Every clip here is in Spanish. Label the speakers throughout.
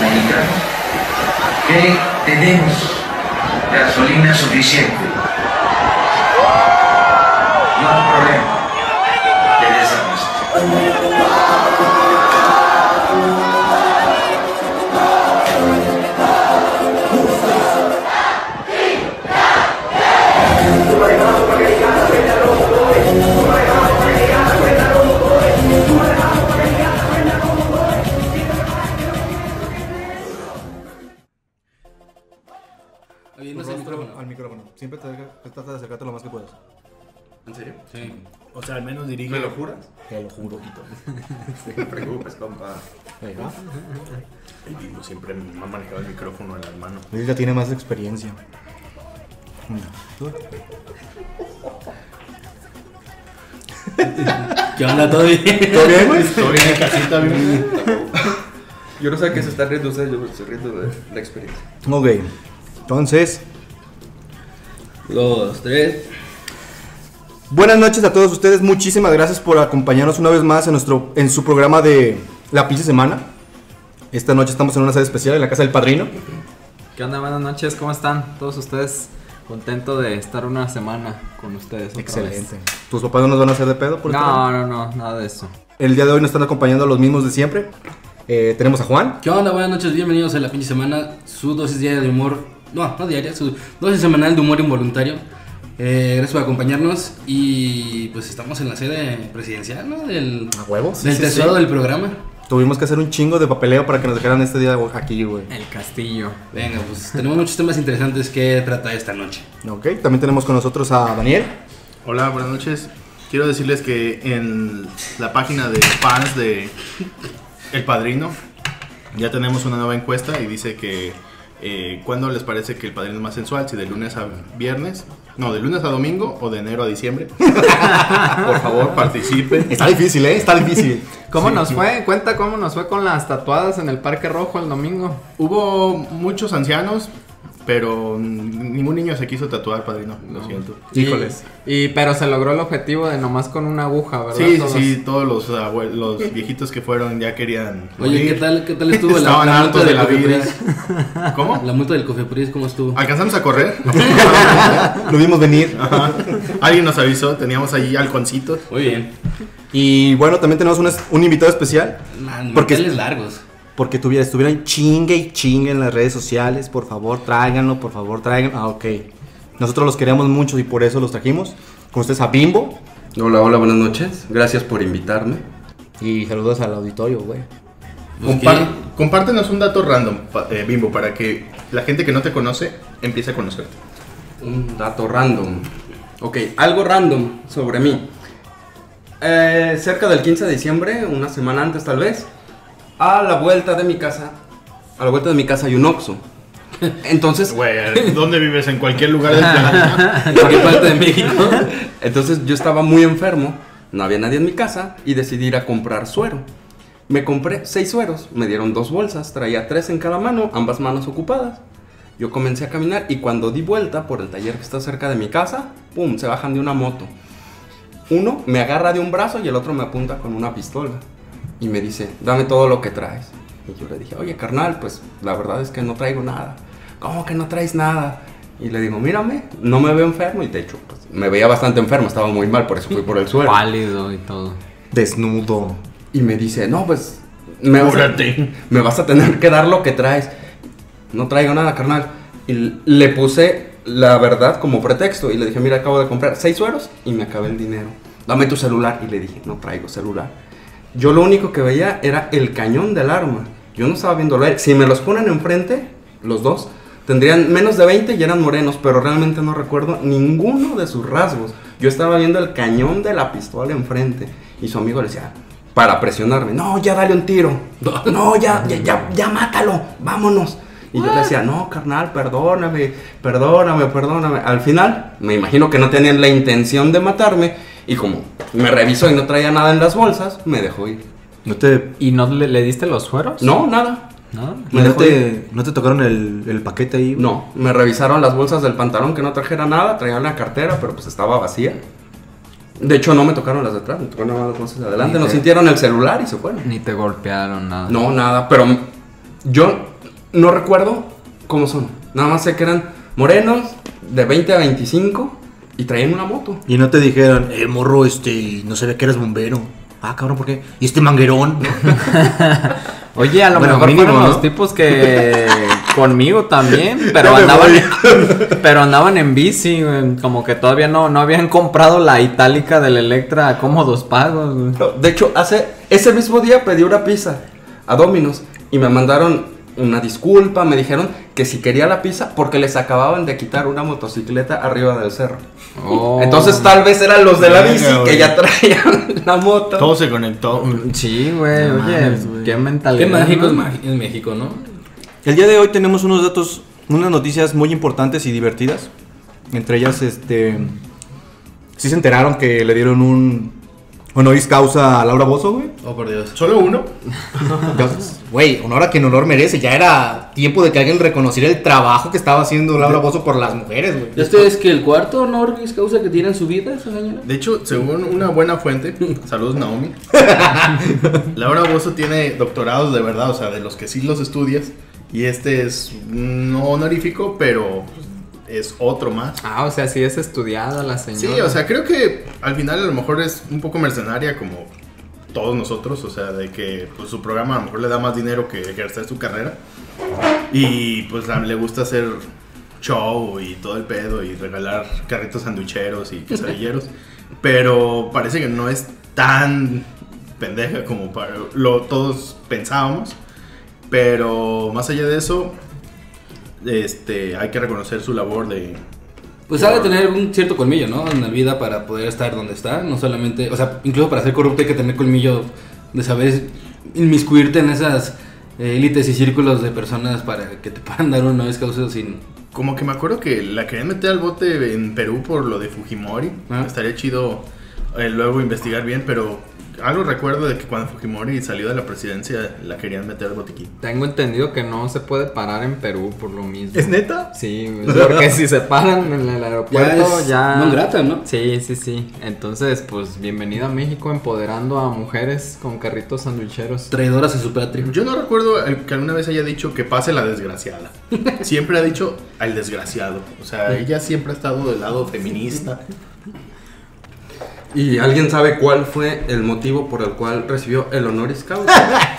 Speaker 1: mexicanos que tenemos gasolina suficiente. No hay problema de desabasto.
Speaker 2: Aviéndose el micrófono.
Speaker 3: al micrófono. Siempre te acerca- te trata de acercarte lo más que puedas.
Speaker 2: ¿En serio?
Speaker 4: Sí.
Speaker 5: O sea, al menos
Speaker 4: ¿Me lo
Speaker 5: dirígelo.
Speaker 4: juras?
Speaker 3: Te lo juro. Poquito.
Speaker 4: No te preocupes, compa. El vivo pues siempre me ha manejado el micrófono en las manos.
Speaker 3: Él ya tiene más experiencia. Mm. ¿Tú?
Speaker 5: ¿Qué onda, todo bien?
Speaker 3: ¿Todo bien, güey?
Speaker 4: Estoy bien en casita, bien.
Speaker 2: Yo no sé que se están riendo ustedes, yo me estoy riendo de la experiencia.
Speaker 3: Ok. Entonces,
Speaker 2: Los tres.
Speaker 3: buenas noches a todos ustedes. Muchísimas gracias por acompañarnos una vez más en, nuestro, en su programa de La Pinche Semana. Esta noche estamos en una sede especial en la casa del padrino.
Speaker 6: ¿Qué onda? Buenas noches, ¿cómo están todos ustedes? Contento de estar una semana con ustedes. otra
Speaker 3: Excelente.
Speaker 6: vez.
Speaker 3: ¿Tus papás no nos van a hacer de pedo por esta
Speaker 6: No,
Speaker 3: vez?
Speaker 6: no, no, nada de eso.
Speaker 3: El día de hoy nos están acompañando los mismos de siempre. Eh, tenemos a Juan.
Speaker 2: ¿Qué onda? Buenas noches, bienvenidos a la pinche semana. Su dosis diaria de humor. No, no diaria, su dosis semanal de humor involuntario. Eh, gracias por acompañarnos. Y pues estamos en la sede presidencial, ¿no? Del,
Speaker 4: Ah,
Speaker 3: A huevos.
Speaker 2: del tesoro del programa.
Speaker 3: Tuvimos que hacer un chingo de papeleo para que nos dejaran este día aquí, güey.
Speaker 6: El castillo.
Speaker 2: Venga, pues tenemos muchos temas interesantes que tratar esta noche.
Speaker 3: Ok, también tenemos con nosotros a Daniel.
Speaker 4: Hola, buenas noches. Quiero decirles que en la página de fans de El Padrino ya tenemos una nueva encuesta y dice que eh, ¿cuándo les parece que El Padrino es más sensual? Si de lunes a viernes, no, de lunes a domingo o de enero a diciembre. Por favor, participen.
Speaker 3: Está difícil, ¿eh? Está difícil.
Speaker 6: ¿Cómo nos fue? Cuenta cómo nos fue con las tatuadas en el Parque Rojo el domingo.
Speaker 4: Hubo muchos ancianos, pero mm, ningún niño se quiso tatuar, Padrino. Lo siento.
Speaker 3: Híjoles.
Speaker 6: Y, y- pero se logró el objetivo de nomás con una aguja, ¿verdad?
Speaker 4: Sí, sí,
Speaker 6: Todos.
Speaker 4: sí, todos los, abue- los viejitos que fueron ya querían.
Speaker 2: Oye,
Speaker 4: morir.
Speaker 2: ¿qué tal, qué tal estuvo la,
Speaker 4: Estaban
Speaker 2: la
Speaker 4: hartos
Speaker 2: multa
Speaker 4: de
Speaker 2: del
Speaker 4: la vida.
Speaker 2: Cofepris?
Speaker 4: ¿Cómo?
Speaker 2: La multa del Cofepris, ¿cómo estuvo?
Speaker 4: ¿Alcanzamos a correr?
Speaker 3: Lo vimos venir.
Speaker 4: Ajá. Alguien nos avisó, teníamos allí halconcitos.
Speaker 2: Muy bien.
Speaker 3: Y bueno, también tenemos un, es- un invitado especial.
Speaker 2: Man,
Speaker 3: Porque-
Speaker 2: manteles largos.
Speaker 3: Porque tuviera, estuvieran chingue y chingue en las redes sociales. Por favor, tráiganlo, por favor, tráiganlo. Ah, ok. Nosotros los queríamos mucho y por eso los trajimos. Con ustedes a Bimbo.
Speaker 7: Hola, hola, buenas noches. Gracias por invitarme.
Speaker 3: Y saludos al auditorio, güey.
Speaker 2: Pues
Speaker 4: Compar- compártenos un dato random, pa- eh, Bimbo, para que la gente que no te conoce empiece a conocerte.
Speaker 7: Un dato random. Ok, algo random sobre mí. Eh, cerca del 15 de diciembre, una semana antes tal vez, a la vuelta de mi casa, a la vuelta de mi casa hay un Oxxo. Entonces,
Speaker 4: Güey, ¿dónde vives? ¿En cualquier lugar del planeta?
Speaker 6: ¿En qué parte de México?
Speaker 7: Entonces yo estaba muy enfermo, no había nadie en mi casa y decidí ir a comprar suero. Me compré seis sueros, me dieron dos bolsas, traía tres en cada mano, ambas manos ocupadas. Yo comencé a caminar y cuando di vuelta por el taller que está cerca de mi casa, ¡pum! Se bajan de una moto. Uno me agarra de un brazo y el otro me apunta con una pistola. Y me dice, dame todo lo que traes. Y yo le dije, oye carnal, pues la verdad es que no traigo nada. ¿Cómo que no traes nada? Y le digo, mírame, no me veo enfermo. Y de hecho, pues, me veía bastante enfermo, estaba muy mal, por eso fui por el suelo.
Speaker 6: Pálido y todo.
Speaker 3: Desnudo.
Speaker 7: Y me dice, no, pues me vas, a,
Speaker 4: Cúbrate.
Speaker 7: me vas a tener que dar lo que traes. No traigo nada, carnal. Y l- le puse la verdad como pretexto y le dije, mira, acabo de comprar seis sueros y me acabé el dinero. Dame tu celular. Y le dije, no traigo celular. Yo lo único que veía era el cañón del arma. Yo no estaba viendo la... Si me los ponen enfrente, los dos, tendrían menos de 20 y eran morenos, pero realmente no recuerdo ninguno de sus rasgos. Yo estaba viendo el cañón de la pistola enfrente. Y su amigo le decía, para presionarme, no, ya dale un tiro. No, ya, ya, ya, ya mátalo, vámonos. Y yo le decía, no, carnal, perdóname, perdóname, perdóname. Al final, me imagino que no tenían la intención de matarme. Y como me revisó y no traía nada en las bolsas, me dejó ir.
Speaker 3: ¿No te,
Speaker 6: ¿Y no le, le diste los sueros?
Speaker 7: No, nada.
Speaker 6: ¿No?
Speaker 7: Me
Speaker 3: no
Speaker 7: dejó
Speaker 3: te, no te tocaron el, el paquete ahí? güey?
Speaker 7: No, me revisaron las bolsas del pantalón que no trajera nada, traía la cartera, pero pues estaba vacía. De hecho, no me tocaron las de atrás, me tocaron nada más las bolsas de adelante.
Speaker 6: Ni
Speaker 7: Nos
Speaker 6: te-
Speaker 7: sintieron el celular y se fueron.
Speaker 6: Ni te golpearon nada.
Speaker 7: No, nada, pero Yo no recuerdo cómo son. Nada más sé que eran morenos, de 20 a 25, y traían una moto.
Speaker 3: Y no te dijeron, eh, morro, este, no sabía que eras bombero. Ah, cabrón, ¿por qué? Y este manguerón.
Speaker 6: Oye, a lo
Speaker 7: Bueno,
Speaker 6: mejor
Speaker 7: mínimo,
Speaker 6: fueron
Speaker 7: ¿no?
Speaker 6: los tipos que conmigo también, pero
Speaker 8: me
Speaker 6: andaban, pero andaban en bici, güey, como que todavía no, no habían comprado la itálica del Electra a cómodos pagos. güey.
Speaker 7: No, De hecho, hace ese mismo día pedí una pizza a Domino's y me mandaron una disculpa, me dijeron que si quería la pizza porque les acababan de quitar una motocicleta arriba del cerro.
Speaker 6: Oh.
Speaker 7: Entonces tal vez eran los de la
Speaker 4: Verga,
Speaker 7: bici que
Speaker 4: güey.
Speaker 7: ya traían la moto.
Speaker 4: Todo se conectó.
Speaker 6: Mm, Sí, güey,
Speaker 4: No
Speaker 6: oye,
Speaker 4: mames, güey.
Speaker 6: qué mentalidad.
Speaker 5: Qué mágico
Speaker 6: ¿no?
Speaker 5: es magi- es México, ¿no?
Speaker 8: El día de hoy tenemos unos datos, unas noticias muy importantes y divertidas. Entre ellas, este. Sí se enteraron que le dieron un honoris causa a Laura Bozo, güey.
Speaker 2: Oh, por Dios.
Speaker 4: Solo uno.
Speaker 3: Ah.
Speaker 8: Causas.
Speaker 3: Güey, honor a quien honor merece. Ya era tiempo de que alguien reconociera el trabajo que estaba haciendo Laura Bozo por las mujeres, güey.
Speaker 2: ¿Ya ustedes que el cuarto honor es causa que tiene en su vida esa señora?
Speaker 4: De hecho, según una buena fuente, saludos Naomi, Laura Bozo tiene doctorados de verdad, o sea, de los que sí los estudias. Y este es no honorífico, pero es otro más.
Speaker 6: Ah, o sea, sí es estudiada la
Speaker 4: Sí,
Speaker 6: señora.
Speaker 4: o sea, creo que al final a lo mejor es un poco mercenaria como todos nosotros, o sea, de que pues, su programa a lo mejor le da más dinero que ejercer su carrera. Y pues a- le gusta hacer show y todo el pedo y regalar carritos sanduicheros y quesadilleros. pero parece que no es tan pendeja como para lo todos pensábamos. Pero más allá de eso, este, hay que reconocer su labor de...
Speaker 2: Pues ha de tener un cierto colmillo, ¿no? En la vida para poder estar donde está. No solamente, o sea, incluso para ser corrupto hay que tener colmillo de saber inmiscuirte en esas eh, élites y círculos de personas para que te puedan dar una vez causa sin...
Speaker 4: Como que me acuerdo que la querían meter al bote en Perú por lo de Fujimori.
Speaker 2: Ah.
Speaker 4: Estaría chido eh, luego investigar bien, pero algo recuerdo de que cuando Fujimori salió de la presidencia la querían meter al botiquín.
Speaker 6: Tengo entendido que no se puede parar en Perú por lo mismo.
Speaker 8: ¿Es neta?
Speaker 6: Sí, güey, porque si se paran en el aeropuerto
Speaker 2: es
Speaker 6: ya...
Speaker 2: non grata, ¿no?
Speaker 6: Sí, sí, sí. Entonces, pues bienvenido a México empoderando a mujeres con carritos sandwicheros.
Speaker 2: Traidoras a su patria.
Speaker 4: Yo no recuerdo eh, que alguna vez haya dicho que pase la desgraciada. Siempre ha dicho al desgraciado. O sea, ella siempre ha estado del lado feminista.
Speaker 7: ¿Y alguien sabe cuál fue el motivo por el cual recibió el honoris causa?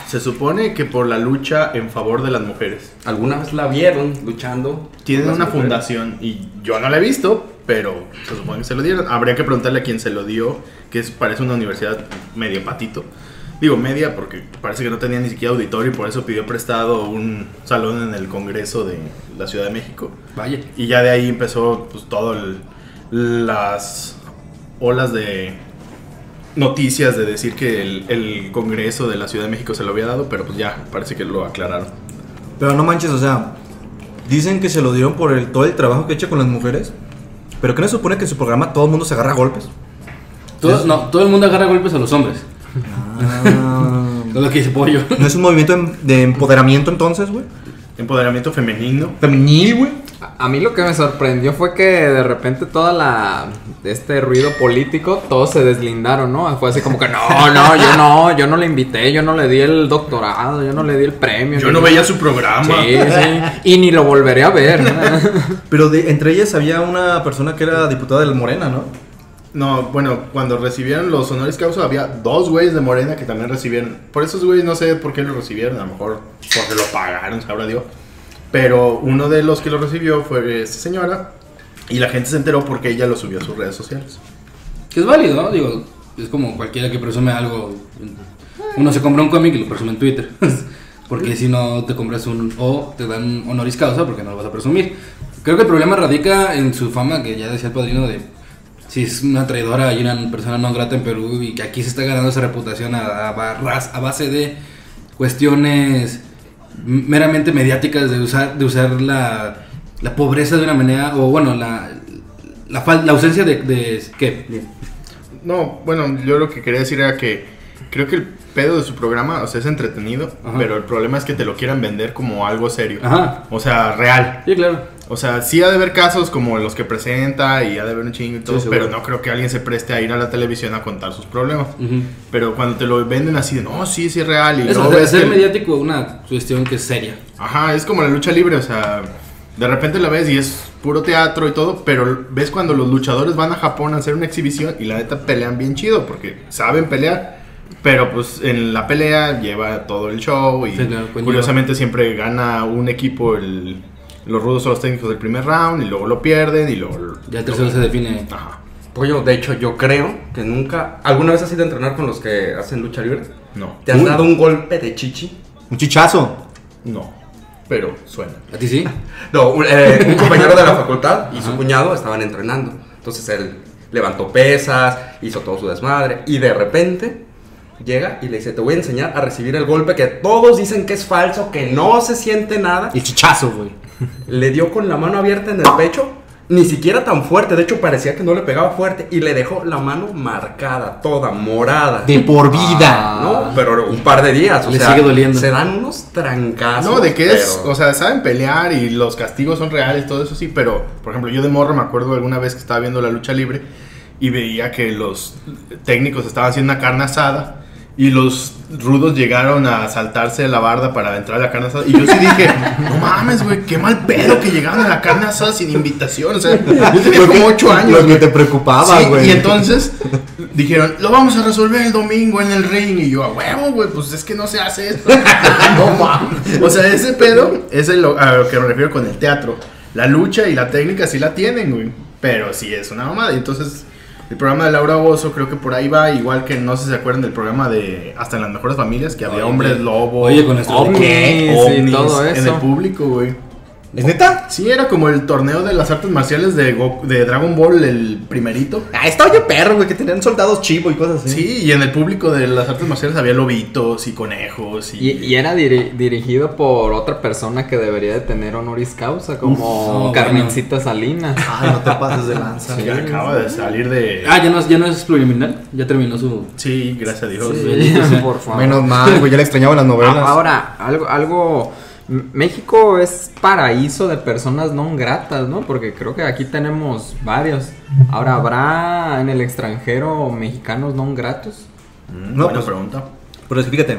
Speaker 4: Se supone que por la lucha en favor de las mujeres.
Speaker 7: ¿Alguna vez la vieron luchando?
Speaker 4: Tienen
Speaker 7: por las
Speaker 4: una
Speaker 7: mujeres?
Speaker 4: fundación y yo no la he visto, pero se supone que se lo dieron. Habría que preguntarle a quien se lo dio, que es, parece una universidad medio patito. Digo media porque parece que no tenía ni siquiera auditorio y por eso pidió prestado un salón en el Congreso de la Ciudad de México.
Speaker 2: Vaya.
Speaker 4: Y ya de ahí empezó pues todo el- las olas de noticias de decir que el, el Congreso de la Ciudad de México se lo había dado, pero pues ya parece que lo aclararon.
Speaker 8: Pero no manches, o sea, dicen que se lo dieron por el, todo el trabajo que he hecho con las mujeres. Pero que no se supone que en su programa todo el mundo se agarra a golpes.
Speaker 2: Todo, no, todo el mundo agarra golpes a los hombres.
Speaker 8: Ah.
Speaker 2: No lo que dice Pollo.
Speaker 8: ¿No es un movimiento em- de empoderamiento entonces, güey?
Speaker 4: Empoderamiento femenino.
Speaker 8: Femenil, güey.
Speaker 6: A a mí lo que me sorprendió fue que de repente toda la este ruido político todos se deslindaron, ¿no? Fue así como que no, no, yo no, yo no le invité, yo no le di el doctorado, yo no le di el premio.
Speaker 4: Yo no veía su programa.
Speaker 6: Sí, sí. Y ni lo volveré a ver. ¿no?
Speaker 8: Pero de- entre ellas había una persona que era diputada del Morena, ¿no?
Speaker 4: No, bueno, cuando recibieron los honores causa había dos güeyes de Morena que también recibieron. Por esos güeyes no sé por qué lo recibieron, a lo mejor porque lo pagaron, sabrá Dios. Pero uno de los que lo recibió fue esta señora y la gente se enteró porque ella lo subió a sus redes sociales.
Speaker 2: Que es válido, ¿no? Digo, es como cualquiera que presume algo. Uno se compra un cómic y lo presume en Twitter. porque si no te compras un o te dan un honoris causa porque no lo vas a presumir. Creo que el problema radica en su fama, que ya decía el padrino, de si es una traidora y una persona no grata en Perú y que aquí se está ganando esa reputación a, a barras- a base de cuestiones meramente mediáticas de usar, de usar la, la pobreza de una manera, o bueno, la, la, fal- la ausencia de, de- ¿qué?
Speaker 4: No, bueno, yo lo que quería decir era que Creo que el pedo de su programa, o sea, es entretenido, pero el problema es que te lo quieran vender como algo serio.
Speaker 2: Ajá.
Speaker 4: O sea, real.
Speaker 2: Sí, claro.
Speaker 4: O sea, sí ha de haber casos como los que presenta y ha de haber un chingo y todo,
Speaker 2: seguro.
Speaker 4: pero no creo que alguien se preste a ir a la televisión a contar sus problemas.
Speaker 2: Ujú.
Speaker 4: Pero cuando te lo venden así de, no, sí, sí es real. Y
Speaker 2: Eso,
Speaker 4: luego
Speaker 2: de
Speaker 4: ves
Speaker 2: ser
Speaker 4: que-
Speaker 2: mediático una cuestión que es seria.
Speaker 4: Ajá, es como la lucha libre, o sea, de repente la ves y es puro teatro y todo, pero ves cuando los luchadores van a Japón a hacer una exhibición y la neta pelean bien chido porque saben pelear, pero pues en la pelea lleva todo el show y
Speaker 2: Sí, claro, conlleva.
Speaker 4: curiosamente siempre gana un equipo el- los rudos son los técnicos del primer round y luego lo pierden y luego... lo-
Speaker 2: Ya el tercero se define.
Speaker 4: Ajá,
Speaker 7: Pollo, de hecho, yo creo que nunca. ¿Alguna vez has ido a entrenar con los que hacen lucha libre?
Speaker 4: no,
Speaker 7: ¿Te han
Speaker 8: Uy.
Speaker 7: dado un golpe de chichi?
Speaker 8: Un chichazo.
Speaker 4: no, pero suena.
Speaker 2: ¿A ti sí?
Speaker 7: No, un, eh, un compañero de la facultad y su cuñado estaban entrenando. Entonces él levantó pesas, hizo todo su desmadre y de repente llega y le dice, te voy a enseñar a recibir el golpe que todos dicen que es falso, que no se siente nada.
Speaker 3: El chichazo, güey.
Speaker 7: Le dio con la mano abierta en el pecho, ni siquiera tan fuerte, de hecho parecía que no le pegaba fuerte y le dejó la mano marcada, toda morada.
Speaker 3: De por vida.
Speaker 8: Ah.
Speaker 7: No, pero un par de días, o
Speaker 2: Le
Speaker 7: sea,
Speaker 2: sigue doliendo.
Speaker 7: se dan unos trancazos.
Speaker 4: No, de que es,
Speaker 7: pero-
Speaker 4: o sea, saben pelear y los castigos son reales, todo eso sí, pero por ejemplo, yo de morro me acuerdo alguna vez que estaba viendo la lucha libre y veía que los técnicos estaban haciendo una carne asada y los rudos llegaron a saltarse la barda para entrar a la carne asada y yo sí dije, no mames, güey, qué mal pedo que llegaron a la carne asada sin invitación, o sea, yo tenía
Speaker 8: Lo que-
Speaker 4: como 8 años.
Speaker 8: Lo que
Speaker 4: güey.
Speaker 8: te preocupaba,
Speaker 4: Sí,
Speaker 8: güey.
Speaker 4: y entonces dijeron, lo vamos a resolver el domingo en el ring. Y yo, a huevo, güey, pues es que no se hace esto. no mames. O sea, ese pedo es el lo- a lo que me refiero con el teatro. La lucha y la técnica sí la tienen, güey. Pero sí es una mamada. Y entonces, el programa de Laura Bozo creo que por ahí va. Igual que no sé si se acuerdan del programa de Hasta en las Mejores Familias, que había
Speaker 2: Oye,
Speaker 4: hombres lobo.
Speaker 2: Oye, con nuestro
Speaker 6: Ovni. Sí, sí,
Speaker 4: ovnis
Speaker 6: todo
Speaker 4: En
Speaker 6: eso.
Speaker 4: el público, güey.
Speaker 3: ¿Es neta?
Speaker 4: Sí, era como el torneo de las artes marciales de, Go- de Dragon Ball, el primerito.
Speaker 3: Ah, estaba yo perro, güey, que tenían soldados chivo y cosas así.
Speaker 4: Sí, y en el público de las artes marciales había lobitos y conejos y...
Speaker 6: Y, y era diri- dirigido por otra persona que debería de tener honoris causa, como
Speaker 2: no,
Speaker 6: Carmencita Salinas.
Speaker 3: Ay, no te pases de lanza.
Speaker 4: Ya acaba de salir de...
Speaker 2: Ah, ya no, es- ya no es pluriminal. Ya terminó su.
Speaker 4: Sí, gracias a Dios.
Speaker 6: por favor.
Speaker 8: Menos mal, güey. Ya le extrañaba las novelas.
Speaker 6: Ah, Ahora, algo, algo. M- México es paraíso de personas no gratas, ¿no? Porque creo que aquí tenemos varios. Ahora, ¿habrá en el extranjero mexicanos no gratos?
Speaker 4: Mm,
Speaker 8: No,
Speaker 4: buena
Speaker 8: pues-
Speaker 4: pregunta.
Speaker 8: Pero es que fíjate,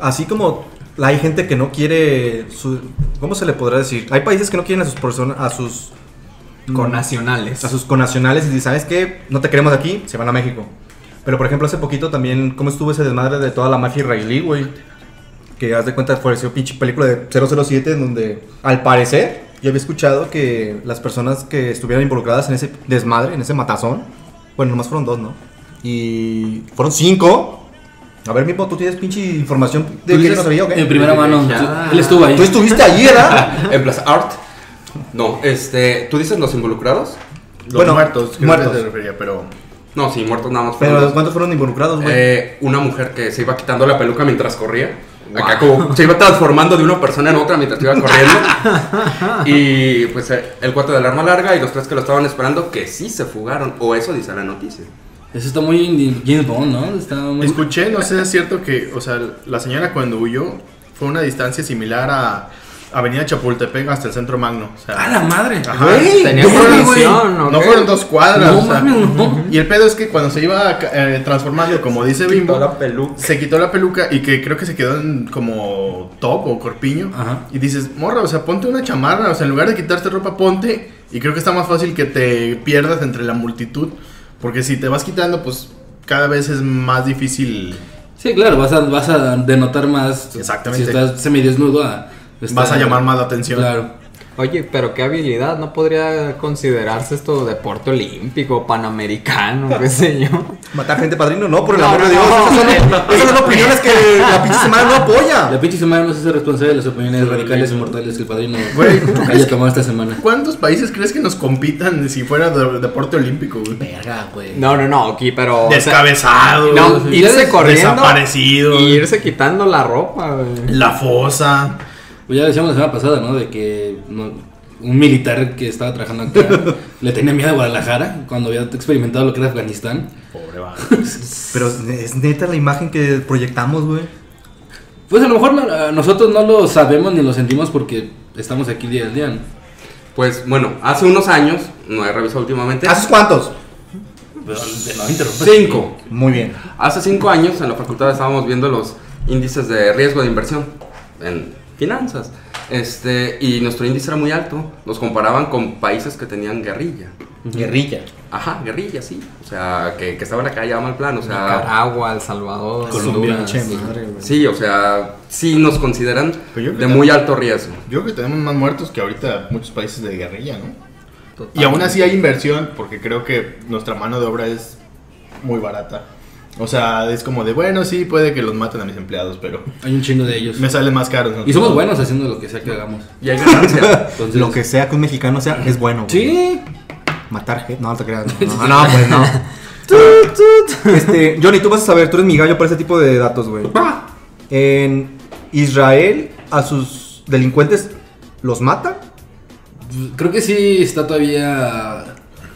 Speaker 8: así como la- hay gente que no quiere su- ¿cómo se le podrá decir? Hay países que no quieren a sus personas, a sus
Speaker 6: Con nacionales.
Speaker 8: a sus connacionales y dicen, ¿sabes qué? No te queremos aquí, se van a México. Pero por ejemplo, hace poquito también, ¿cómo estuvo ese desmadre de toda la mafia israelí, güey? Que haz de cuenta, fue esa pinche película de 007 en donde, al parecer, yo había escuchado que las personas que estuvieran involucradas en ese desmadre, en ese matazón, bueno, nomás fueron dos, ¿no? Y fueron cinco. A ver, mismo, tú tienes pinche información de
Speaker 2: Tú
Speaker 8: que yo
Speaker 2: dices,
Speaker 8: no sabía, ¿o qué?
Speaker 2: En primera mano.
Speaker 6: Ya.
Speaker 2: tú- Él estuvo ahí.
Speaker 8: Tú estuviste allí, ¿verdad?
Speaker 7: En Plaza Art. No, este, ¿tú dices los involucrados?
Speaker 4: Los
Speaker 8: Bueno,
Speaker 4: muertos, creo
Speaker 8: muertos.
Speaker 4: que se refería, pero...
Speaker 7: No, sí, muertos nada más. fueron
Speaker 8: Pero
Speaker 7: dos.
Speaker 8: ¿cuántos fueron involucrados, güey?
Speaker 7: Eh, una mujer que se iba quitando la peluca mientras corría. Acá como se iba transformando de una persona en otra mientras iba corriendo. y pues eh, el cuate del arma larga y los tres que lo estaban esperando que sí se fugaron. O eso dice la noticia.
Speaker 2: Eso está muy indi- James Bond, ¿no? Está muy.
Speaker 4: Escuché, no sé si es cierto que, o sea, la señora cuando huyó fue una distancia similar a Avenida Chapultepec hasta el Centro Magno. O sea,
Speaker 2: ¡A la madre!
Speaker 4: Ajá.
Speaker 8: Güey,
Speaker 6: Tenía
Speaker 8: yo, güey.
Speaker 6: conexión, ¿o
Speaker 4: No
Speaker 6: qué?
Speaker 4: fueron dos cuadras.
Speaker 2: No
Speaker 4: o sea,
Speaker 2: mames, no.
Speaker 4: Y el pedo es que cuando se iba eh, transformando, como dice Bimbo,
Speaker 7: peluca.
Speaker 4: se quitó la peluca y que creo que se quedó en como top o corpiño.
Speaker 2: Ajá.
Speaker 4: Y dices, morra, o sea, ponte una chamarra. O sea, en lugar de quitarte ropa, ponte. Y creo que está más fácil que te pierdas entre la multitud. Porque si te vas quitando, pues cada vez es más difícil.
Speaker 2: Sí, claro, vas a, vas a denotar más.
Speaker 4: Exactamente.
Speaker 2: Si estás semidesnudo, a- está-
Speaker 4: vas a llamar más la atención.
Speaker 2: Claro.
Speaker 6: Oye, pero qué habilidad, ¿no podría considerarse esto deporte olímpico, panamericano, qué sé yo?
Speaker 8: ¿Matar gente padrino? No, por el
Speaker 6: No,
Speaker 8: amor de Dios.
Speaker 6: no.
Speaker 8: Esas, son, esas son opiniones que la pinche semana no
Speaker 2: La
Speaker 8: apoya.
Speaker 2: pinche semana no se hace responsable de las opiniones radicales y mortales que el padrino
Speaker 4: Güey, ¿tú
Speaker 2: haya tomado esta semana.
Speaker 4: ¿Cuántos países crees que nos compitan si fuera de- deporte olímpico? güey?
Speaker 3: Verga, güey.
Speaker 6: No, no, no, aquí, pero. o sea,
Speaker 4: Descabezados,
Speaker 6: no, irse corriendo.
Speaker 4: desaparecidos,
Speaker 6: y irse quitando la ropa, güey.
Speaker 4: la fosa.
Speaker 2: Pues ya decíamos la semana pasada, ¿no? De que no- un militar que estaba trabajando acá le tenía miedo a Guadalajara cuando había experimentado lo que era Afganistán.
Speaker 4: Pobre va.
Speaker 3: Pero es neta la imagen que proyectamos, güey.
Speaker 2: Pues a lo mejor no- a nosotros no lo sabemos ni lo sentimos porque estamos aquí día al día. ¿no?
Speaker 7: Pues bueno, hace unos años, no he revisado últimamente.
Speaker 3: ¿Haces cuántos?
Speaker 2: Pero no interrumpas.
Speaker 7: cinco.
Speaker 3: Pues Muy bien.
Speaker 7: Hace cinco años en la facultad estábamos viendo los índices de riesgo de inversión en finanzas. Este, y nuestro índice era muy alto. Nos comparaban con países que tenían guerrilla.
Speaker 9: Guerrilla.
Speaker 7: Ajá, guerrilla, sí. O sea, que, que estaban acá ya mal plan. O sea,
Speaker 6: Nicaragua, El Salvador,
Speaker 2: Colombia,
Speaker 6: Honduras.
Speaker 3: Che, madre, güey.
Speaker 7: sí, o sea, sí nos consideran
Speaker 4: Pero yo creo
Speaker 7: de
Speaker 4: que
Speaker 7: muy
Speaker 4: también-
Speaker 7: alto riesgo.
Speaker 4: Yo creo que tenemos más muertos que ahorita muchos países de guerrilla, ¿no? Y aún así hay inversión, porque creo que nuestra mano de obra es muy barata. O sea, es como de, bueno, sí, puede que los maten a mis empleados, pero
Speaker 2: Hay un chingo de ellos.
Speaker 4: me sale más caro. ¿no?
Speaker 2: Y somos buenos haciendo lo que sea que hagamos.
Speaker 7: Y hay ganancia.
Speaker 2: Entonces,
Speaker 3: Lo que sea que un mexicano sea, es bueno. güey.
Speaker 2: Sí,
Speaker 3: Matar gente. No, no te creas. No, no, no, pues no. este, Johnny, tú vas a saber, tú eres mi gallo para ese tipo de datos, güey.
Speaker 8: Ah.
Speaker 3: En Israel, a sus delincuentes los matan
Speaker 2: creo que sí está todavía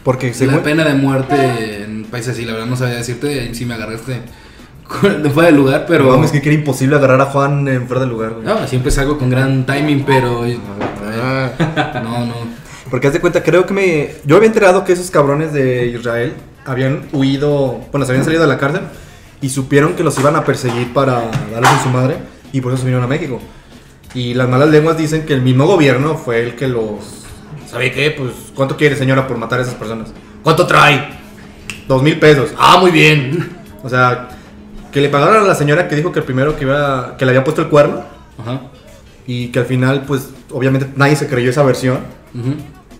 Speaker 3: porque se
Speaker 2: la pena de muerte en países así. La verdad no sabía decirte si me agarraste con- de fuera de lugar, pero...
Speaker 3: Pero es que era imposible agarrar a Juan en fuera de lugar, güey.
Speaker 2: No, siempre salgo con gran timing, pero... eh, Ah. No, no.
Speaker 3: Porque haz de cuenta, creo que me. Yo había enterado que esos cabrones de Israel habían huido. Bueno, se habían salido de la cárcel y supieron que los iban a perseguir para darles en su madre y por eso se vinieron a México. Y las malas lenguas dicen que el mismo gobierno fue el que los. ¿Sabe qué? Pues, ¿cuánto quiere, señora, por matar a esas personas? ¿Cuánto trae? Dos mil pesos. Ah, muy bien. O sea, que le pagaron a la señora que dijo que el primero que iba. que le había puesto el cuerno
Speaker 2: Ajá.
Speaker 3: y que al final, pues, obviamente nadie se creyó esa versión.
Speaker 2: ujú.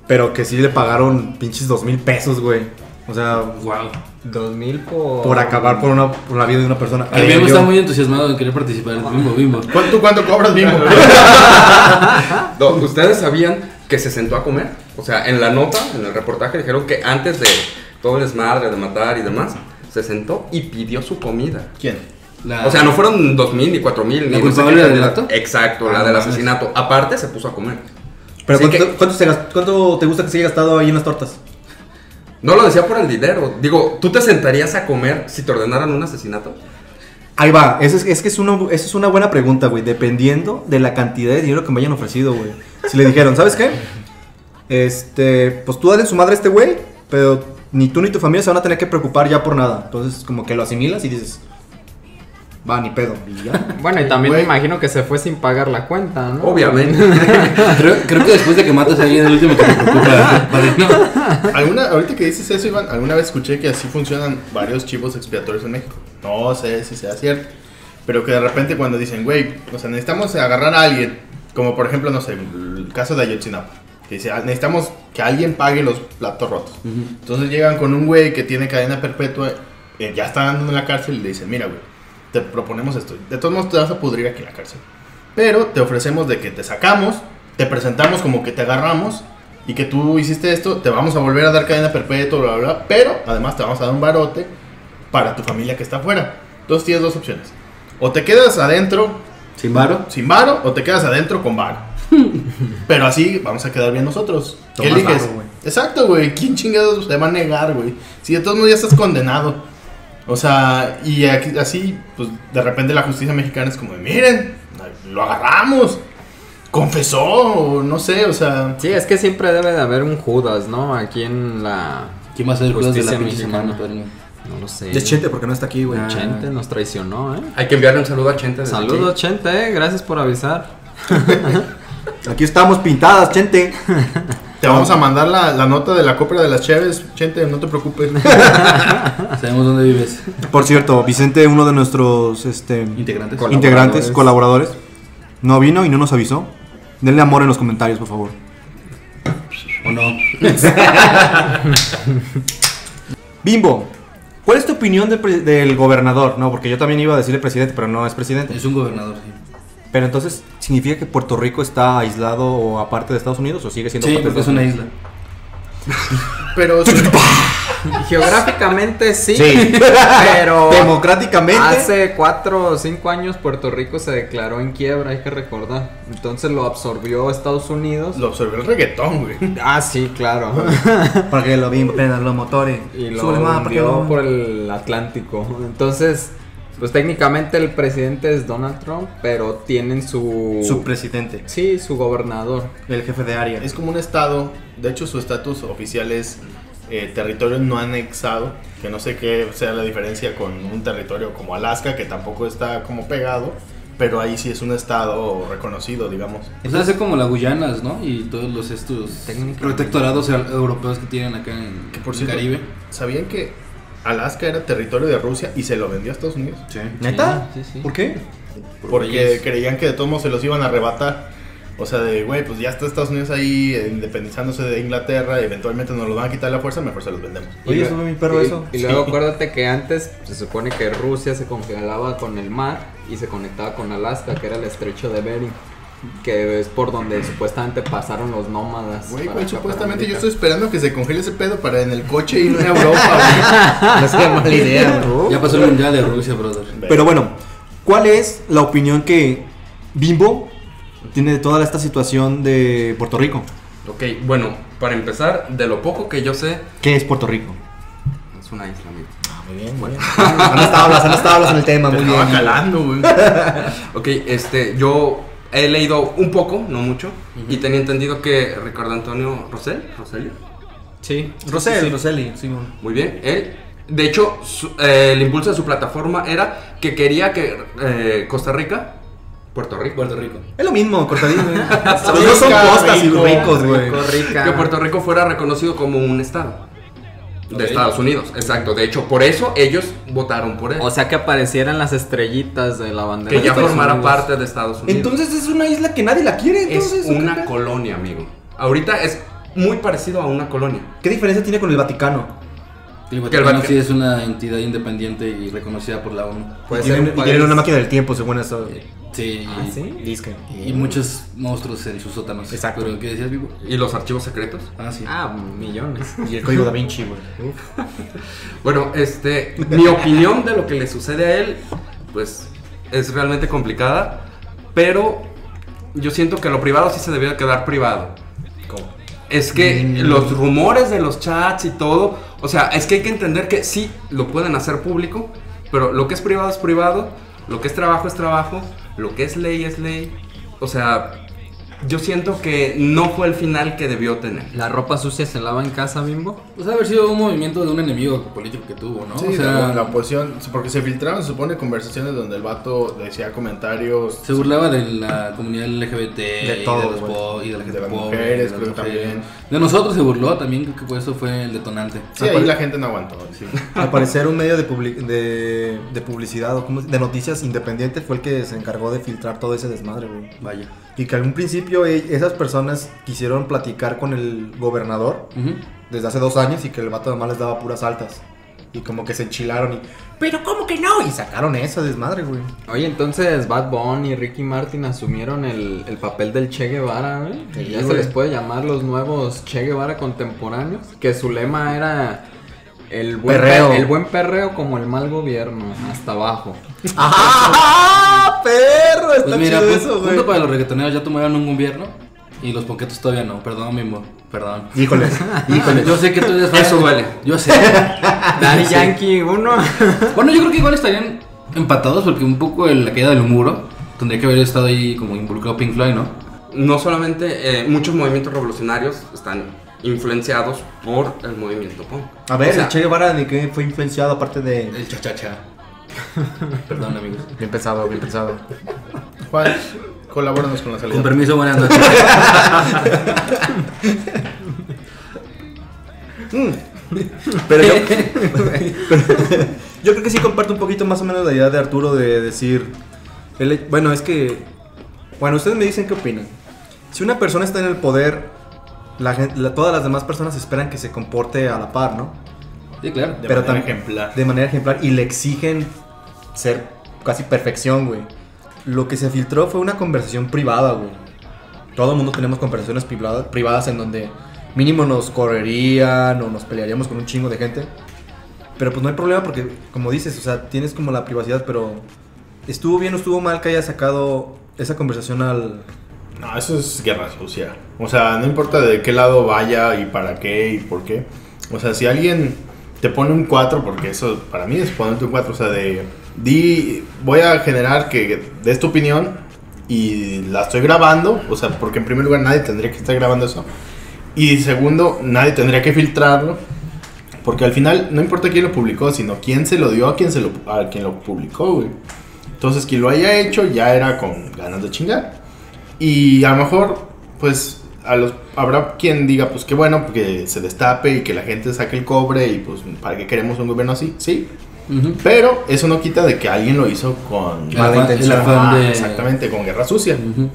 Speaker 3: Pero que sí le pagaron pinches dos mil pesos, güey. O sea,
Speaker 2: Wow.
Speaker 6: Dos mil por...
Speaker 3: por acabar por, una, por la vida de una persona.
Speaker 2: El
Speaker 3: Creo
Speaker 2: Bimbo está
Speaker 3: yo.
Speaker 2: muy entusiasmado en querer participar. Bimbo, Bimbo.
Speaker 4: ¿Cuánto, cuánto cobras, Bimbo?
Speaker 7: Do- ¿Ustedes sabían que se sentó a comer? O sea, en la nota, en el reportaje, dijeron que antes de todo el desmadre, de matar y demás, se sentó y pidió su comida.
Speaker 4: ¿Quién?
Speaker 2: La-
Speaker 7: O sea, no fueron 2000 ni 4000
Speaker 2: ¿La
Speaker 7: ni no sé
Speaker 2: culpable
Speaker 7: qué
Speaker 2: del
Speaker 7: cantidad.
Speaker 2: acto?
Speaker 7: Exacto, la
Speaker 2: Ah,
Speaker 7: del
Speaker 2: no
Speaker 7: asesinato. Aparte se puso a comer.
Speaker 3: Pero
Speaker 7: Así
Speaker 3: ¿cuánto,
Speaker 7: que-
Speaker 3: cuánto se gast- cuánto te gusta que se haya gastado ahí en las tortas?
Speaker 7: No lo decía por el dinero. Digo, ¿tú te sentarías a comer si te ordenaran un asesinato?
Speaker 3: Ahí va, esa es, es que es una, esa es una buena pregunta, güey. Dependiendo de la cantidad de dinero que me hayan ofrecido, güey. Si le dijeron, ¿sabes qué? Este, pues tú dale su madre a este güey, pero ni tú ni tu familia se van a tener que preocupar ya por nada. Entonces, como que lo asimilas y dices, va, ni pedo. Y ya.
Speaker 6: Bueno, y también
Speaker 4: Güey.
Speaker 6: me imagino que se fue sin pagar la cuenta, ¿no?
Speaker 7: Obviamente.
Speaker 2: Creo, creo que después de que matas a alguien, el último que te preocupa. padrino.
Speaker 4: ¿Alguna, ahorita que dices eso, Iván, alguna vez escuché que así funcionan varios chivos expiatorios en México. No sé si sea cierto. Pero que de repente cuando dicen, güey, o sea, necesitamos agarrar a alguien, como por ejemplo, no sé, el caso de Ayotzinapa, que dice, "Ah, necesitamos que alguien pague los platos rotos. Entonces llegan con un güey que tiene cadena perpetua, eh, ya está andando en la cárcel y le dicen, mira, güey, te proponemos esto. De todos modos te vas a pudrir aquí en la cárcel. Pero te ofrecemos de que te sacamos, te presentamos como que te agarramos y que tú hiciste esto, te vamos a volver a dar cadena perpetua, bla, bla, bla, pero además te vamos a dar un barote para tu familia que está afuera. Entonces tienes dos opciones. O te quedas adentro
Speaker 2: Sin varo.
Speaker 4: sin varo o te quedas adentro con varo. Pero así vamos a quedar bien nosotros. ¿Qué
Speaker 3: Tomas
Speaker 4: eliges?
Speaker 3: varo, güey.
Speaker 4: Exacto, güey. ¿Quién chingados te va a negar, güey? Si de todos modos ya estás condenado. O sea, y aquí- así, pues de repente la justicia mexicana es como, de, miren, lo agarramos. Confesó, o no sé, o sea...
Speaker 6: Sí, es que siempre debe de haber un Judas, ¿no? Aquí en la...
Speaker 2: ¿Quién va a ser el juez de la
Speaker 6: Justicia
Speaker 2: pinche semana,
Speaker 6: mexicana.
Speaker 2: padrino?
Speaker 6: No lo sé.
Speaker 3: Es chente porque no está aquí, güey.
Speaker 2: Ah.
Speaker 6: Chente nos traicionó, ¿eh?
Speaker 7: Hay que enviarle un saludo a Chente. desde
Speaker 6: Saludos, Chente, ¿eh? gracias por avisar.
Speaker 3: Aquí estamos pintadas, gente.
Speaker 4: Te vamos a mandar la, la nota de la copra de las Cheves, Chente, no te preocupes.
Speaker 2: Sabemos dónde vives.
Speaker 3: Por cierto, Vicente, uno de nuestros este,
Speaker 2: Integrantes.
Speaker 3: integrantes, colaboradores, no vino y no nos avisó. Denle amor en los comentarios, por favor.
Speaker 2: ¿O no?
Speaker 3: Bimbo, ¿cuál es tu opinión del, pre- del gobernador? No, porque yo también iba a decirle presidente, pero no es presidente.
Speaker 2: Es un gobernador, sí.
Speaker 3: Pero entonces, ¿significa que Puerto Rico está aislado o aparte de Estados Unidos o sigue siendo
Speaker 2: Sí, pues,
Speaker 3: parte de
Speaker 2: porque es
Speaker 3: Estados
Speaker 2: una isla.
Speaker 4: Pero sí,
Speaker 6: Geográficamente sí,
Speaker 3: Sí.
Speaker 6: pero
Speaker 3: Democráticamente.
Speaker 6: hace 4 o 5 años Puerto Rico se declaró en quiebra, hay que recordar. Entonces lo absorbió Estados Unidos.
Speaker 4: lo absorbió el reggaetón, güey.
Speaker 6: Ah, sí, claro.
Speaker 3: Para que Ah, lo bien prendan los motores.
Speaker 6: y lo
Speaker 3: Súbele Pues más, para que
Speaker 6: hundió
Speaker 3: lo-
Speaker 6: por el Atlántico. Entonces, pues técnicamente el presidente es Donald Trump, pero tienen su...
Speaker 3: Su presidente.
Speaker 6: sí, su gobernador.
Speaker 3: El jefe de área.
Speaker 4: Es como un estado, de hecho su estatus oficial es eh, territorio no anexado, que no sé qué sea la diferencia con un territorio como Alaska, que tampoco está como pegado, pero ahí sí es un estado reconocido, digamos.
Speaker 2: Entonces es como las Guyanas, ¿no? Y todos los estos
Speaker 6: Técnicamente.
Speaker 2: protectorados eu- europeos que tienen acá en
Speaker 4: Que por
Speaker 2: en
Speaker 4: cierto,
Speaker 2: Caribe.
Speaker 4: ¿sabían que Alaska era territorio de Rusia y se lo vendió a Estados Unidos?
Speaker 2: Sí.
Speaker 3: ¿Neta?
Speaker 2: Sí, sí.
Speaker 3: ¿Por qué?
Speaker 4: Porque
Speaker 2: Reyes.
Speaker 4: creían que de todos modos se los iban a arrebatar. O sea, de, güey, pues ya está Estados Unidos ahí eh, independizándose de Inglaterra, eventualmente nos lo van a quitar a la fuerza, mejor se los vendemos.
Speaker 3: Oye,
Speaker 6: lue-
Speaker 3: sube mi perro
Speaker 6: y-
Speaker 3: eso.
Speaker 6: Y luego acuérdate que antes se supone que Rusia se congelaba con el mar y se conectaba con Alaska, que era el estrecho de Bering, que es por donde supuestamente pasaron los nómadas.
Speaker 4: Güey,
Speaker 2: Ah,
Speaker 4: güey,
Speaker 6: para acá, para
Speaker 4: supuestamente yo
Speaker 6: América.
Speaker 4: estoy esperando que se congele ese pedo para en el coche irme a Europa,
Speaker 3: No es que mala idea, bro.
Speaker 2: Ya pasó el mundial de Rusia, brother.
Speaker 4: güey.
Speaker 8: Pero bueno, ¿cuál es la opinión que Bimbo tiene de toda esta situación de Puerto Rico?
Speaker 7: Ok, bueno, para empezar, de lo poco que yo sé,
Speaker 8: ¿Qué es Puerto Rico?
Speaker 7: es una isla, amigo.
Speaker 3: Muy bien, bueno. Andas tablas, andas tablas en el tema,
Speaker 4: Te
Speaker 3: muy
Speaker 4: estaba
Speaker 3: bien.
Speaker 4: calando, güey.
Speaker 7: Ok, este, yo he leído un poco, no mucho, y tenía entendido que Ricardo Antonio Rosell, Roselio,
Speaker 6: Sí.
Speaker 3: Roseli, Roseli, Simón.
Speaker 7: muy bien, él, de hecho, su- eh, el impulso de su plataforma era que quería que eh, Costa Rica, Puerto Rico,
Speaker 2: Puerto Rico.
Speaker 3: Es lo mismo, cortadito, güey. Los dos son
Speaker 4: Rica,
Speaker 3: costas y
Speaker 4: rico,
Speaker 3: ricos, güey.
Speaker 6: Rica.
Speaker 7: que Puerto Rico fuera reconocido como un estado de
Speaker 2: Ok.
Speaker 7: Estados Unidos, exacto, de hecho, por eso ellos votaron por él,
Speaker 6: O sea que aparecieran las estrellitas de la bandera.
Speaker 7: que
Speaker 6: de
Speaker 7: ya
Speaker 6: Estados
Speaker 7: formara
Speaker 6: Unidos.
Speaker 7: parte de Estados Unidos.
Speaker 3: Entonces es una isla que nadie la quiere, entonces.
Speaker 7: es
Speaker 3: ¿o qué
Speaker 7: una
Speaker 3: pedo?
Speaker 7: colonia, amigo. Ahorita es muy parecido a una colonia.
Speaker 3: ¿Qué diferencia tiene con el Vaticano?
Speaker 2: El
Speaker 7: Vaticano-
Speaker 2: Vaticano sí es una entidad independiente y reconocida por la ONU.
Speaker 3: Y tienen- y tienen una máquina del tiempo, según eso.
Speaker 2: Sí.
Speaker 6: Ah, sí.
Speaker 3: Disque.
Speaker 2: Y muchos monstruos en sus sótanos.
Speaker 3: Exacto.
Speaker 2: Pero ¿qué decías, Vivo?
Speaker 7: ¿Y los archivos secretos?
Speaker 2: Ah, sí.
Speaker 6: Ah, millones.
Speaker 3: Y el código da Vinci, güey.
Speaker 7: Bueno, este, mi opinión de lo que le sucede a él, pues es realmente complicada, pero yo siento que lo privado sí se debiera quedar privado. Es que los rumores de los chats y todo, o sea, es que hay que entender que sí lo pueden hacer público, pero lo que es privado es privado, lo que es trabajo es trabajo, lo que es ley es ley. O sea, yo siento que no fue el final que debió tener.
Speaker 6: ¿La ropa sucia se lava en casa, bimbo?
Speaker 2: Pues ha de haber sido un movimiento de un enemigo político que tuvo, ¿no?
Speaker 4: Sí,
Speaker 2: o sea,
Speaker 4: la, la oposición, porque se filtraron, se supone, conversaciones donde el vato decía comentarios
Speaker 2: se burlaba de la comunidad LGBT,
Speaker 3: De todo,
Speaker 2: y de, los
Speaker 3: güey.
Speaker 2: po- y de la
Speaker 4: De
Speaker 2: gente
Speaker 4: las
Speaker 2: pobre,
Speaker 4: mujeres,
Speaker 2: de
Speaker 4: creo que también.
Speaker 2: De nosotros se burló también, creo que por eso fue el detonante.
Speaker 4: Sí, ahí la gente no aguantó. sí.
Speaker 3: Al parecer un medio de, publi- de, de publicidad o como de noticias independiente fue el que se encargó de filtrar todo ese desmadre, güey.
Speaker 2: Vaya.
Speaker 3: Y que al un principio eh, esas personas quisieron platicar con el gobernador
Speaker 2: Ujú.
Speaker 3: desde hace dos años y que el vato además les daba puras altas. Y como que se enchilaron y... Pero ¿cómo que no? Y sacaron ese desmadre, güey.
Speaker 6: Oye, entonces Bad Bunny y Ricky Martin asumieron el, el papel del Che Guevara, güey.
Speaker 3: Sí,
Speaker 6: ya se
Speaker 3: güey.
Speaker 6: les puede llamar los nuevos Che Guevara contemporáneos. Que su lema era el buen
Speaker 3: Perreo.
Speaker 6: per- el buen perreo como el mal gobierno, hasta abajo.
Speaker 3: ¡Ah, perro! Está
Speaker 2: Pues mira,
Speaker 3: chido
Speaker 2: pun-
Speaker 3: eso, güey.
Speaker 2: punto para los reggaetoneros ya tomaron un gobierno y los ponquetos todavía no. Perdón, Mimbo. Perdón.
Speaker 3: Híjole, híjole.
Speaker 2: Yo sé que tú eres fan.
Speaker 7: Eso duele.
Speaker 2: Yo sé.
Speaker 6: Daddy Yankee, uno.
Speaker 2: Bueno, yo creo que igual estarían empatados porque un poco el- la caída del muro tendría que haber estado ahí como involucrado Pink Floyd, ¿no?
Speaker 7: no solamente eh, muchos movimientos revolucionarios están influenciados por el movimiento punk.
Speaker 3: A ver,
Speaker 7: O sea,
Speaker 3: el Che Guevara de qué fue influenciado aparte de...
Speaker 2: El chachacha. Perdón, amigos.
Speaker 3: Bien pensado, bien pensado.
Speaker 4: Juan, colabóranos con la salida.
Speaker 2: Con permiso, buenas noches.
Speaker 3: Mm. Pero yo, yo creo que sí comparto un poquito más o menos la idea de Arturo de decir, el- bueno, es que, bueno, ustedes me dicen qué opinan. Si una persona está en el poder, la gen- la- todas las demás personas esperan que se comporte a la par, ¿no?
Speaker 2: Sí, claro.
Speaker 4: De
Speaker 3: pero
Speaker 4: manera
Speaker 3: tam-
Speaker 4: ejemplar.
Speaker 3: De manera ejemplar y le exigen ser casi perfección, güey. Lo que se filtró fue una conversación privada, güey. Todo el mundo tenemos conversaciones privadas, privadas en donde mínimo nos correrían o nos pelearíamos con un chingo de gente. Pero pues no hay problema porque, como dices, o sea, tienes como la privacidad, pero estuvo bien o estuvo mal que haya sacado esa conversación al...
Speaker 4: No, eso es guerra sucia. O sea, no importa de qué lado vaya y para qué y por qué. O sea, si alguien te pone un 4, porque eso para mí es ponerte un 4, o sea, de... Di, voy a generar que des tu opinión y la estoy grabando, o sea, porque en primer lugar nadie tendría que estar grabando eso. Y segundo, nadie tendría que filtrarlo. Porque al final, no importa quién lo publicó, sino quién se lo dio a quien, se lo, a quien lo publicó, güey. Entonces, quien lo haya hecho ya era con ganas de chingar. Y a lo mejor, pues, a los, habrá quien diga, pues qué bueno, que se destape y que la gente saque el cobre y pues, ¿para qué queremos un gobierno así? Sí.
Speaker 2: Ujú.
Speaker 4: Pero eso no quita de que alguien lo hizo con
Speaker 2: El afán- el afán
Speaker 4: Ah,
Speaker 2: de-
Speaker 4: Exactamente, con guerra sucia.
Speaker 2: Ujú.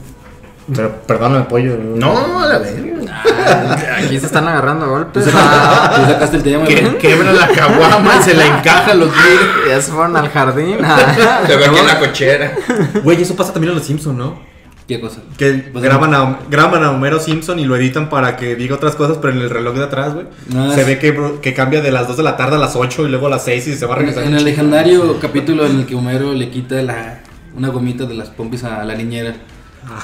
Speaker 3: Pero perdóname, pollo.
Speaker 4: No, a la verga.
Speaker 2: Ah,
Speaker 6: Aquí se están agarrando a
Speaker 2: Tú
Speaker 6: golpes.
Speaker 2: saca- tú sacaste el tema, güey.
Speaker 4: Que, quebra la caguama y se la encaja a los güeyes.
Speaker 6: Ah, Ya se fueron al jardín. Ah.
Speaker 7: Te veo en la cochera.
Speaker 3: Güey, eso pasa también en los Simpsons, ¿no?
Speaker 2: ¿Qué cosa?
Speaker 3: Que
Speaker 2: Pues,
Speaker 3: graban, a, graban a Homero Simpson y lo editan para que diga otras cosas, pero en el reloj de atrás, güey.
Speaker 2: No,
Speaker 3: se
Speaker 2: es-
Speaker 3: ve que, bro- que cambia de las 2 de la tarde a las 8 y luego a las 6 y se va a regresar.
Speaker 2: En el legendario capítulo en el que Homero le quita la, una gomita de las pompis a la niñera.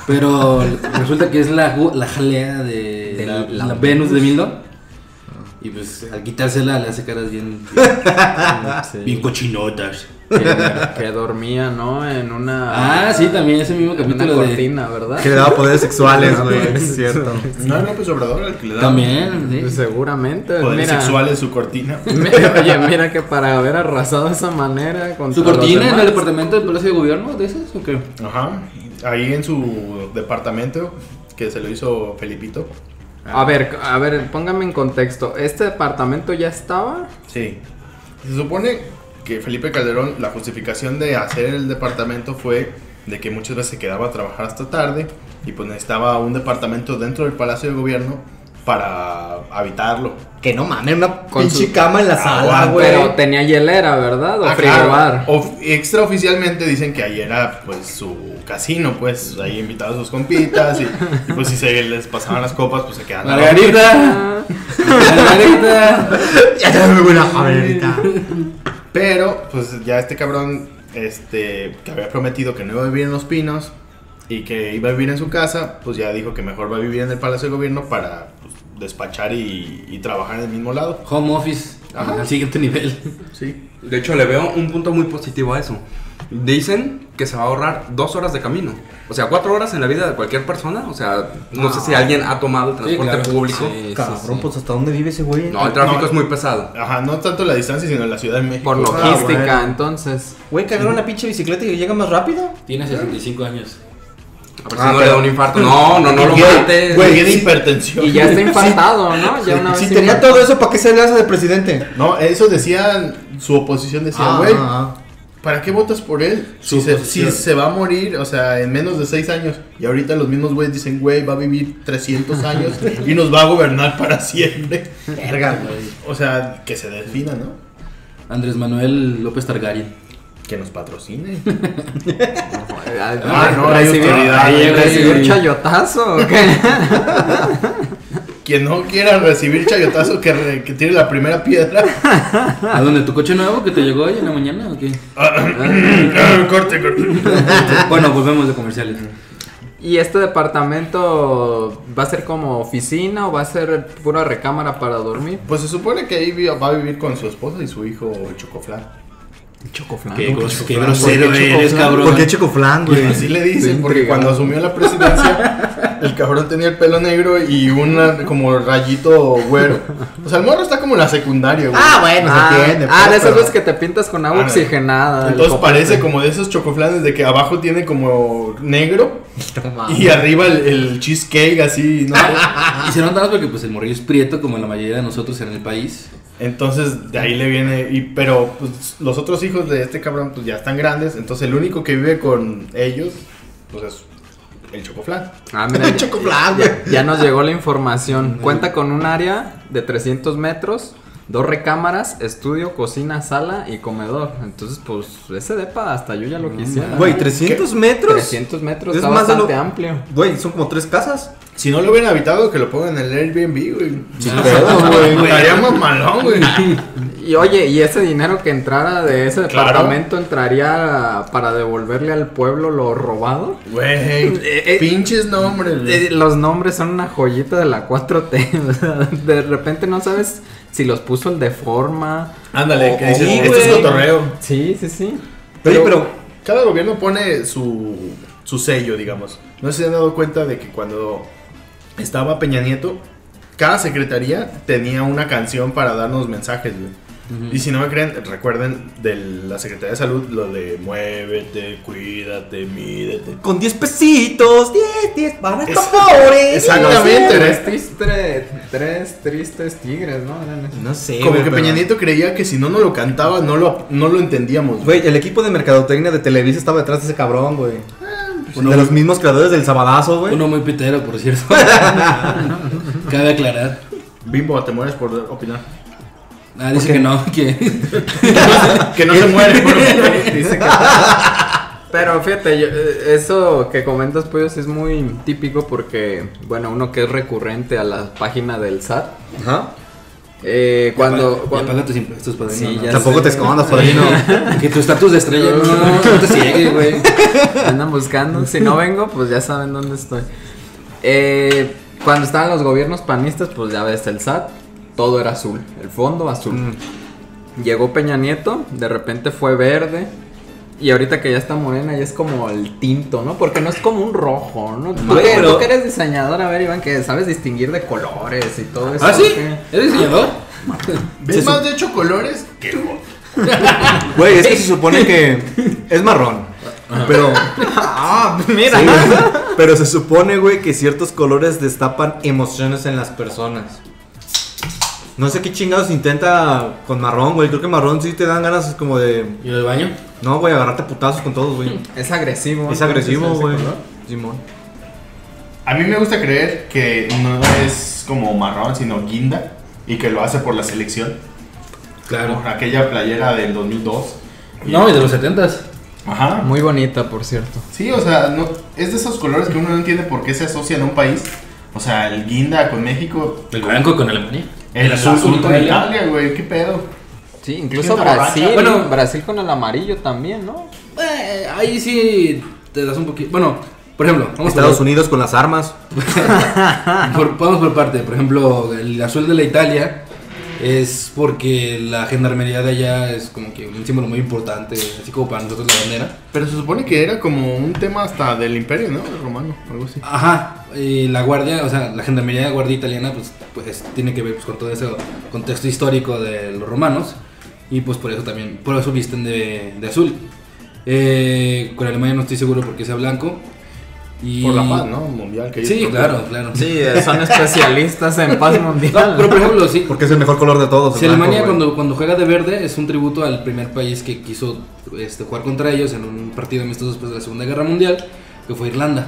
Speaker 2: Pero resulta que es la, ju- la jalea de,
Speaker 6: De
Speaker 2: la,
Speaker 6: la
Speaker 2: la Venus de Milo. Y pues al quitársela le hace caras bien, bien cochinotas.
Speaker 6: Que, que dormía, ¿no? En una.
Speaker 2: Ah, sí, también ese mismo
Speaker 6: en una
Speaker 2: capítulo de...
Speaker 6: cortina, ¿verdad?
Speaker 3: Que le daba poderes sexuales, güey. es cierto.
Speaker 4: No es López Obrador el que le da
Speaker 2: También, sí.
Speaker 6: Pues Seguramente.
Speaker 4: poderes
Speaker 6: mira.
Speaker 4: sexuales en su cortina.
Speaker 6: Me- oye, mira que para haber arrasado de esa manera con
Speaker 2: ¿Su cortina en el departamento del Palacio de Gobierno de esas o qué?
Speaker 4: Ajá. Ahí en su departamento que se lo hizo Felipito.
Speaker 6: A ver, a ver, póngame en contexto. ¿Este departamento ya estaba?
Speaker 4: Sí. Se supone que Felipe Calderón, la justificación de hacer el departamento fue de que muchas veces se quedaba a trabajar hasta tarde y pues necesitaba un departamento dentro del Palacio de Gobierno para habitarlo.
Speaker 3: Que no mames, una
Speaker 6: Con
Speaker 3: pinche
Speaker 6: su-
Speaker 3: cama en la
Speaker 4: Ah,
Speaker 3: sala, güey.
Speaker 6: Pero tenía hielera, ¿verdad? O
Speaker 4: Ah, claro.
Speaker 6: frigobar.
Speaker 4: Of- extraoficialmente dicen que ahí era pues su casino, pues ahí invitaba a sus compitas y, y, pues si se les pasaban las copas pues se quedaban. a dormir.
Speaker 2: Margarita. Margarita.
Speaker 3: Ya, ya, me voy a a ver ahorita.
Speaker 4: Pero, pues ya este cabrón, este, que había prometido que no iba a vivir en Los Pinos y que iba a vivir en su casa, pues ya dijo que mejor va a vivir en el Palacio de Gobierno para pues, despachar y, y trabajar en el mismo lado.
Speaker 2: Home office.
Speaker 4: Ajá.
Speaker 2: Al siguiente nivel.
Speaker 4: Sí.
Speaker 7: De hecho, le veo un punto muy positivo a eso. Dicen que se va a ahorrar dos horas de camino. O sea, cuatro horas en la vida de cualquier persona. O sea, no, sé si alguien ha tomado el transporte
Speaker 2: claro.
Speaker 7: público.
Speaker 3: Cabrón, pues ¿hasta dónde vive ese güey?
Speaker 7: No, el tráfico
Speaker 4: No.
Speaker 7: es muy pesado.
Speaker 4: Ajá, no tanto la distancia, sino la Ciudad de México.
Speaker 6: Por logística, entonces.
Speaker 3: Güey, cagaron una pinche bicicleta y llega más rápido.
Speaker 2: Tiene 65 años.
Speaker 7: A
Speaker 3: Ah,
Speaker 7: ver si no le
Speaker 3: pero-
Speaker 7: da un infarto. No, no, no lo
Speaker 3: Güey,
Speaker 7: mates.
Speaker 4: Güey,
Speaker 3: Güey,
Speaker 4: de
Speaker 3: sí.
Speaker 4: hipertensión.
Speaker 6: Y ya está infartado, ¿no? Ya una
Speaker 3: si
Speaker 6: vez
Speaker 3: tenía
Speaker 6: infartado.
Speaker 3: todo eso, ¿para qué se le hace de presidente?
Speaker 4: No, eso decían, su oposición
Speaker 3: Ah,
Speaker 2: Ah,
Speaker 4: decía, güey, ¿para qué votas por él? Si
Speaker 2: Su
Speaker 4: se,
Speaker 2: oposición.
Speaker 4: si se va a morir, o sea, en menos de seis años. Y ahorita los mismos güeyes dicen, güey, va a vivir 300 años y nos va a gobernar para siempre.
Speaker 3: Verga, güey.
Speaker 4: O sea, que se defina, ¿no?
Speaker 2: Andrés Manuel López Targaryen.
Speaker 4: Que nos patrocine.
Speaker 6: Ay,
Speaker 4: Ah, no, hay
Speaker 6: recibir-
Speaker 4: autoridad,
Speaker 6: ay,
Speaker 4: hay
Speaker 6: ¿Recibir
Speaker 2: ley.
Speaker 6: chayotazo o qué?
Speaker 4: Quien no quiera recibir chayotazo, que, re- que tire la primera piedra.
Speaker 2: ¿A dónde tu coche nuevo que te llegó hoy en la mañana o qué?
Speaker 4: Ah, corte, corte.
Speaker 2: bueno, volvemos de comerciales.
Speaker 6: ¿Y este departamento va a ser como oficina o va a ser pura recámara para dormir?
Speaker 4: Pues se supone que ahí vi- va a vivir con su esposa y su hijo Chocoflan.
Speaker 6: Chocoflan.
Speaker 2: Qué, gros- Ah, qué
Speaker 4: chocoflan,
Speaker 2: grosero
Speaker 4: ¿por qué
Speaker 2: eres,
Speaker 4: chocoflan?
Speaker 2: cabrón.
Speaker 3: ¿Por qué Chocoflan, güey?
Speaker 4: Pues, Así le dicen,
Speaker 6: Estoy
Speaker 4: porque
Speaker 6: intrigado.
Speaker 4: cuando asumió la presidencia, el cabrón tenía el pelo negro y un como rayito güero. O sea, el morro está como en la secundaria, güey.
Speaker 3: bueno,
Speaker 6: ah, ah, de esas
Speaker 3: pues, pero-
Speaker 6: veces que te pintas con agua
Speaker 4: Ah,
Speaker 6: oxigenada. el
Speaker 4: Entonces
Speaker 6: copete.
Speaker 4: parece como de esos chocoflanes de que abajo tiene como negro
Speaker 3: Ah.
Speaker 4: y arriba el, el cheesecake así, ¿no?
Speaker 2: Y se nota más porque pues el morrillo es prieto como la mayoría de nosotros en el país.
Speaker 4: Entonces de ahí le viene, y, pero pues, los otros hijos de este cabrón pues ya están grandes, entonces el único que vive con ellos pues es el chocoflan.
Speaker 6: Ah, mira, ya-
Speaker 3: Chocoflan, güey.
Speaker 6: ya, ya nos llegó la información. Cuenta con un área de 300 metros, dos recámaras, estudio, cocina, sala y comedor. Entonces, pues, ese depa hasta yo ya lo quisiera.
Speaker 3: Güey, 300 metros.
Speaker 6: 300 metros
Speaker 3: Es
Speaker 6: está
Speaker 3: más de
Speaker 6: bastante
Speaker 3: lo-
Speaker 6: amplio.
Speaker 3: Güey, son como tres casas.
Speaker 4: Si no lo hubieran habitado, que lo pongan en el Airbnb, güey.
Speaker 2: Ya.
Speaker 4: Estaría mamalón, güey.
Speaker 6: Y oye, y ese dinero que entrara de ese
Speaker 4: Claro.
Speaker 6: departamento entraría para devolverle al pueblo lo robado.
Speaker 4: Güey,
Speaker 6: Eh, eh.
Speaker 4: pinches nombres,
Speaker 6: Eh,
Speaker 4: güey.
Speaker 6: Los nombres son una joyita de la 4T. o sea, de repente no sabes si los puso el de forma.
Speaker 4: Ándale, que
Speaker 6: o-
Speaker 4: dices,
Speaker 6: sí,
Speaker 4: este es
Speaker 6: güey.
Speaker 4: cotorreo.
Speaker 6: Sí, sí, sí.
Speaker 4: Oye, pero cada gobierno pone su, su sello, digamos. No sé si se han dado cuenta de que cuando estaba Peña Nieto, cada secretaría tenía una canción para darnos mensajes, güey. Y si no me creen, recuerden de la Secretaría de Salud lo de muévete, cuídate, mídete.
Speaker 8: Con 10 pesitos, 10, 10 para
Speaker 4: Es-
Speaker 8: pobres.
Speaker 4: Exactamente, güey.
Speaker 6: Tres, tristes- tres tristes tigres, ¿no? Eran esos.
Speaker 8: No sé,
Speaker 4: Como
Speaker 8: güey,
Speaker 4: que
Speaker 8: pero-
Speaker 4: Peña Nieto creía que si no no lo cantaba, no lo, no lo entendíamos. güey.
Speaker 8: Güey, el equipo de mercadotecnia de Televisa estaba detrás de ese cabrón, güey. de los mismos creadores del Sabadazo, güey.
Speaker 2: Uno muy pitero, por cierto. Cabe aclarar.
Speaker 4: Bimbo, te mueres por opinar.
Speaker 2: Ah, dice que no, que
Speaker 4: Que no se muere por opinar.
Speaker 6: Dice que- Pero fíjate, yo- eh, eso que comentas, pues, es muy típico porque, bueno, uno que es recurrente a la página del SAT.
Speaker 8: Ajá.
Speaker 6: eh, cuando,
Speaker 2: Ya
Speaker 6: cuando-
Speaker 2: paga tus impuestos, padrino.
Speaker 6: Sí,
Speaker 2: ¿no?
Speaker 6: ya
Speaker 8: Tampoco
Speaker 6: sé.
Speaker 8: te escondas, padrino.
Speaker 2: Que tu estatus de estrella no, no te ciegue, güey.
Speaker 6: andan buscando. Si no vengo, pues ya saben dónde estoy. Eh, cuando estaban los gobiernos panistas, pues ya ves el SAT, todo era azul, el fondo azul. Llegó Peña Nieto, de repente fue verde. Y ahorita que ya está morena, ya es como el tinto, ¿no? Porque no es como un rojo, ¿no? Tú,
Speaker 8: Pero-
Speaker 6: tú que eres diseñador, a ver, Iván, que sabes distinguir de colores y todo eso.
Speaker 2: ¿Ah, sí?
Speaker 6: ¿qué?
Speaker 2: ¿Eres diseñador?
Speaker 4: ¿Ves más de ocho colores? Que vos.
Speaker 8: Güey, es que se supone que es marrón. Pero.
Speaker 6: Mira,
Speaker 8: Sí, güey. Pero se supone, güey, que ciertos colores destapan emociones en las personas. No sé qué chingados intenta con marrón, güey. Creo que marrón sí te dan ganas como de.
Speaker 2: ¿Y lo del baño?
Speaker 8: No, güey, agarrarte a putazos con todos, güey.
Speaker 6: es agresivo.
Speaker 8: Es agresivo,
Speaker 6: entonces,
Speaker 8: güey.
Speaker 6: ese color.
Speaker 8: Simón.
Speaker 4: A mí me gusta creer que no es como marrón, sino guinda. Y que lo hace por la selección.
Speaker 2: Claro.
Speaker 4: Por aquella playera del 2002.
Speaker 2: No, y de los setentas.
Speaker 4: Ajá.
Speaker 6: Muy bonita, por cierto.
Speaker 4: Sí, o sea, no, es de esos colores que uno no entiende por qué se asocian a un país. O sea, el guinda con México.
Speaker 2: El blanco con Alemania.
Speaker 4: El, azul, con Italia, güey. ¿Qué pedo?
Speaker 6: Sí, incluso
Speaker 4: Siento la
Speaker 6: Brasil.
Speaker 4: banca.
Speaker 6: Bueno, Brasil con el amarillo también, ¿no?
Speaker 2: Eh, ahí sí te das un poquito. Bueno, por ejemplo, vamos
Speaker 8: Estados
Speaker 2: por,
Speaker 8: Unidos con las armas.
Speaker 2: por- vamos por parte. Por ejemplo, el azul de la Italia es porque la gendarmería de allá es como que un símbolo muy importante, así como para nosotros la bandera.
Speaker 4: Pero se supone que era como un tema hasta del imperio, ¿no? El romano, algo así.
Speaker 2: Ajá, y la guardia, o sea, la gendarmería de guardia italiana, pues, pues tiene que ver pues, con todo ese contexto histórico de los romanos. Y pues por eso también, por eso visten de, de azul. Eh, con Alemania no estoy seguro porque sea blanco. Y...
Speaker 4: Por la paz, ¿no? Mundial que ellos
Speaker 2: Sí,
Speaker 4: procuran.
Speaker 2: claro, claro.
Speaker 6: Sí, eh. son especialistas en paz
Speaker 2: No,
Speaker 6: mundial.
Speaker 2: pero por ejemplo, sí.
Speaker 8: Porque es el mejor color de todos. el
Speaker 2: Si
Speaker 8: blanco,
Speaker 2: Alemania
Speaker 8: güey.
Speaker 2: cuando, cuando juega de verde es un tributo al primer país que quiso este, jugar contra ellos en un partido amistoso después de la Segunda Guerra Mundial, que fue Irlanda.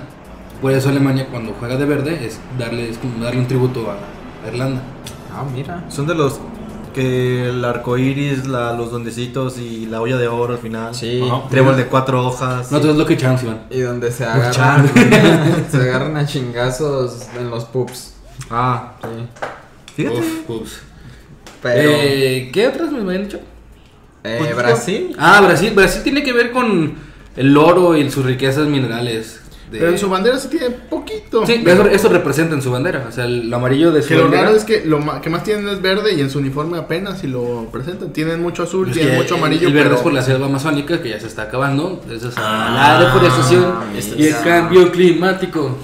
Speaker 2: Por eso Alemania cuando juega de verde es darle, es como darle un tributo a, a Irlanda.
Speaker 6: Ah, mira.
Speaker 8: Son de los que el arco iris, la- los dondecitos y la olla de oro al final.
Speaker 6: Sí.
Speaker 4: Ajá.
Speaker 8: Trébol de cuatro hojas.
Speaker 2: No, entonces lo que echaron, Iván.
Speaker 6: Y donde se agarran, se agarran a chingazos en los pubs.
Speaker 8: Ah,
Speaker 6: Sí.
Speaker 8: fíjate.
Speaker 2: Uf, ups.
Speaker 6: Pero
Speaker 2: Eh, ¿Qué otras me habían dicho?
Speaker 6: eh, Brasil,
Speaker 2: Ah, Brasil. Brasil tiene que ver con el oro y sus riquezas minerales. de-
Speaker 4: Pero en su bandera sí tiene poquito.
Speaker 2: Sí, eso, eso representa en su bandera. O sea, el amarillo de su
Speaker 4: Que lo
Speaker 2: bandera.
Speaker 4: raro es que lo ma- que más tienen es verde y en su uniforme apenas si lo presentan. Tienen mucho azul,
Speaker 2: Pues
Speaker 4: tienen
Speaker 2: que
Speaker 4: mucho amarillo.
Speaker 2: El verde
Speaker 4: pero-
Speaker 2: es por la selva amazónica que ya se está acabando. Eso es la deforestación
Speaker 6: mira.
Speaker 2: y el cambio climático.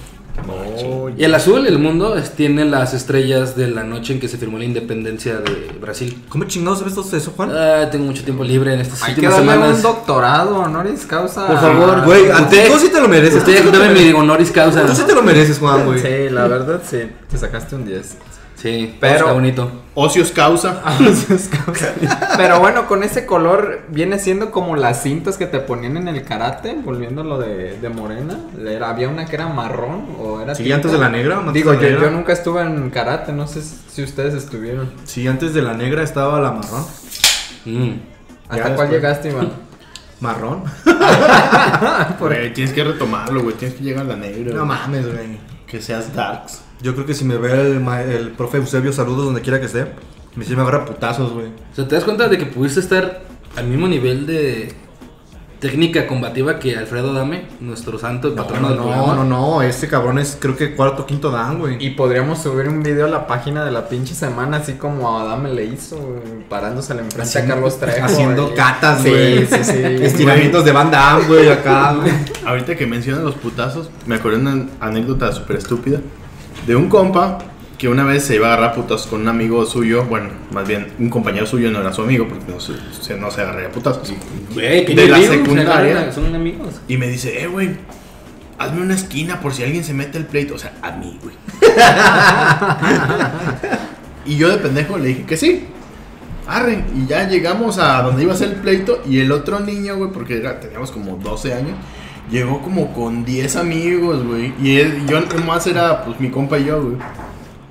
Speaker 2: Y el azul, el mundo, es- tiene las estrellas de la noche en que se firmó la independencia de Brasil.
Speaker 8: ¿Cómo chingados sabes todo eso, Juan?
Speaker 2: Ah, tengo mucho tiempo libre en estas
Speaker 6: hay que
Speaker 2: últimas
Speaker 6: darle un
Speaker 2: semanas.
Speaker 6: doctorado honoris causa.
Speaker 2: Por favor,
Speaker 8: Güey,
Speaker 2: usted-
Speaker 8: a ti- tú sí te lo mereces.
Speaker 2: Estoy
Speaker 8: tú sí te lo
Speaker 2: dándome
Speaker 8: mereces.
Speaker 2: mi honoris causa.
Speaker 8: Tú sí te lo mereces, Juan, güey.
Speaker 6: Sí, la verdad sí, te sacaste un 10.
Speaker 2: Sí,
Speaker 6: Pero-
Speaker 2: está bonito.
Speaker 4: Ocios causa.
Speaker 6: Pero bueno, con ese color viene siendo como las cintas que te ponían en el karate, volviendo a lo de, de morena. Era- había una que era marrón o era...
Speaker 8: Sí,
Speaker 6: tinta.
Speaker 8: antes de la negra, antes
Speaker 6: Digo,
Speaker 8: de la
Speaker 6: yo,
Speaker 8: negra.
Speaker 6: yo nunca estuve en karate, no sé si ustedes estuvieron.
Speaker 8: Sí, antes de la negra estaba la marrón.
Speaker 2: Mm.
Speaker 6: ¿Hasta cuál llegaste, Iván?
Speaker 8: ¿Marrón?
Speaker 4: Güey, tienes que retomarlo, güey. Tienes que llegar a la negra.
Speaker 8: No
Speaker 4: güey.
Speaker 8: mames, güey.
Speaker 4: que seas darks.
Speaker 3: Yo creo que si me ve el, ma- el profe Eusebio, saludos donde quiera que esté. Me sí me agarra putazos, güey.
Speaker 2: O sea, te das cuenta de que pudiste estar al mismo nivel de técnica combativa que Alfredo Dame, nuestro santo
Speaker 3: No,
Speaker 2: patrono
Speaker 3: no,
Speaker 2: del
Speaker 3: no,
Speaker 2: programa.
Speaker 3: no, no, este cabrón es creo que cuarto, quinto dan, güey.
Speaker 6: Y podríamos subir un video a la página de la pinche semana, así como Adame le hizo, güey, parándosele enfrente a Carlos Trejo.
Speaker 3: Haciendo
Speaker 6: güey.
Speaker 3: catas,
Speaker 6: Sí,
Speaker 3: güey.
Speaker 6: Sí, sí,
Speaker 3: Estiramientos de Van Damme, güey, acá, güey.
Speaker 4: Ahorita que mencionan los putazos, me acordé de una anécdota súper estúpida de un compa que una vez se iba a agarrar putas con un amigo suyo, bueno, más bien un compañero suyo, no era su amigo porque no se, se- no se agarraría a putazos.
Speaker 2: Güey,
Speaker 4: De
Speaker 2: tiene
Speaker 4: la
Speaker 2: amigos,
Speaker 4: secundaria.
Speaker 2: se agarran, Son amigos.
Speaker 4: Y me dice, eh, güey, hazme una esquina por si alguien se mete el pleito. O sea, a mí, güey. y yo de pendejo le dije que sí. Arre, y ya llegamos a donde iba a ser el pleito. Y el otro niño, güey, porque era- teníamos como 12 años, llegó como con 10 amigos, güey. Y él, y yo nomás era, pues, mi compa y yo, güey.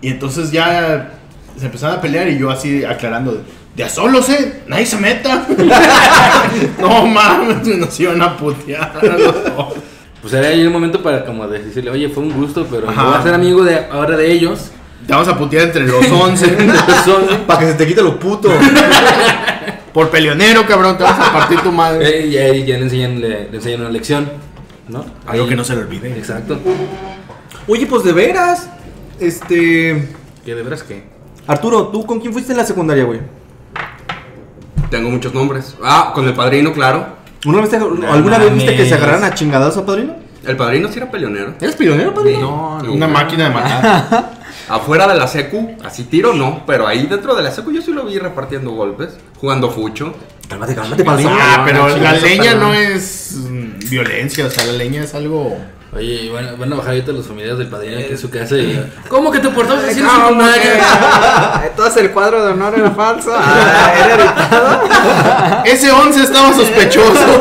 Speaker 4: Y entonces ya se empezaron a pelear y yo así aclarando, de, de a solos, eh, nadie se meta. no mames, güey, nos iban a putear a los dos.
Speaker 2: Pues era ahí el momento para como decirle, oye, fue un gusto, pero
Speaker 4: Ajá.
Speaker 2: no voy a ser amigo de ahora de ellos.
Speaker 4: Te vamos a putear entre los 11.
Speaker 2: Son-
Speaker 3: Para que se te quite lo puto.
Speaker 4: Por peleonero, cabrón, te vas a partir tu madre.
Speaker 2: Eh, y ahí ya le enseñan, le, le enseñan una lección, ¿no?
Speaker 4: Algo
Speaker 2: Ahí-
Speaker 4: que no se le olvide.
Speaker 2: Exacto.
Speaker 8: Oye, pues de veras. Este.
Speaker 2: Que de veras que.
Speaker 8: Arturo, ¿tú con quién fuiste en la secundaria, güey?
Speaker 7: Tengo muchos nombres. Ah, con el padrino, claro.
Speaker 8: ¿Una vez te- ¿Alguna vez viste que se agarraran a chingadas a padrino?
Speaker 7: El padrino sí era peleonero.
Speaker 8: ¿Eres pionero, padrino?
Speaker 7: No, no.
Speaker 4: Una máquina de matar.
Speaker 7: Afuera de la secu, así tiro no, pero ahí dentro de la secu yo sí lo vi repartiendo golpes, jugando fucho.
Speaker 8: Cálmate, cálmate, padrino.
Speaker 4: Ah, pero la
Speaker 6: chingazo,
Speaker 4: leña
Speaker 6: perdón.
Speaker 4: no es mm, violencia, o sea, la leña es algo.
Speaker 2: Oye, y van, van a bajar ahorita los familiares del padrino aquí en su casa
Speaker 4: Eh,
Speaker 2: y. ¿Cómo que te portaste así en la
Speaker 6: No, no,
Speaker 2: secundaria?
Speaker 6: que- Ah, Entonces el cuadro de honor era falso. Ah, era editado.
Speaker 4: Ese 11 estaba sospechoso.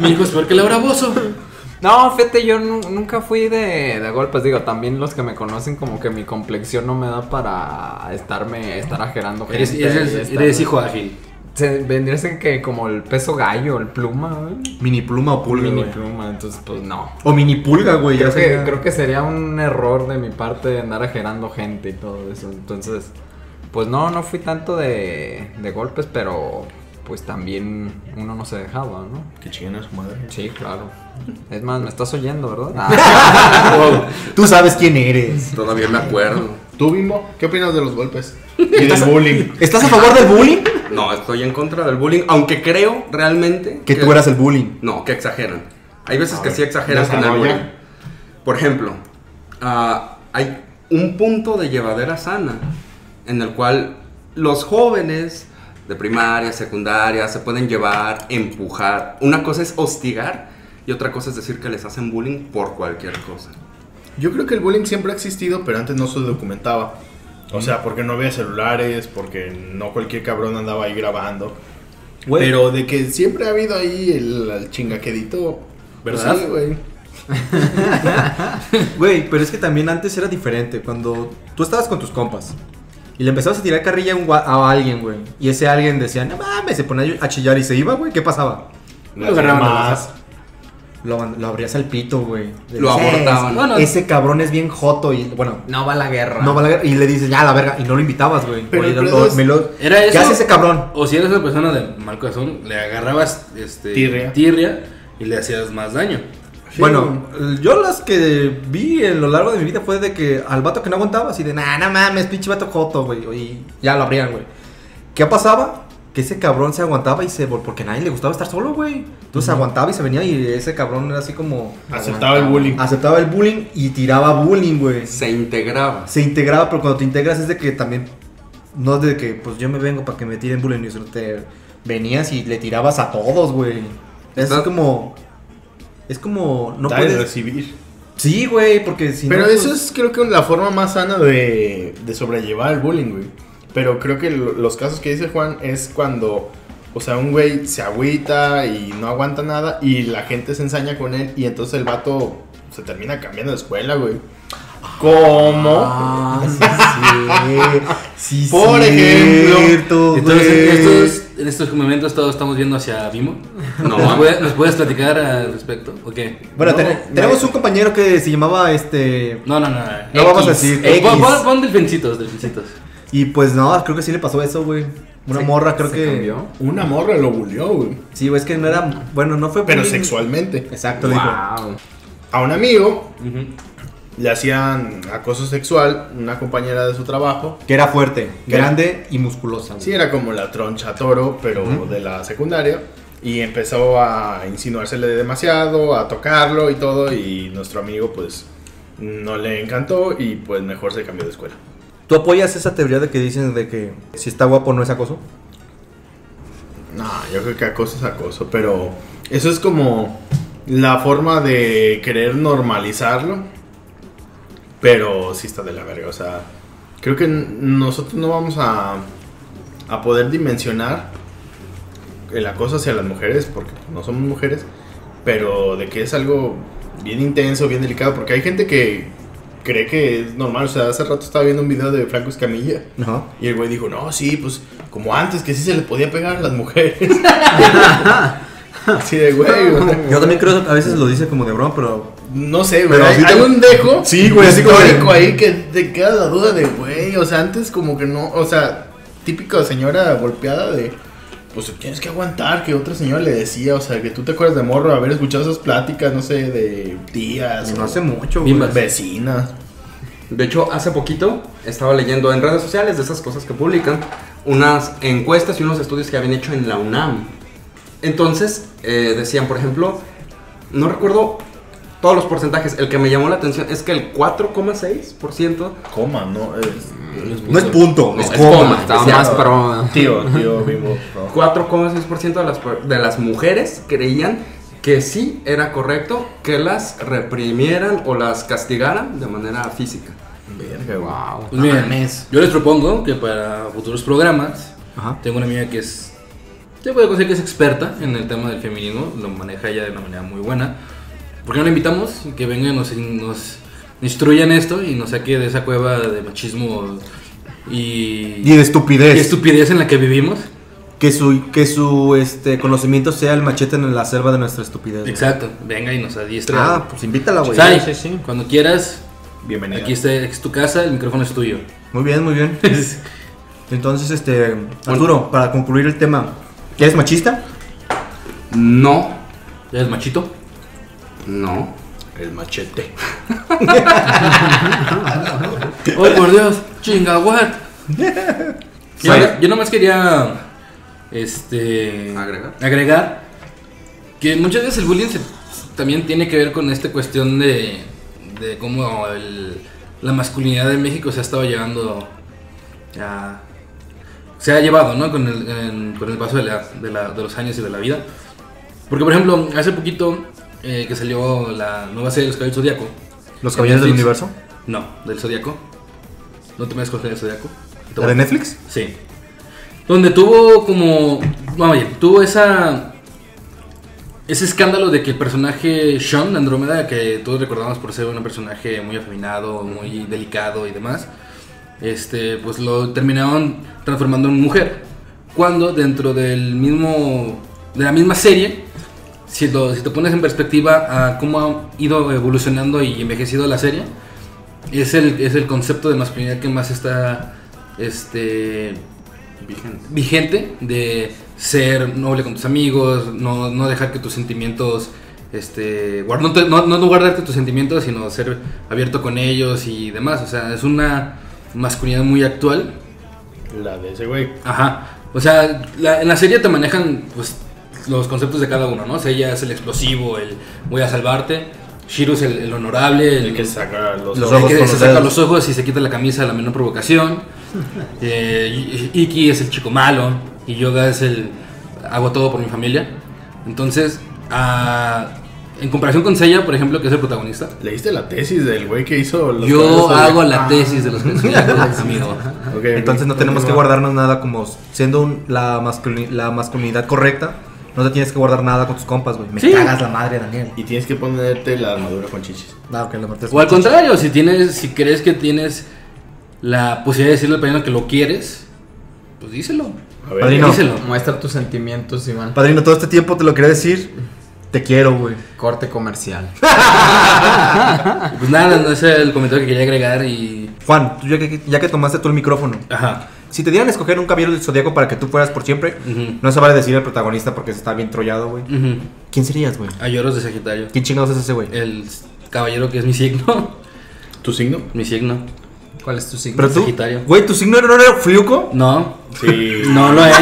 Speaker 2: Mi hijo es peor que Laura Bozo.
Speaker 6: No, fíjate, yo nu- nunca fui de, de golpes. Digo, también los que me conocen, como que mi complexión no me da para estarme, estar ajerando gente.
Speaker 2: Eres, eres-
Speaker 6: y estar-
Speaker 2: eres hijo ágil.
Speaker 6: Se vendría a ser que como el peso gallo, el pluma, güey.
Speaker 3: Mini pluma o pulga,
Speaker 6: Mini
Speaker 3: güey.
Speaker 6: pluma, entonces pues no.
Speaker 3: O mini pulga, güey. Ya
Speaker 6: Creo que,
Speaker 3: sé.
Speaker 6: creo que sería un error de mi parte andar ajerando gente y todo eso. Entonces, pues no, no fui tanto de, de golpes, pero pues también uno no se dejaba, ¿no?
Speaker 4: Que chinguen a su madre.
Speaker 6: Sí, claro. Es más, me estás oyendo, ¿verdad? Ah,
Speaker 3: Tú sabes quién eres.
Speaker 7: Todavía me acuerdo.
Speaker 4: Tú, Bimbo, ¿qué opinas de los golpes? Y del bullying.
Speaker 8: ¿Estás a favor del bullying?
Speaker 7: No, estoy en contra del bullying, aunque creo realmente
Speaker 8: Que tú eras el bullying.
Speaker 7: No, que exageran. Hay veces que sí exageran con el
Speaker 4: desarrolla.
Speaker 7: bullying. Por ejemplo, ah, hay un punto de llevadera sana en el cual los jóvenes de primaria, secundaria, se pueden llevar, empujar. Una cosa es hostigar y otra cosa es decir que les hacen bullying por cualquier cosa.
Speaker 4: Yo creo que el bullying siempre ha existido, pero antes no se documentaba. O sea, porque no había celulares, porque no cualquier cabrón andaba ahí grabando.
Speaker 8: Güey.
Speaker 4: Pero de que siempre ha habido ahí el, el chingaquedito. pues
Speaker 2: ¿Verdad?
Speaker 4: sí, güey.
Speaker 3: Güey, pero es que también antes era diferente. Cuando tú estabas con tus compas y le empezabas a tirar carrilla a, un gua- a alguien, güey. Y ese alguien decía, no mames, se ponía a chillar y se iba, güey. ¿Qué pasaba?
Speaker 2: Lo agarraban a
Speaker 4: Más.
Speaker 3: Lo, mand- lo abrías al pito, güey. Le
Speaker 7: Lo
Speaker 3: decías,
Speaker 7: abortaban.
Speaker 2: Bueno,
Speaker 3: Ese cabrón es bien joto y, bueno,
Speaker 6: no va la guerra.
Speaker 3: no vale- Y le dices, ya, la verga. Y no lo invitabas, güey.
Speaker 4: Pero
Speaker 3: Oye,
Speaker 4: el
Speaker 3: lo-
Speaker 4: pedo es-
Speaker 3: me lo-
Speaker 2: Era
Speaker 3: ¿Qué
Speaker 2: eso?
Speaker 3: hace ese cabrón?
Speaker 2: O si eres una persona de mal corazón, le agarrabas este,
Speaker 4: Tirria.
Speaker 2: y le hacías más daño.
Speaker 3: Bueno, yo las que vi en lo largo de mi vida fue de que al vato que no aguantaba, así de, nah, no mames, pinche vato joto, güey. Y ya lo abrían, güey. ¿Qué pasaba? Que ese cabrón se aguantaba y se. vol- Porque a nadie le gustaba estar solo, güey. Entonces se aguantaba y se venía y ese cabrón era así como.
Speaker 4: Aceptaba el bullying.
Speaker 3: Aceptaba el bullying y tiraba bullying, güey.
Speaker 7: Se integraba.
Speaker 3: Se integraba, pero cuando te integras es de que también. No es de que, pues yo me vengo para que me tiren bullying y solo te venías y le tirabas a todos, güey. Es
Speaker 7: Está-
Speaker 3: como. Es como. No
Speaker 4: Dar y
Speaker 3: puedes.
Speaker 4: recibir.
Speaker 3: Sí, güey, porque si
Speaker 4: Pero
Speaker 3: no,
Speaker 4: eso
Speaker 3: pues-
Speaker 4: es creo que la forma más sana de, de sobrellevar el bullying, güey. Pero creo que lo- los casos que dice Juan es cuando, o sea, un güey se agüita y no aguanta nada y la gente se ensaña con él y entonces el vato se termina cambiando de escuela, güey. ¿Cómo?
Speaker 3: Ah, sí, sí, sí,
Speaker 4: Por ejemplo.
Speaker 3: cierto,
Speaker 2: Entonces,
Speaker 3: güey.
Speaker 2: estos en estos momentos todos estamos viendo hacia Vimo.
Speaker 7: No.
Speaker 2: ¿Nos, puede- nos puedes platicar al respecto? ¿O qué?
Speaker 8: Bueno,
Speaker 3: No,
Speaker 8: ten-
Speaker 3: nadie-
Speaker 8: tenemos un compañero que se llamaba este.
Speaker 2: No, no, no.
Speaker 8: No vamos a decir
Speaker 2: Eh, pon,
Speaker 8: X.
Speaker 2: pon- pon delfincitos, delfincitos.
Speaker 8: Y pues no, creo que sí le pasó eso, güey. Una morra, creo
Speaker 6: ¿Se
Speaker 8: que.
Speaker 6: cambió?
Speaker 4: Una morra lo bulió, güey.
Speaker 8: Sí, güey, es que no era. Bueno, no fue.
Speaker 4: Pero
Speaker 8: bullying.
Speaker 4: sexualmente.
Speaker 8: Exacto, le dijo.
Speaker 6: Wow.
Speaker 4: A un amigo
Speaker 2: Ujú.
Speaker 4: le hacían acoso sexual, una compañera de su trabajo.
Speaker 8: Que era fuerte,
Speaker 4: Que-
Speaker 8: grande y musculosa. güey.
Speaker 4: Sí, era como la troncha toro, pero de la secundaria. Y empezó a insinuársele demasiado, a tocarlo y todo. Y nuestro amigo, pues, no le encantó y, pues, mejor se cambió de escuela.
Speaker 8: ¿Tú apoyas esa teoría de que dicen de que si está guapo no es acoso?
Speaker 4: No, yo creo que acoso es acoso, pero eso es como la forma de querer normalizarlo. Pero sí está de la verga, o sea, creo que n- nosotros no vamos a, a poder dimensionar el acoso hacia las mujeres, porque no somos mujeres, pero de que es algo bien intenso, bien delicado, porque hay gente que cree que es normal, o sea, hace rato estaba viendo un video de Franco Escamilla.
Speaker 8: Ajá.
Speaker 4: Y el güey dijo, no, sí, pues como antes, que sí se le podía pegar a las mujeres. Así de güey, no, tengo-
Speaker 8: Yo también creo, a veces lo dice como de broma, pero.
Speaker 4: no sé, güey.
Speaker 8: Pero
Speaker 4: Hay,
Speaker 8: sí te-
Speaker 4: hay un dejo
Speaker 8: Sí, güey, así como de-
Speaker 4: histórico ahí que te queda la duda de, güey, o sea, antes como que no, o sea, típico señora golpeada de, pues tienes que aguantar que otra señora le decía, o sea, que tú te acuerdas de morro haber escuchado esas pláticas, no sé, de tías,
Speaker 8: No
Speaker 4: o
Speaker 8: hace mucho, güey.
Speaker 2: Bimbas.
Speaker 4: vecinas.
Speaker 7: De hecho, hace poquito estaba leyendo en redes sociales de esas cosas que publican unas encuestas y unos estudios que habían hecho en la UNAM. Entonces, eh, decían, por ejemplo, no recuerdo todos los porcentajes, el que me llamó la atención es que el 4,6%...
Speaker 4: Coma, ¿no? Es-
Speaker 8: No es punto,
Speaker 7: No,
Speaker 8: es
Speaker 7: es
Speaker 8: coma.
Speaker 7: coma.
Speaker 6: Estaba
Speaker 7: Decía-
Speaker 6: más
Speaker 8: Ah.
Speaker 6: pro.
Speaker 4: Tío, tío, vivo. no.
Speaker 7: 4,6% de las, per- de las mujeres creían que sí era correcto que las reprimieran o las castigaran de manera física.
Speaker 4: Verga, güey.
Speaker 6: Wow.
Speaker 2: Pues miren, yo les propongo que para futuros programas,
Speaker 8: Ajá.
Speaker 2: tengo una amiga que es, se puede decir que es experta en el tema del feminismo, lo maneja ella de una manera muy buena. ¿Por qué no la invitamos? Que venga y nos, nos instruya en esto y nos saque de esa cueva de machismo y,
Speaker 8: Y de
Speaker 2: y
Speaker 8: estupidez.
Speaker 2: estupidez en la que vivimos.
Speaker 8: que su, que su este, conocimiento sea el machete en la selva de nuestra estupidez. güey.
Speaker 2: Exacto, venga y nos adiestra.
Speaker 8: Ah, pues invítala, güey.
Speaker 2: Sai,
Speaker 5: Sí, sí, sí.
Speaker 2: cuando quieras,
Speaker 4: Bienvenido.
Speaker 2: aquí está, es tu casa, el micrófono es tuyo.
Speaker 8: Muy bien, muy bien. Entonces, este, Arturo, para concluir el tema, ¿eres machista?
Speaker 7: No,
Speaker 2: ¿Ya eres machito?
Speaker 7: no.
Speaker 4: El machete.
Speaker 2: ¡Ay, por Dios! ¡Chingawat! Yo, yo nomás quería este,
Speaker 7: Agregar.
Speaker 2: agregar que muchas veces el bullying se- también tiene que ver con esta cuestión de, de cómo el- la masculinidad de México se ha estado llevando a- Se ha llevado, ¿no? Con el, en- con el paso de, la- de la- de los años y de la vida. Porque, por ejemplo, hace poquito eh, que salió la nueva serie de Los Caballeros Zodíaco.
Speaker 8: ¿Los caballeros del
Speaker 2: Netflix.
Speaker 8: universo?
Speaker 2: No, del Zodíaco. No te me con el Zodíaco.
Speaker 8: ¿La de Netflix?
Speaker 2: Sí. Donde tuvo como. Vamos bien, tuvo esa. Ese escándalo de que el personaje Sean de Andrómeda, que todos recordamos por ser un personaje muy afeminado, muy delicado y demás, este, pues lo terminaron transformando en mujer. Cuando dentro del mismo. de la misma serie, si, lo- si te pones en perspectiva a cómo ha ido evolucionando y envejecido la serie, es el, es el concepto de masculinidad que más está este,
Speaker 7: Vigente.
Speaker 2: vigente de ser noble con tus amigos, no, no dejar que tus sentimientos, este, guard- no, te- no, no guardarte tus sentimientos, sino ser abierto con ellos y demás. O sea, es una masculinidad muy actual
Speaker 4: La de ese güey.
Speaker 2: Ajá. O sea, la- en la serie te manejan pues los conceptos de cada uno, ¿no? O sea, ella es el explosivo, el voy a salvarte. Shiru es el, el honorable, el,
Speaker 4: El que saca los,
Speaker 8: Los
Speaker 2: el
Speaker 8: ojos
Speaker 2: que
Speaker 8: con
Speaker 2: se
Speaker 8: los
Speaker 2: saca
Speaker 8: dedos.
Speaker 2: los ojos y se quita la camisa a la menor provocación. Eh, I- I- Iki es el chico malo y Yoga es el hago todo por mi familia. Entonces, ah, en comparación con Seiya, por ejemplo, que es el protagonista,
Speaker 4: ¿Leíste la tesis del güey que hizo los
Speaker 2: yo
Speaker 4: caballos?
Speaker 2: hago la
Speaker 4: Ah,
Speaker 2: tesis de los que amigo.
Speaker 4: ok, ok.
Speaker 8: Entonces no tenemos que guardarnos nada como siendo un- la, masculini- la masculinidad correcta. No te tienes que guardar nada con tus compas, güey. Me cagas la madre, Daniel.
Speaker 4: Y tienes que ponerte la armadura con chichis.
Speaker 3: Ah,
Speaker 8: No, que lo mates
Speaker 2: O al contrario, si tienes, si crees que tienes la posibilidad de decirle al padrino que lo quieres, pues díselo.
Speaker 4: A ver.
Speaker 3: Padrino.
Speaker 2: Díselo.
Speaker 6: Muestra tus sentimientos, Iván.
Speaker 3: Padrino, todo este tiempo te lo quería decir. Te quiero, güey.
Speaker 6: Corte comercial.
Speaker 2: Pues nada, no es el comentario que quería agregar y.
Speaker 3: Juan, tú ya, que, ya que tomaste tú el micrófono,
Speaker 2: Ajá.
Speaker 3: si te dieran a escoger un caballero del zodiaco para que tú fueras por siempre,
Speaker 2: Ujú.
Speaker 3: no se vale decir el protagonista porque se está bien trollado, güey.
Speaker 2: Ujú.
Speaker 3: ¿Quién serías, güey?
Speaker 2: A lloros de Sagitario.
Speaker 3: ¿Quién chingados es ese, güey?
Speaker 2: El caballero que es mi signo.
Speaker 4: ¿Tu signo?
Speaker 2: Mi signo.
Speaker 6: ¿Cuál es tu signo?
Speaker 3: Pero tú,
Speaker 2: Sagitario.
Speaker 3: güey, tu signo no era Friuco.
Speaker 2: No,
Speaker 4: Sí.
Speaker 2: no lo es.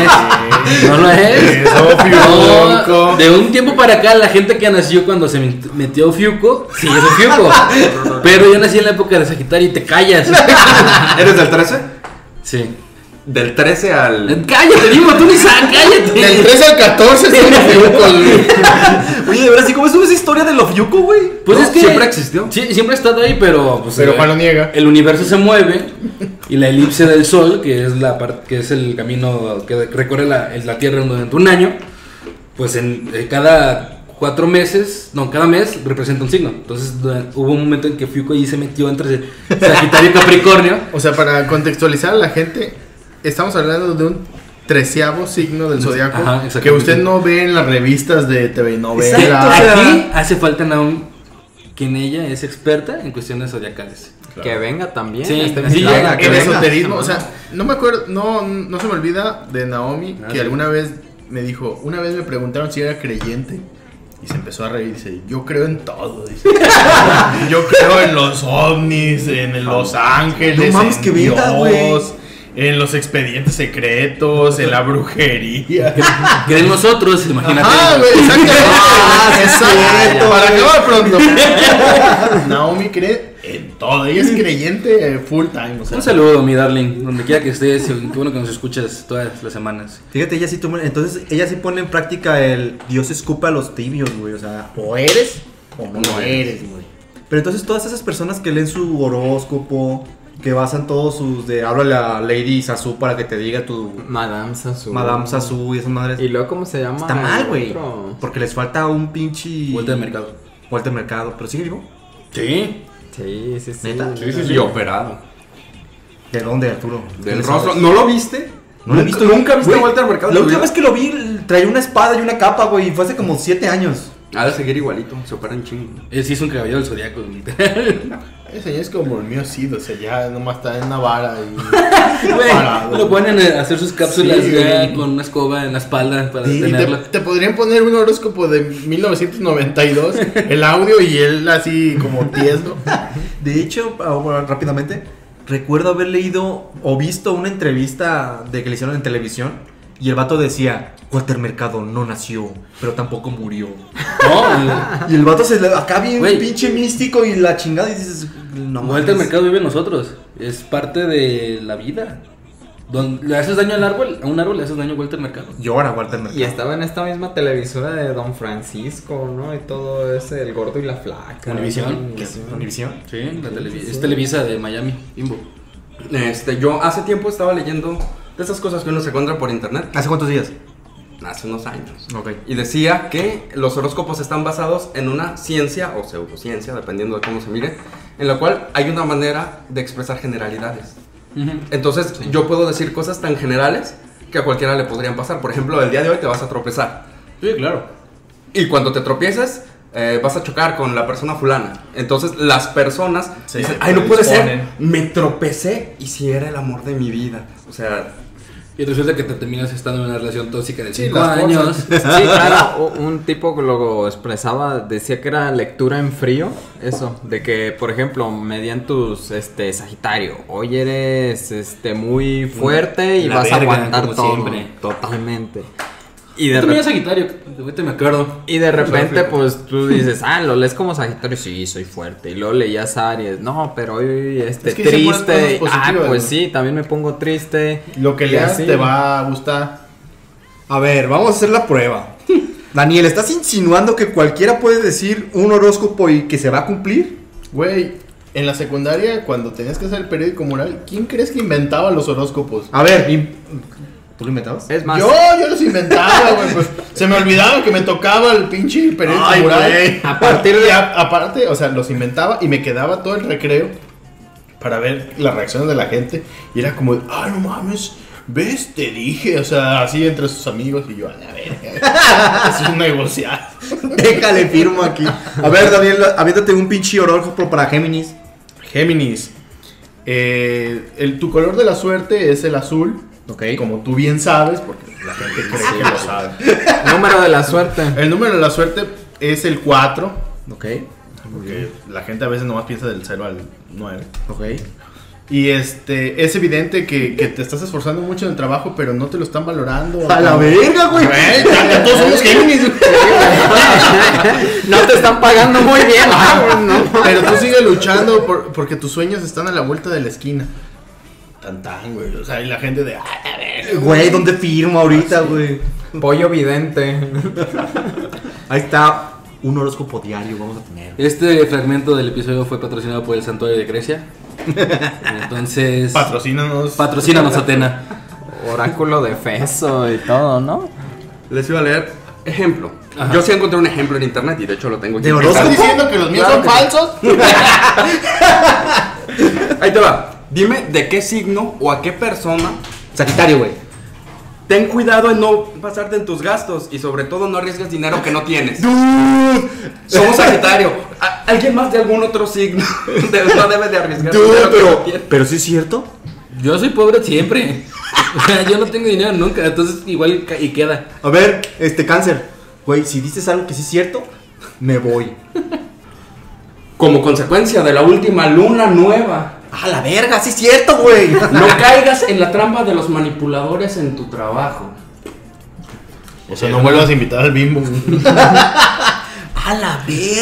Speaker 2: No lo es.
Speaker 4: Eso, Fiuco.
Speaker 2: No, de un tiempo para acá, la gente que nació cuando se met- metió Fiuco, sí, es un Fiuco. Pero yo nací en la época de Sagitario y te callas.
Speaker 7: ¿Eres del 13?
Speaker 2: Sí.
Speaker 7: Del 13 al.
Speaker 2: Cállate, digo, tú ni sabes, cállate.
Speaker 7: 13 al 14 son los
Speaker 3: Oye, de verdad, ¿y cómo es esa historia de Lofiuco, güey?
Speaker 2: Pues
Speaker 7: No,
Speaker 2: es que
Speaker 7: siempre existió.
Speaker 2: Sí, siempre ha estado ahí, pero pues,
Speaker 4: Pero
Speaker 2: eh,
Speaker 4: Juan lo niega.
Speaker 2: El universo se mueve y la elipse del sol, que es la parte que es el camino que recorre la, el- la Tierra durante un año, pues en eh, cada cuatro meses, no, cada mes representa un signo. Entonces dura- hubo un momento en que Fiuco ahí se metió entre Sagitario y Capricornio.
Speaker 4: O sea, para contextualizar a la gente, estamos hablando de un treceavo signo del zodiaco
Speaker 2: Ajá,
Speaker 4: que
Speaker 2: exactamente.
Speaker 4: usted no ve en las revistas de TV
Speaker 2: Exacto,
Speaker 4: novelas.
Speaker 2: Aquí hace falta Naum, quien ella es experta en cuestiones zodiacales.
Speaker 6: Que venga también.
Speaker 2: Sí,
Speaker 6: este
Speaker 2: sí,
Speaker 6: milagro.
Speaker 2: llega,
Speaker 4: El
Speaker 2: venga.
Speaker 4: esoterismo, o sea, no me acuerdo, no, no se me olvida de Naomi
Speaker 2: Ah,
Speaker 4: que
Speaker 2: sí.
Speaker 4: alguna vez me dijo, una vez me preguntaron si era creyente y se empezó a reír. Dice, yo creo en todo. Dice, yo creo en los ovnis, en los ángeles,
Speaker 3: Ah, No mames,
Speaker 4: en
Speaker 3: qué vida, güey.
Speaker 4: Dios, en los expedientes secretos, en la brujería.
Speaker 2: Que de nosotros, imagínate.
Speaker 4: Ajá,
Speaker 3: Ah,
Speaker 4: güey, exactamente. Exacto.
Speaker 3: cierto,
Speaker 4: Para
Speaker 3: güey.
Speaker 4: acabar pronto. Ah, Naomi cree en todo. Ella es creyente eh, full time. O sea,
Speaker 2: Un saludo, mi darling, donde quiera que estés, y qué bueno que nos escuchas todas las semanas.
Speaker 3: Fíjate, ella sí toma, entonces ella sí pone en práctica el Dios escupa a los tibios, güey. O sea, o eres o no, eres, güey. Pero entonces todas esas personas que leen su horóscopo, que basan todos sus de háblale a Lady Sasu para que te diga tu
Speaker 6: Madame Sasu.
Speaker 3: Madame Sasu y esas madres.
Speaker 6: ¿Y luego cómo se llama?
Speaker 3: Está mal,
Speaker 6: el
Speaker 3: güey.
Speaker 6: otro?
Speaker 3: Porque les falta un pinche.
Speaker 2: Vuelta de mercado.
Speaker 3: Vuelta al mercado. Pero sigue vivo.
Speaker 2: Sí.
Speaker 6: Sí, sí, sí.
Speaker 3: ¿Neta?
Speaker 4: Sí, sí, sí.
Speaker 7: Y operado.
Speaker 3: ¿De dónde, Arturo?
Speaker 7: Del
Speaker 3: ¿Qué
Speaker 7: rostro.
Speaker 3: sabes?
Speaker 7: ¿No lo viste?
Speaker 3: No lo he
Speaker 7: Nunca-
Speaker 3: visto.
Speaker 7: Nunca viste
Speaker 3: Güey,
Speaker 7: vuelta al mercado.
Speaker 3: La última vez que lo vi traía una espada y una capa, güey. Y fue hace como 7 años.
Speaker 7: Ha de seguir igualito. Se operan chingo.
Speaker 2: Él Eh, sí es un caballero del zodiaco. literal.
Speaker 4: Ese ya es como el mío sido, o sea, ya nomás está en una vara y.
Speaker 2: Güey, lo ponen a hacer sus cápsulas
Speaker 4: Sí,
Speaker 2: ya
Speaker 4: güey.
Speaker 2: con una escoba en la espalda para
Speaker 4: Y te,
Speaker 2: tenerla.
Speaker 4: te podrían poner un horóscopo de 1992, el audio y él así como tieso.
Speaker 3: De hecho, ahora rápidamente, recuerdo haber leído o visto una entrevista de que le hicieron en televisión y el vato decía, Walter Mercado no nació, pero tampoco murió.
Speaker 2: No,
Speaker 3: Y el vato se le- acá bien
Speaker 2: Güey.
Speaker 3: pinche místico y la chingada y dices, no
Speaker 2: el- vuelta
Speaker 3: mames".
Speaker 2: al mercado vive en nosotros. Es parte de la vida. Donde le haces daño al árbol, a un árbol le haces daño a vuelta al mercado.
Speaker 3: Llora Walter Mercado.
Speaker 6: Y estaba en esta misma televisora de Don Francisco, ¿no? Y todo ese, el gordo y la flaca.
Speaker 2: Univisión.
Speaker 6: ¿no?
Speaker 3: ¿Qué es? ¿Univisión?
Speaker 2: Sí, la televi-
Speaker 6: sí,
Speaker 2: es
Speaker 6: sí.
Speaker 2: Televisa de Miami, Bimbo.
Speaker 7: Este, yo hace tiempo estaba leyendo de esas cosas que uno se encuentra por internet.
Speaker 3: ¿Hace cuántos días?
Speaker 7: Hace unos años.
Speaker 3: Ok.
Speaker 7: Y decía que los horóscopos están basados en una ciencia o pseudociencia, dependiendo de cómo se mire, en la cual hay una manera de expresar generalidades. Entonces, yo puedo decir cosas tan generales que a cualquiera le podrían pasar. Por ejemplo, el día de hoy te vas a tropezar.
Speaker 2: Sí, claro.
Speaker 7: Y cuando te tropieces, eh, vas a chocar con la persona fulana. Entonces, las personas
Speaker 4: Sí,
Speaker 7: dicen,
Speaker 4: se
Speaker 7: ay, no puede ser,
Speaker 4: predisponen".
Speaker 7: me tropecé y si era el amor de mi vida. O sea,
Speaker 2: Y resulta que te terminas estando en una relación tóxica de
Speaker 4: Sí,
Speaker 2: 5
Speaker 4: las
Speaker 2: años.
Speaker 4: cosas.
Speaker 6: Sí, claro, u- un tipo que lo expresaba, decía que era lectura en frío, eso, de que, por ejemplo, medían tus, este, Sagitario, hoy eres, este, muy fuerte y
Speaker 2: La
Speaker 6: vas a
Speaker 2: verga,
Speaker 6: aguantar
Speaker 2: como
Speaker 6: todo,
Speaker 2: siempre.
Speaker 6: totalmente. Y
Speaker 2: Yo
Speaker 6: de, re-
Speaker 2: también era Sagitario, ahorita me acuerdo.
Speaker 6: y de repente, pues, tú dices, ah, lo lees como Sagitario, sí, soy fuerte, y luego leías Aries, no, pero hoy, este,
Speaker 4: Es que dicen puras
Speaker 6: triste,
Speaker 4: cosas
Speaker 6: ah,
Speaker 4: positivas,
Speaker 6: pues
Speaker 4: ¿no?
Speaker 6: sí, también me pongo triste.
Speaker 4: Lo que
Speaker 6: Y
Speaker 4: leas
Speaker 6: así.
Speaker 4: te va a gustar.
Speaker 3: A ver, vamos a hacer la prueba. Daniel, ¿estás insinuando que cualquiera puede decir un horóscopo y que se va a cumplir?
Speaker 4: Güey, en la secundaria, cuando tenías que hacer el periódico mural, ¿quién crees que inventaba los horóscopos?
Speaker 3: A ver, im- ¿tú lo inventabas?
Speaker 6: Es más,
Speaker 4: Yo, yo los inventaba, güey. pues, se me olvidaba que me tocaba el pinche periódico
Speaker 3: Ay,
Speaker 4: mural.
Speaker 3: güey.
Speaker 6: A partir de-
Speaker 4: Y a- aparte, o sea, los inventaba y me quedaba todo el recreo para ver las reacciones de la gente. Y era como, ah, no mames, ¿Ves? Te dije, o sea, así entre sus amigos y yo, a la verga. es un negociado.
Speaker 3: Déjale, firmo aquí. A ver, Daniel, aviéntate un pinche horóscopo para Géminis.
Speaker 4: Géminis. eh, el, tu color de la suerte es el azul.
Speaker 3: Ok.
Speaker 4: Como tú bien sabes, porque la gente cree que lo sabe.
Speaker 6: Número de la suerte.
Speaker 4: El número de la suerte es el 4.
Speaker 3: Ok,
Speaker 4: Porque la gente a veces nomás piensa del 0 al 9.
Speaker 3: ok.
Speaker 4: Y este, es evidente que, que te estás esforzando mucho en el trabajo, pero no te lo están valorando.
Speaker 3: A la verga, güey.
Speaker 4: Güey, ya todos somos Géminis, güey.
Speaker 6: No te están pagando muy bien. ah, no.
Speaker 4: Pero tú sigues luchando por- porque tus sueños están a la vuelta de la esquina. Tan tan, güey. O sea, y la gente de. "Ah, a ver".
Speaker 3: Güey, ¿dónde firmo ahorita, güey?
Speaker 6: Pollo vidente.
Speaker 3: Ahí está un horóscopo diario, vamos a tener.
Speaker 2: Este fragmento del episodio fue patrocinado por el Santuario de Grecia. Entonces,
Speaker 4: Patrocínanos.
Speaker 2: patrocínanos Atena.
Speaker 6: Oráculo de Feso y todo, ¿no?
Speaker 7: Les iba a leer ejemplo. Yo sí encontré un ejemplo en internet y de hecho lo tengo aquí.
Speaker 3: ¿De
Speaker 7: ¿Estás
Speaker 3: horóscopo?
Speaker 4: ¿Estás
Speaker 7: diciendo?
Speaker 4: diciendo que los míos
Speaker 7: Claro
Speaker 4: son
Speaker 7: que-
Speaker 4: falsos?
Speaker 7: Ahí te va. Dime de qué signo o a qué persona.
Speaker 3: Sagitario, güey.
Speaker 7: Ten cuidado en no pasarte en tus gastos y sobre todo no arriesgues dinero que no tienes. Somos Sagitario. A- ¿Alguien más de algún otro signo? De- no debe de arriesgar dinero que no tiene.
Speaker 8: Pero sí es cierto.
Speaker 2: Yo soy pobre siempre. O sea, yo no tengo dinero nunca, entonces igual ca- y queda.
Speaker 3: A ver, este cáncer. Güey, si dices algo que sí es cierto, me voy.
Speaker 7: Como consecuencia de la última luna nueva,
Speaker 3: A la verga, sí es cierto, güey.
Speaker 7: no caigas en la trampa de los manipuladores en tu trabajo.
Speaker 4: O sea, no vuelvas a invitar al bimbo.
Speaker 3: A la verga.
Speaker 6: Ah,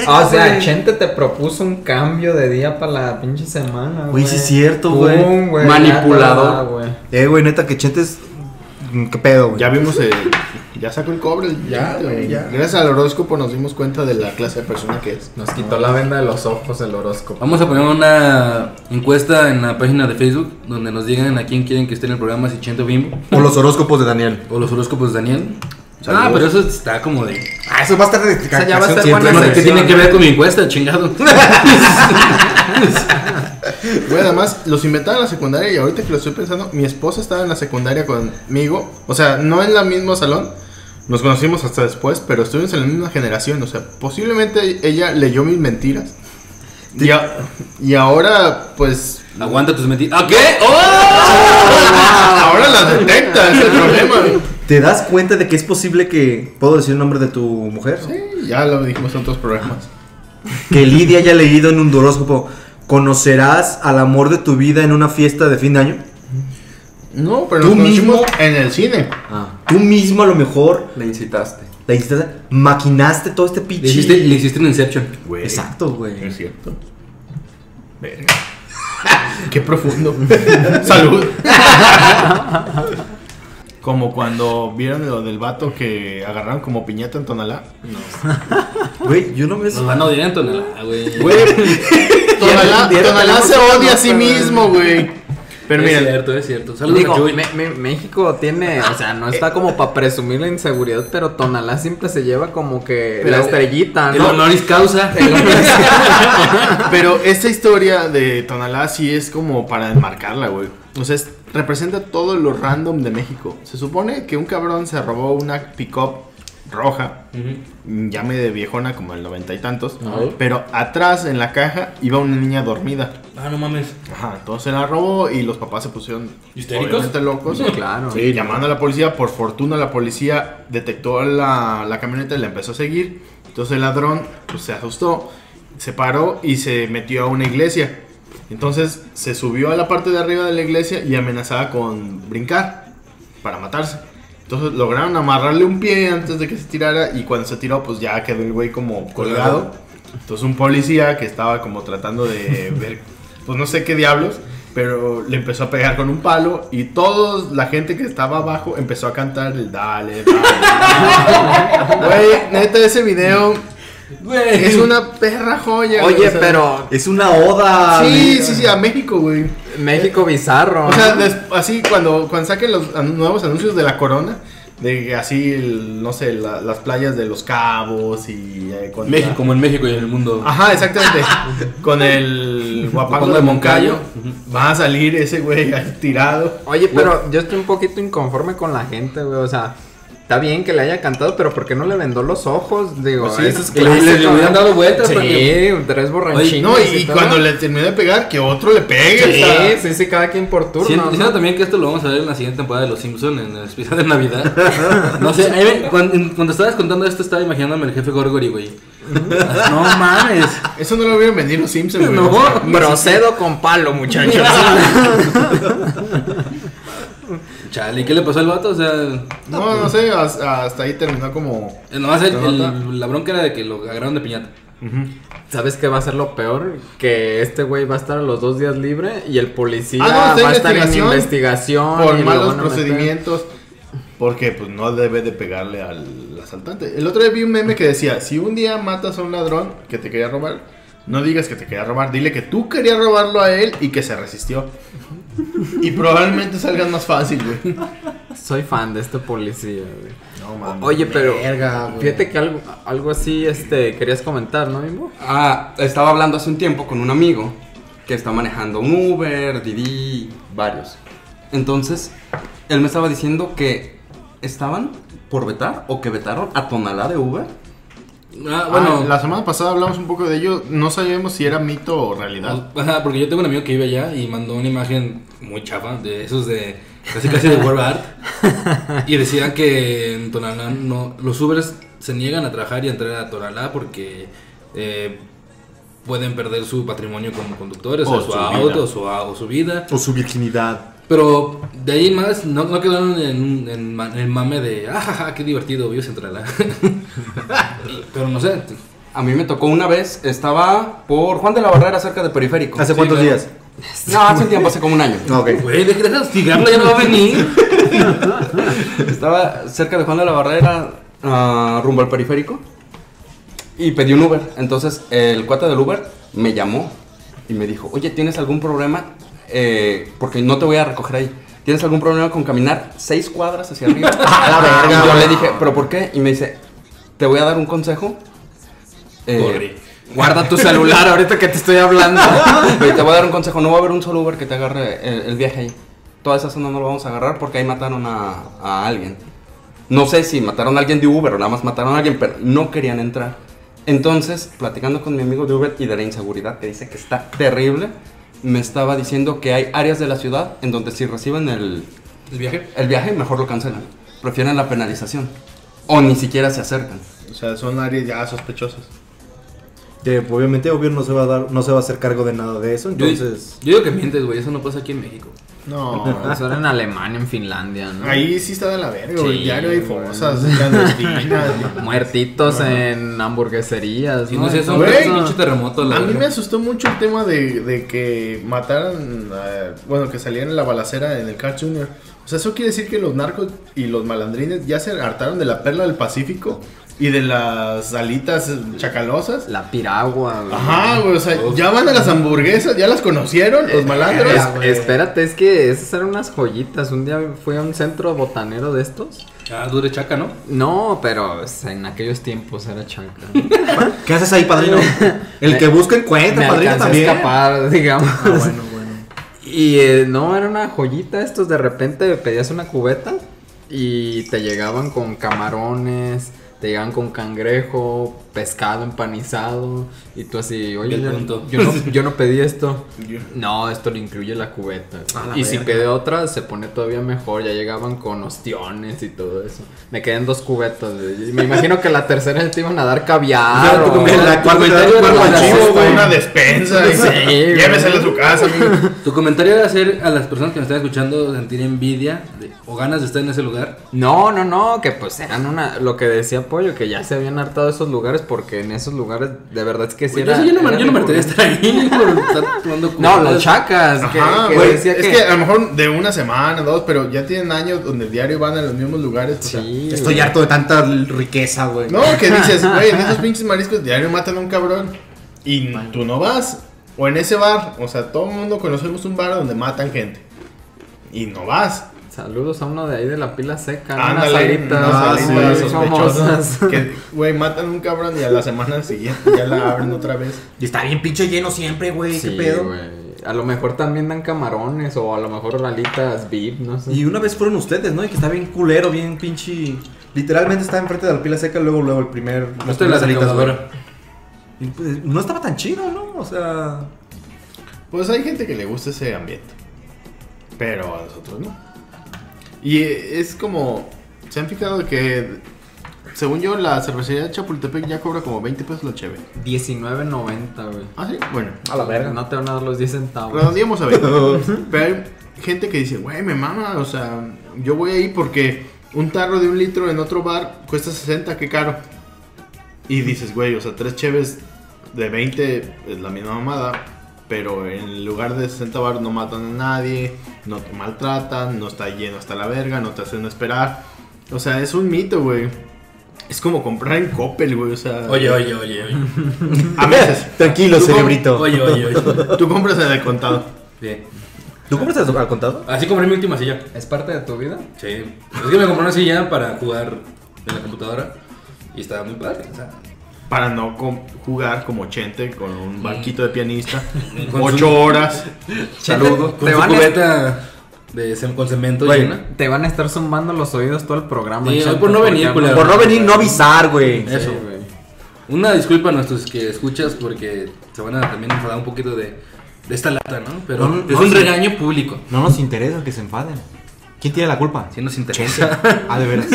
Speaker 4: Ah,
Speaker 6: O sea,
Speaker 3: güey.
Speaker 6: Chente te propuso un cambio de día para la pinche semana, güey.
Speaker 3: Güey, sí es cierto, güey.
Speaker 6: Pum, güey,
Speaker 7: Manipulador.
Speaker 6: ya te va, güey.
Speaker 3: Eh, güey, neta, que chentes. mm, ¿Qué pedo, güey?
Speaker 4: ya vimos el. Ya sacó el cobre. el-
Speaker 3: Ya, güey, ya.
Speaker 4: Gracias al horóscopo nos dimos cuenta de la clase de persona que es.
Speaker 6: Nos quitó la venda de los ojos el horóscopo.
Speaker 2: Vamos a poner una encuesta en la página de Facebook donde nos digan a quién quieren que esté en el programa, si Chento Bimbo
Speaker 8: O los horóscopos de Daniel.
Speaker 2: o los horóscopos de Daniel.
Speaker 4: Saludos.
Speaker 2: Ah, pero eso está como de...
Speaker 3: Ah, eso va a estar de
Speaker 6: sea, ya va a ser
Speaker 3: siempre,
Speaker 6: buena
Speaker 3: güey.
Speaker 2: ¿Qué tiene que ver con mi encuesta, chingado?
Speaker 4: Güey, además, los inventaron en la secundaria y ahorita que lo estoy pensando, mi esposa estaba en la secundaria conmigo. O sea, no en el mismo salón. Nos conocimos hasta después, pero estuvimos en la misma generación. O sea, posiblemente ella leyó mis mentiras. Y, a- y ahora, pues.
Speaker 2: Aguanta tus mentiras. ¿Ah, qué? ¡Oh!
Speaker 4: ahora las detecta, es el problema.
Speaker 3: ¿Te das cuenta de que es posible que. ¿Puedo decir el nombre de tu mujer?
Speaker 4: Sí, ya lo dijimos en otros programas.
Speaker 3: Que Lidia haya leído en un horóscopo. ¿Conocerás al amor de tu vida en una fiesta de fin de año?
Speaker 4: No, pero
Speaker 3: ¿Tú
Speaker 4: nos conocimos
Speaker 3: mismo?
Speaker 4: en el cine.
Speaker 3: Tú mismo a lo mejor
Speaker 7: Le incitaste.
Speaker 3: la hiciste, maquinaste todo este pinche.
Speaker 2: Le hiciste, le hiciste un Inception.
Speaker 3: Exacto, güey.
Speaker 4: Es cierto. Verga. Qué profundo. Salud. Como cuando vieron lo del vato que agarraron como piñata en Tonalá.
Speaker 3: Güey, yo no me.
Speaker 2: Nos van a odiar en tonelada, güey.
Speaker 4: Tonalá,
Speaker 3: Ya- ya
Speaker 4: Tonalá
Speaker 3: tenemos
Speaker 4: se
Speaker 3: otra
Speaker 4: odia a
Speaker 3: nota,
Speaker 4: sí
Speaker 3: güey.
Speaker 4: mismo, güey. Pero
Speaker 2: es
Speaker 4: miren,
Speaker 2: cierto, es cierto. Saludos
Speaker 6: Digo,
Speaker 2: a Chuy.
Speaker 6: me- me- México tiene, o sea, no está como para presumir la inseguridad, pero Tonalá siempre se lleva como que la estrellita,
Speaker 2: El
Speaker 6: ¿no?
Speaker 2: honoris causa.
Speaker 4: pero esta historia de Tonalá sí es como para enmarcarla, güey. O sea, es- representa todo lo random de México. Se supone que un cabrón se robó una pickup roja. llame de viejona como el noventa y tantos, pero atrás en la caja iba una niña dormida.
Speaker 2: Ah, no mames.
Speaker 4: Ajá, entonces la robó y los papás se pusieron
Speaker 2: ¿Histéricos?
Speaker 4: obviamente locos.
Speaker 6: Sí, claro.
Speaker 4: Sí, llamando a la policía, por fortuna la policía detectó la, la camioneta y la empezó a seguir. Entonces el ladrón pues, se asustó, se paró y se metió a una iglesia. Entonces se subió a la parte de arriba de la iglesia y amenazaba con brincar para matarse. Entonces lograron amarrarle un pie antes de que se tirara y cuando se tiró pues ya quedó el güey como colgado. Entonces un policía que estaba como tratando de ver, pues no sé qué diablos, pero le empezó a pegar con un palo y toda la gente que estaba abajo empezó a cantar el dale, dale". Güey, neta ese video
Speaker 2: Güey.
Speaker 4: es una perra joya. güey,
Speaker 6: Oye,
Speaker 4: o sea,
Speaker 6: pero ah,
Speaker 3: Es una
Speaker 4: Sí,
Speaker 3: oda. güey.
Speaker 4: sí, sí, a México, güey.
Speaker 6: México bizarro.
Speaker 4: O sea, des- así cuando, cuando saquen los anu- nuevos anuncios de la corona, De que así, el- no sé, la- las playas de los cabos y... eh, con
Speaker 2: México,
Speaker 4: la-
Speaker 2: como en México y en el
Speaker 6: Ah,
Speaker 2: mundo.
Speaker 4: Ajá, exactamente. con el guapango
Speaker 2: Guapango
Speaker 4: de
Speaker 2: de
Speaker 4: Moncayo.
Speaker 2: Moncayo.
Speaker 4: Va a salir ese güey ahí tirado.
Speaker 6: Oye, pero yo estoy un poquito inconforme con la gente, güey. O sea, está bien que le haya cantado, pero ¿por qué no le vendó los ojos? Digo,
Speaker 2: Pues sí, eso es
Speaker 6: que le,
Speaker 2: clásico,
Speaker 6: hubieran
Speaker 2: ¿no?
Speaker 6: dado vueltas.
Speaker 2: Sí.
Speaker 6: para que- tres borrachinos.
Speaker 4: No, y, y
Speaker 6: todo.
Speaker 4: cuando le terminó de pegar, que otro le pegue. o sea.
Speaker 6: Sí, sí, sí, cada quien por turno.
Speaker 2: Siento,
Speaker 6: ¿no?
Speaker 2: siento también que esto lo vamos a ver en la siguiente temporada de Los Simpsons, en el especial de Navidad. No sé, ahí me- cuando, en- cuando estabas contando esto, estaba imaginándome el jefe Gorgory, güey. No mames.
Speaker 4: Eso no lo vieron venir los Simpsons, güey.
Speaker 2: No,
Speaker 4: O sea,
Speaker 6: Procedo con palo, muchachos.
Speaker 2: Chale, ¿y qué le pasó al vato? O sea,
Speaker 4: No, no sé, has- hasta ahí terminó como...
Speaker 2: nomás el- el- la bronca era de que lo agarraron de piñata.
Speaker 6: ¿Sabes qué va a ser lo peor? Que este güey va a estar a los dos días libre y el policía
Speaker 4: Ah, no, está en
Speaker 6: va a estar en
Speaker 4: investigación
Speaker 6: investigación. y
Speaker 4: por
Speaker 6: lo
Speaker 4: malos
Speaker 6: van a meter.
Speaker 4: procedimientos. Porque pues no debe de pegarle al asaltante. El otro día vi un meme que decía, si un día matas a un ladrón que te quería robar, no digas que te quería robar, dile que tú querías robarlo a él y que se resistió. Y probablemente salgan más fácil, güey.
Speaker 6: Soy fan de este policía, güey.
Speaker 4: No
Speaker 6: Oye, pero
Speaker 4: Verga, güey.
Speaker 6: fíjate que algo, algo así este, querías comentar, ¿no, Mimbo?
Speaker 7: Ah, estaba hablando hace un tiempo con un amigo que está manejando un Uber, Didi, varios. Entonces, él me estaba diciendo que estaban por vetar o que vetaron a tonalá de Uber.
Speaker 2: Ah,
Speaker 4: Ah,
Speaker 2: bueno.
Speaker 4: la semana pasada hablamos un poco de ello, no sabíamos si era mito o realidad.
Speaker 2: Ajá, porque yo tengo un amigo que vive allá y mandó una imagen muy chafa de esos de casi casi de web art y decían que en Tonalá no los Ubers se niegan a trabajar y a entrar a Tonalá porque eh, pueden perder su patrimonio como conductores
Speaker 4: O
Speaker 2: o, su,
Speaker 4: su vida.
Speaker 2: auto o su, a- o su vida
Speaker 3: O su virginidad.
Speaker 2: pero de ahí en más no, no quedaron en, en ma- en el mame de ajaja qué divertido vives en Tonalá Y- pero no sé
Speaker 7: A mí me tocó una vez, Pues, estaba por Juan de la Barrera cerca de Periférico.
Speaker 3: ¿Hace
Speaker 7: Sí,
Speaker 3: cuántos
Speaker 7: claro.
Speaker 3: días?
Speaker 7: No, hace un tiempo, hace como un año.
Speaker 3: No, ok.
Speaker 2: güey deja de hostigarla ya no va a venir
Speaker 7: Estaba cerca de Juan de la Barrera, ah, rumbo al periférico, y pedí un Uber. Entonces el cuate del Uber me llamó y me dijo, oye, ¿tienes algún problema? Eh, porque no te voy a recoger ahí. ¿Tienes algún problema con caminar seis cuadras hacia arriba?
Speaker 3: Ah, la verga,
Speaker 7: Y Yo
Speaker 3: güey.
Speaker 7: le dije, ¿pero por qué? Y me dice, te voy a dar un consejo. Eh,
Speaker 2: Corre.
Speaker 7: Guarda tu celular ahorita que te estoy hablando. Pero te voy a dar un consejo, no va a haber un solo Uber que te agarre el, el viaje ahí. Toda esa zona no lo vamos a agarrar porque ahí mataron a, a alguien. No sé si mataron a alguien de Uber o nada más mataron a alguien, pero no querían entrar. Entonces, platicando con mi amigo de Uber y de la inseguridad, que dice que está terrible, me estaba diciendo que hay áreas de la ciudad en donde si reciben el,
Speaker 2: el viaje
Speaker 7: el viaje, mejor lo cancelan. Prefieren la penalización. O ni siquiera se acercan.
Speaker 4: O sea, son áreas
Speaker 6: Ah,
Speaker 4: ya sospechosas.
Speaker 3: Que obviamente obvio no se va a dar, no se va a hacer cargo de nada de eso,
Speaker 2: Yo,
Speaker 3: entonces.
Speaker 2: yo digo que mientes, güey. Eso no pasa aquí en México.
Speaker 4: No.
Speaker 6: Eso era en Alemania, en Finlandia, ¿no?
Speaker 4: Ahí sí está de la verga,
Speaker 6: Sí,
Speaker 4: güey. Diario hay
Speaker 6: güey.
Speaker 4: fosas clandestinas.
Speaker 6: Muertitos en hamburgueserías.
Speaker 2: Si no es eso,
Speaker 6: Todo
Speaker 4: güey,
Speaker 2: es un pinche terremoto. la
Speaker 4: A mí
Speaker 2: verga.
Speaker 4: me asustó mucho el tema de, de que mataran, a- bueno, que salieran en la balacera en el Carl Jr. O sea, eso quiere decir que los narcos y los malandrines ya se hartaron de la perla del Pacífico y de las alitas chacalosas.
Speaker 6: La piragua, güey.
Speaker 4: Ajá, güey, o sea, ya van a las hamburguesas, ya las conocieron los malandros.
Speaker 6: Es- espérate, es que esas eran unas joyitas. Un día fui a un centro botanero de estos.
Speaker 2: Ah, dure chaca, ¿no?
Speaker 6: No, pero o sea, en aquellos tiempos era chanca.
Speaker 3: ¿Qué haces ahí, padrino? El que busca
Speaker 6: Me
Speaker 3: encuentra, padrino
Speaker 6: alcancé
Speaker 3: también.
Speaker 6: a
Speaker 3: Ah,
Speaker 6: escapar, digamos.
Speaker 3: Bueno, bueno.
Speaker 6: Y eh, no, era una joyita estos. De repente pedías una cubeta y te llegaban con camarones, te llegaban con cangrejo, pescado empanizado. Y tú así, oye,
Speaker 2: Del
Speaker 6: yo,
Speaker 2: punto.
Speaker 6: yo no, yo no pedí esto. No, esto le incluye la cubeta. y si pide otra, se pone todavía mejor. Ya llegaban con ostiones y todo eso. Me quedan dos cubetas. güey, y Me imagino que la tercera te iban a dar caviar.
Speaker 2: Ya, tú
Speaker 6: o-
Speaker 2: comías
Speaker 6: o-
Speaker 2: la
Speaker 3: La cuarta
Speaker 2: comentario
Speaker 3: era
Speaker 2: era
Speaker 3: cuerpo
Speaker 2: la-
Speaker 3: al
Speaker 4: Chivo,
Speaker 3: chivo,
Speaker 4: güey,
Speaker 3: güey.
Speaker 4: una despensa. y-
Speaker 6: Sí, güey.
Speaker 4: Llévesela a su casa, amigo.
Speaker 2: Tu comentario era hacer a las personas que me están escuchando sentir envidia de- o ganas de estar en ese lugar.
Speaker 6: No, no, no, que pues eran una. Lo que decía Pollo, que ya se habían hartado de esos lugares porque en esos lugares de verdad es que sí
Speaker 2: Güey,
Speaker 6: era.
Speaker 2: yo, sí, yo no, me-
Speaker 6: era
Speaker 2: yo no me
Speaker 6: ridículo.
Speaker 2: atrevería a estar ahí por estar tomando
Speaker 6: No,
Speaker 2: cubatas.
Speaker 6: los chacas, que,
Speaker 4: Ajá,
Speaker 6: que
Speaker 4: güey,
Speaker 6: decía
Speaker 4: es
Speaker 6: que.
Speaker 4: que... a lo mejor de una semana, dos, pero ya tienen años donde diario van a los mismos lugares. o sea,
Speaker 6: Sí,
Speaker 3: Estoy
Speaker 6: güey.
Speaker 3: harto de tanta riqueza, güey.
Speaker 4: No, que dices, güey, en esos pinches mariscos diario matan a un cabrón. Y n- tú no vas. O en ese bar, o sea, todo el mundo conocemos un bar donde matan gente. Y no vas.
Speaker 6: Saludos a uno de ahí de la pila seca. ¿no? Unas
Speaker 4: Ándale,
Speaker 6: alitas,
Speaker 4: unas
Speaker 6: ahí
Speaker 4: alitas
Speaker 6: muy
Speaker 4: sospechosas.
Speaker 6: famosas.
Speaker 4: Que, güey, matan un cabrón y a la semana siguiente ya la abren otra vez.
Speaker 10: Y está bien pinche lleno siempre, güey. ¿Qué
Speaker 6: Sí,
Speaker 10: pedo?
Speaker 6: güey. A lo mejor también dan camarones o a lo mejor alitas VIP, no sé.
Speaker 3: Y una vez fueron ustedes, ¿no? Y que está bien culero, bien pinche. Literalmente estaba enfrente de la pila seca, luego, luego el primer. las
Speaker 2: Esto es la
Speaker 3: primeras alitas, güey.
Speaker 2: recaudadora.
Speaker 3: Y, pues, no estaba tan chido, ¿no? O sea.
Speaker 4: Pues hay gente que le gusta ese ambiente. Pero a nosotros no. Y eh, es como. ¿Se han fijado que.? Según yo, la cervecería de Chapultepec ya cobra como 20 pesos la cheve.
Speaker 6: 19.90, güey.
Speaker 4: Ah, sí, bueno.
Speaker 3: A la verga.
Speaker 6: No te van a dar los 10 centavos.
Speaker 4: Redondeamos a 20. Pero hay gente que dice, güey, me mama. O sea, yo voy ahí porque un tarro de un litro en otro bar cuesta 60, qué caro. Y dices, güey, o sea, tres cheves de 20 es la misma mamada. Pero en lugar de 60 bar no matan a nadie, no te maltratan, no está lleno hasta la verga, no te hacen esperar. O sea, es un mito, güey. Es como comprar en Coppel, güey. O sea,
Speaker 2: Oye, oye, oye, oye.
Speaker 4: a veces.
Speaker 3: Tranquilo,
Speaker 4: Tú com-
Speaker 3: cerebrito.
Speaker 2: Oye, oye, oye.
Speaker 4: Tú compras en el contado.
Speaker 2: Bien.
Speaker 3: ¿Tú compras al al contado?
Speaker 2: Así compré mi última silla.
Speaker 6: ¿Es parte de tu vida?
Speaker 2: Sí. Es que me compré una silla para jugar en la computadora. Y estaba muy padre. O sea,
Speaker 4: para no com- jugar como Chente con
Speaker 6: Mm.
Speaker 4: un banquito de pianista.
Speaker 2: Con
Speaker 4: Ocho
Speaker 2: su-
Speaker 4: horas.
Speaker 2: Saludos. Con
Speaker 6: te
Speaker 2: su
Speaker 6: van a-
Speaker 2: cubeta de cem- con cemento
Speaker 3: Güey,
Speaker 2: llena.
Speaker 6: Te van a estar zumbando los oídos todo el programa.
Speaker 2: Sí,
Speaker 6: Chanta,
Speaker 2: hoy por no venir,
Speaker 6: porque
Speaker 2: culero.
Speaker 6: no-
Speaker 3: Por no venir, no avisar, güey.
Speaker 8: Eh.
Speaker 2: Eso.
Speaker 6: Sí, güey.
Speaker 2: Una disculpa a nuestros que escuchas porque se van a también enfadar un poquito de, de esta lata, ¿no? Pero
Speaker 3: No, no,
Speaker 2: es
Speaker 3: no,
Speaker 2: un
Speaker 3: sí.
Speaker 2: regaño público.
Speaker 8: No nos interesa que se enfaden. ¿Quién tiene la culpa?
Speaker 2: Si nos interesa.
Speaker 8: Ah, de veras.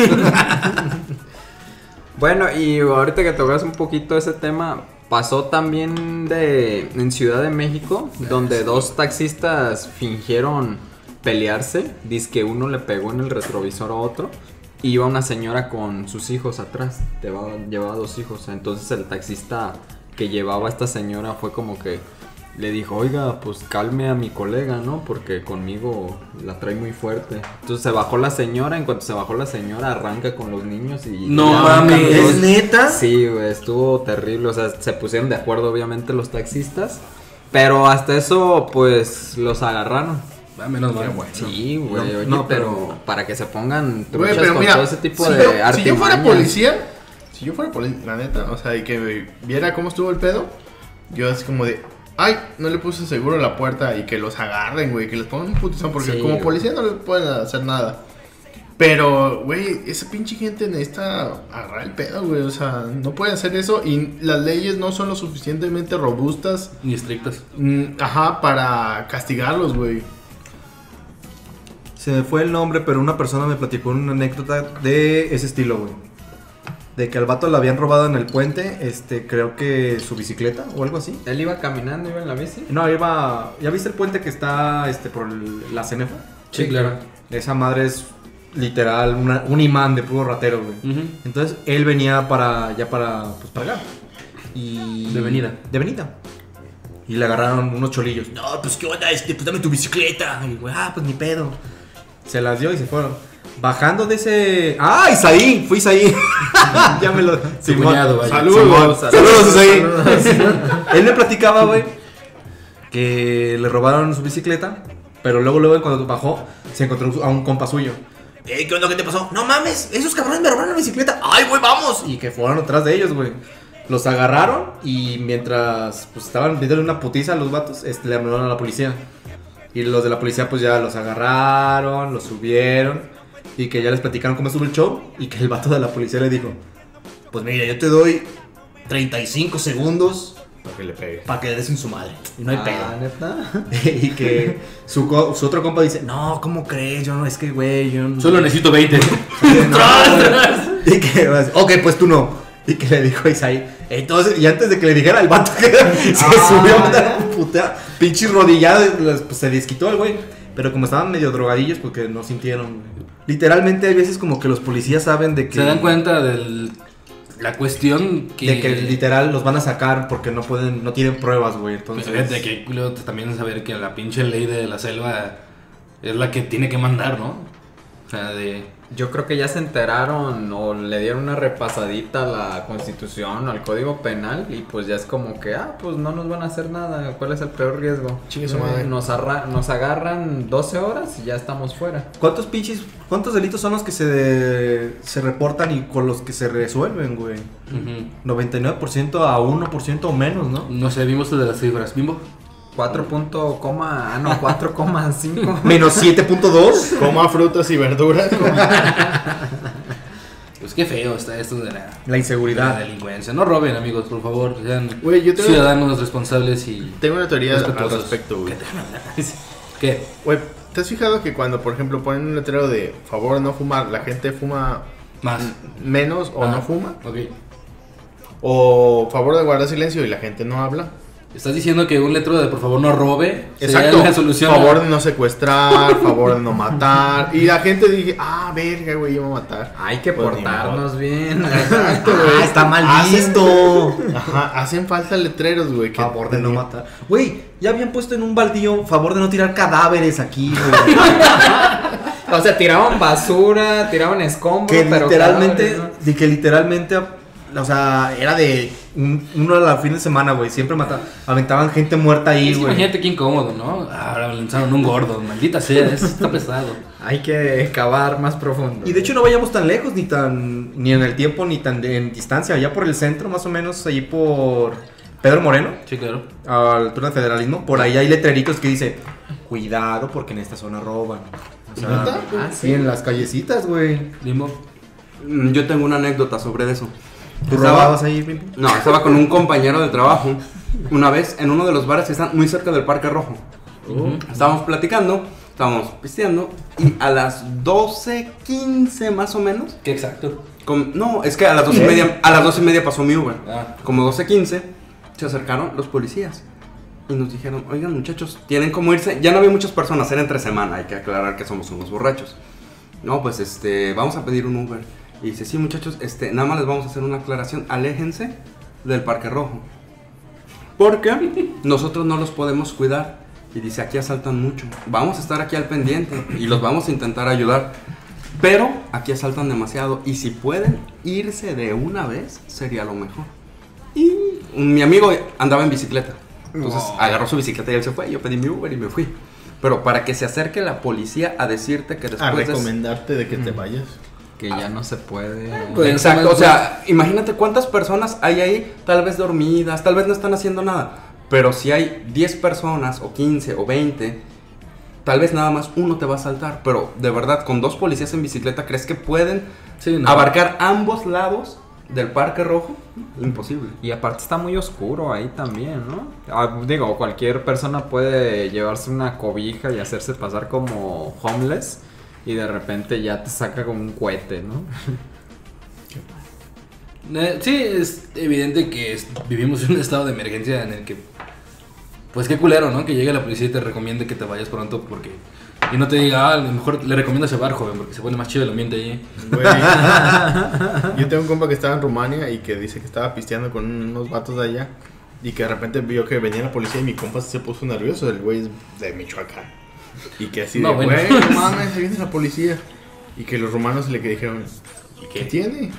Speaker 6: Bueno, y ahorita que tocas un poquito ese tema, pasó también de en Ciudad de México, donde dos taxistas fingieron pelearse, dice que uno le pegó en el retrovisor a otro, y iba una señora con sus hijos atrás, llevaba, llevaba dos hijos, entonces el taxista que llevaba a esta señora fue como que le dijo, oiga, pues calme a mi colega, ¿no? Porque conmigo la trae muy fuerte. Entonces se bajó la señora, en cuanto se bajó la señora arranca con los niños y...
Speaker 2: No
Speaker 6: y arrancan
Speaker 2: mames.
Speaker 6: los-
Speaker 10: ¿Es neta?
Speaker 6: Sí, güey, estuvo terrible. O sea, se pusieron de acuerdo, obviamente, los taxistas. Pero hasta eso, pues, los agarraron.
Speaker 2: Ah, menos mal.
Speaker 6: Sí, güey,
Speaker 3: No,
Speaker 6: oye,
Speaker 3: no,
Speaker 6: pero,
Speaker 3: pero-
Speaker 6: para que se pongan
Speaker 4: Güey,
Speaker 6: truchas
Speaker 4: pero
Speaker 6: con
Speaker 4: mira,
Speaker 6: todo ese tipo
Speaker 4: si,
Speaker 6: de
Speaker 4: yo,
Speaker 6: arte.
Speaker 4: si yo fuera policía, si yo fuera policía, la neta, o sea, y que viera cómo estuvo el pedo, yo es como de, ay, no le puse seguro a la puerta y que los agarren, güey, que les pongan un putizón, porque
Speaker 6: Sí,
Speaker 4: como
Speaker 6: güey.
Speaker 4: policía no les pueden hacer nada. Pero, güey, esa pinche gente necesita agarrar el pedo, güey. O sea, no pueden hacer eso y las leyes no son lo suficientemente robustas
Speaker 2: Ni estrictas.
Speaker 4: Mm, ajá, para castigarlos, güey.
Speaker 3: Se me fue el nombre, pero una persona me platicó una anécdota de ese estilo, güey. De que al vato la habían robado en el puente, este, creo que su bicicleta o algo así.
Speaker 6: Él iba caminando, iba en la bici.
Speaker 3: No, iba. ¿Ya viste el puente que está este, por el- la cenefa?
Speaker 2: Sí, claro.
Speaker 3: Esa madre es literal una- un imán de puro ratero, güey. Entonces él venía para ya para pues para acá. Y
Speaker 2: De venida.
Speaker 3: De venida. Y le agarraron unos cholillos.
Speaker 10: No, pues qué onda, este, pues dame tu bicicleta. Y, güey, ah, pues ni pedo.
Speaker 3: Se las dio y se fueron. Bajando de ese. ¡Ah, Isaí! Fui Isaí. ya me lo. Simón.
Speaker 2: cuñado, vaya.
Speaker 3: Saludos. Saludos, Isaí. Él me platicaba, güey, que le robaron su bicicleta. Pero luego, luego, cuando bajó, se encontró a un compa suyo.
Speaker 10: Ey, ¿qué onda? ¿Qué te pasó? No mames, esos cabrones me robaron la bicicleta. Ay, güey, vamos.
Speaker 3: Y que fueron atrás de ellos, güey. Los agarraron y mientras pues, estaban dándole una putiza a los vatos, este, le llamaron a la policía. Y los de la policía pues ya los agarraron, los subieron y que ya les platicaron cómo estuvo el show y que el vato de la policía le dijo,
Speaker 10: Pues mira, yo te doy 35 segundos
Speaker 4: Para que le pegue.
Speaker 10: para que le des en su madre. Y no hay
Speaker 6: Ah,
Speaker 10: pedo.
Speaker 6: ¿neta?
Speaker 3: y que su, co- su otro compa dice,
Speaker 10: No, ¿cómo crees? Yo no, es que, güey, yo no.
Speaker 2: Solo necesito 20.
Speaker 3: y que, ok, pues tú no. Y que le dijo a Isaí. Entonces, y antes de que le dijera el vato que se
Speaker 2: Ah.
Speaker 3: subió a una puta pinche rodillada, las- pues, se desquitó el güey. Pero como estaban medio drogadillos, porque no sintieron. güey. Literalmente hay veces como que los policías saben de que.
Speaker 2: Se dan cuenta de la cuestión que.
Speaker 3: De que literal los van a sacar porque no pueden, no tienen pruebas, güey.
Speaker 2: Pues
Speaker 3: Entonces.
Speaker 2: fíjate que culo también saber que la pinche ley de la selva es la que tiene que mandar, ¿no? O sea, de.
Speaker 6: Yo creo que ya se enteraron o le dieron una repasadita a la constitución o al código penal y pues ya es como que, ah, pues no nos van a hacer nada, ¿cuál es el peor riesgo?
Speaker 4: Chingue su madre.
Speaker 6: Nos, arra- nos agarran 12 horas y ya estamos fuera.
Speaker 3: ¿Cuántos pinches, cuántos delitos son los que se, de- se reportan y con los que se resuelven, güey?
Speaker 2: Ujú.
Speaker 3: 99% a 1% o menos, ¿no?
Speaker 2: No sé, vimos lo de las cifras. ¿Bimbo?
Speaker 6: 4. punto coma, ah, no, 4,5.
Speaker 3: Menos 7.2.
Speaker 4: Coma frutas y verduras.
Speaker 2: Pues qué feo está esto de la,
Speaker 3: La
Speaker 2: de la
Speaker 3: inseguridad.
Speaker 2: delincuencia. No roben, amigos, por favor. Sean
Speaker 4: Güey, yo tengo-
Speaker 2: ciudadanos responsables y.
Speaker 4: Tengo una teoría al
Speaker 2: Respetuosos.
Speaker 4: respecto, güey.
Speaker 2: ¿Qué?
Speaker 4: Güey, ¿te has fijado que cuando, por ejemplo, ponen un letrero de favor no fumar, la gente fuma
Speaker 2: Más.
Speaker 4: Mm. menos o
Speaker 2: Ah.
Speaker 4: no fuma?
Speaker 2: Ok.
Speaker 4: O favor de guardar silencio y la gente no habla.
Speaker 2: Estás diciendo que un letrero de por favor no robe. sería
Speaker 4: Exacto.
Speaker 2: la solución.
Speaker 4: Favor de no secuestrar, favor de no matar. Y la gente dije, ah, verga, güey, yo voy a matar.
Speaker 6: Hay que
Speaker 4: Pues ni
Speaker 6: portarnos bien.
Speaker 3: Ah, está mal
Speaker 4: Hacen-
Speaker 3: visto.
Speaker 4: Ajá, hacen falta letreros, güey. que-
Speaker 3: Favor de no matar. Güey, ya habían puesto en un baldío favor de no tirar cadáveres aquí, güey.
Speaker 6: O sea, tiraban basura, tiraban escombros,
Speaker 3: que
Speaker 6: pero
Speaker 3: literalmente,
Speaker 6: cadáveres,
Speaker 3: de que literalmente, o sea, era de un- uno a la fin de semana, güey. Siempre mataban, aventaban gente muerta ahí,
Speaker 2: Es que
Speaker 3: güey.
Speaker 2: imagínate qué incómodo, ¿no? Ahora lanzaron un gordo, maldita sea, eso está pesado.
Speaker 6: ¿no? Hay que cavar más profundo.
Speaker 3: Y de hecho no vayamos tan lejos, ni tan, ni en el tiempo, ni tan de- en distancia. Allá por el centro, más o menos, allí por Pedro Moreno,
Speaker 2: Sí, claro.
Speaker 3: a la altura del federalismo, por ahí hay letreritos que dice, cuidado porque en esta zona roban. O sea,
Speaker 6: Ah,
Speaker 3: sí, en las callecitas, güey.
Speaker 2: Limbo.
Speaker 7: Mm, Yo tengo una anécdota sobre eso.
Speaker 3: ¿Tú
Speaker 7: Estaba-
Speaker 3: robabas ahí, Bimbo?
Speaker 7: No, estaba con un compañero de trabajo una vez en uno de los bares que están muy cerca del Parque Rojo. Estábamos platicando, estábamos pisteando y a las 12.15 más o menos.
Speaker 2: Qué exacto.
Speaker 7: com- no, es que a las 12 y media, a las 12 y media pasó mi Uber.
Speaker 2: Ah.
Speaker 7: Como 12.15 se acercaron los policías y nos dijeron, oigan muchachos, tienen como irse. Ya no había muchas personas, era entre semana, hay que aclarar que somos unos borrachos. No, pues este, vamos a pedir un Uber. Y dice, sí muchachos, este, nada más les vamos a hacer una aclaración, aléjense del Parque Rojo. Porque nosotros no los podemos cuidar. Y dice, aquí asaltan mucho. Vamos a estar aquí al pendiente y los vamos a intentar ayudar. Pero aquí asaltan demasiado y si pueden irse de una vez sería lo mejor. Y mi amigo andaba en bicicleta. Entonces agarró su bicicleta y él se fue. Yo pedí mi Uber y me fui. Pero para que se acerque la policía a decirte que
Speaker 4: A
Speaker 7: después... de-
Speaker 4: recomendarte de que te vayas.
Speaker 6: que ya no se puede.
Speaker 7: Pues, exacto, o sea, imagínate cuántas personas hay ahí, tal vez dormidas, tal vez no están haciendo nada. Pero si hay 10 personas, o 15, o 20, tal vez nada más uno te va a saltar. Pero de verdad, con dos policías en bicicleta, ¿crees que pueden
Speaker 2: Sí, no.
Speaker 4: Ah,
Speaker 7: abarcar ambos lados del Parque Rojo? Imposible.
Speaker 6: Y aparte está muy oscuro ahí también, ¿no? Ah, digo, cualquier persona puede llevarse una cobija y hacerse pasar como homeless y de repente ya te saca como un cohete, ¿no?
Speaker 2: Eh, sí, es evidente que es- vivimos en un estado de emergencia en el que. Pues qué culero, ¿no? Que llegue la policía y te recomiende que te vayas pronto porque. Y no te diga, ah, a lo mejor le recomiendo ese bar, joven, porque se pone más chido el ambiente ahí.
Speaker 4: Güey. Yo tengo un compa que estaba en Rumania y que dice que estaba pisteando con unos vatos de allá y que de repente vio que venía la policía y mi compa se puso nervioso. El güey es de Michoacán. Y que así
Speaker 2: No,
Speaker 4: de,
Speaker 2: bueno.
Speaker 4: güey, no mames, ahí viene la policía. Y que los romanos le que dijeron, "¿Y ¿qué tiene?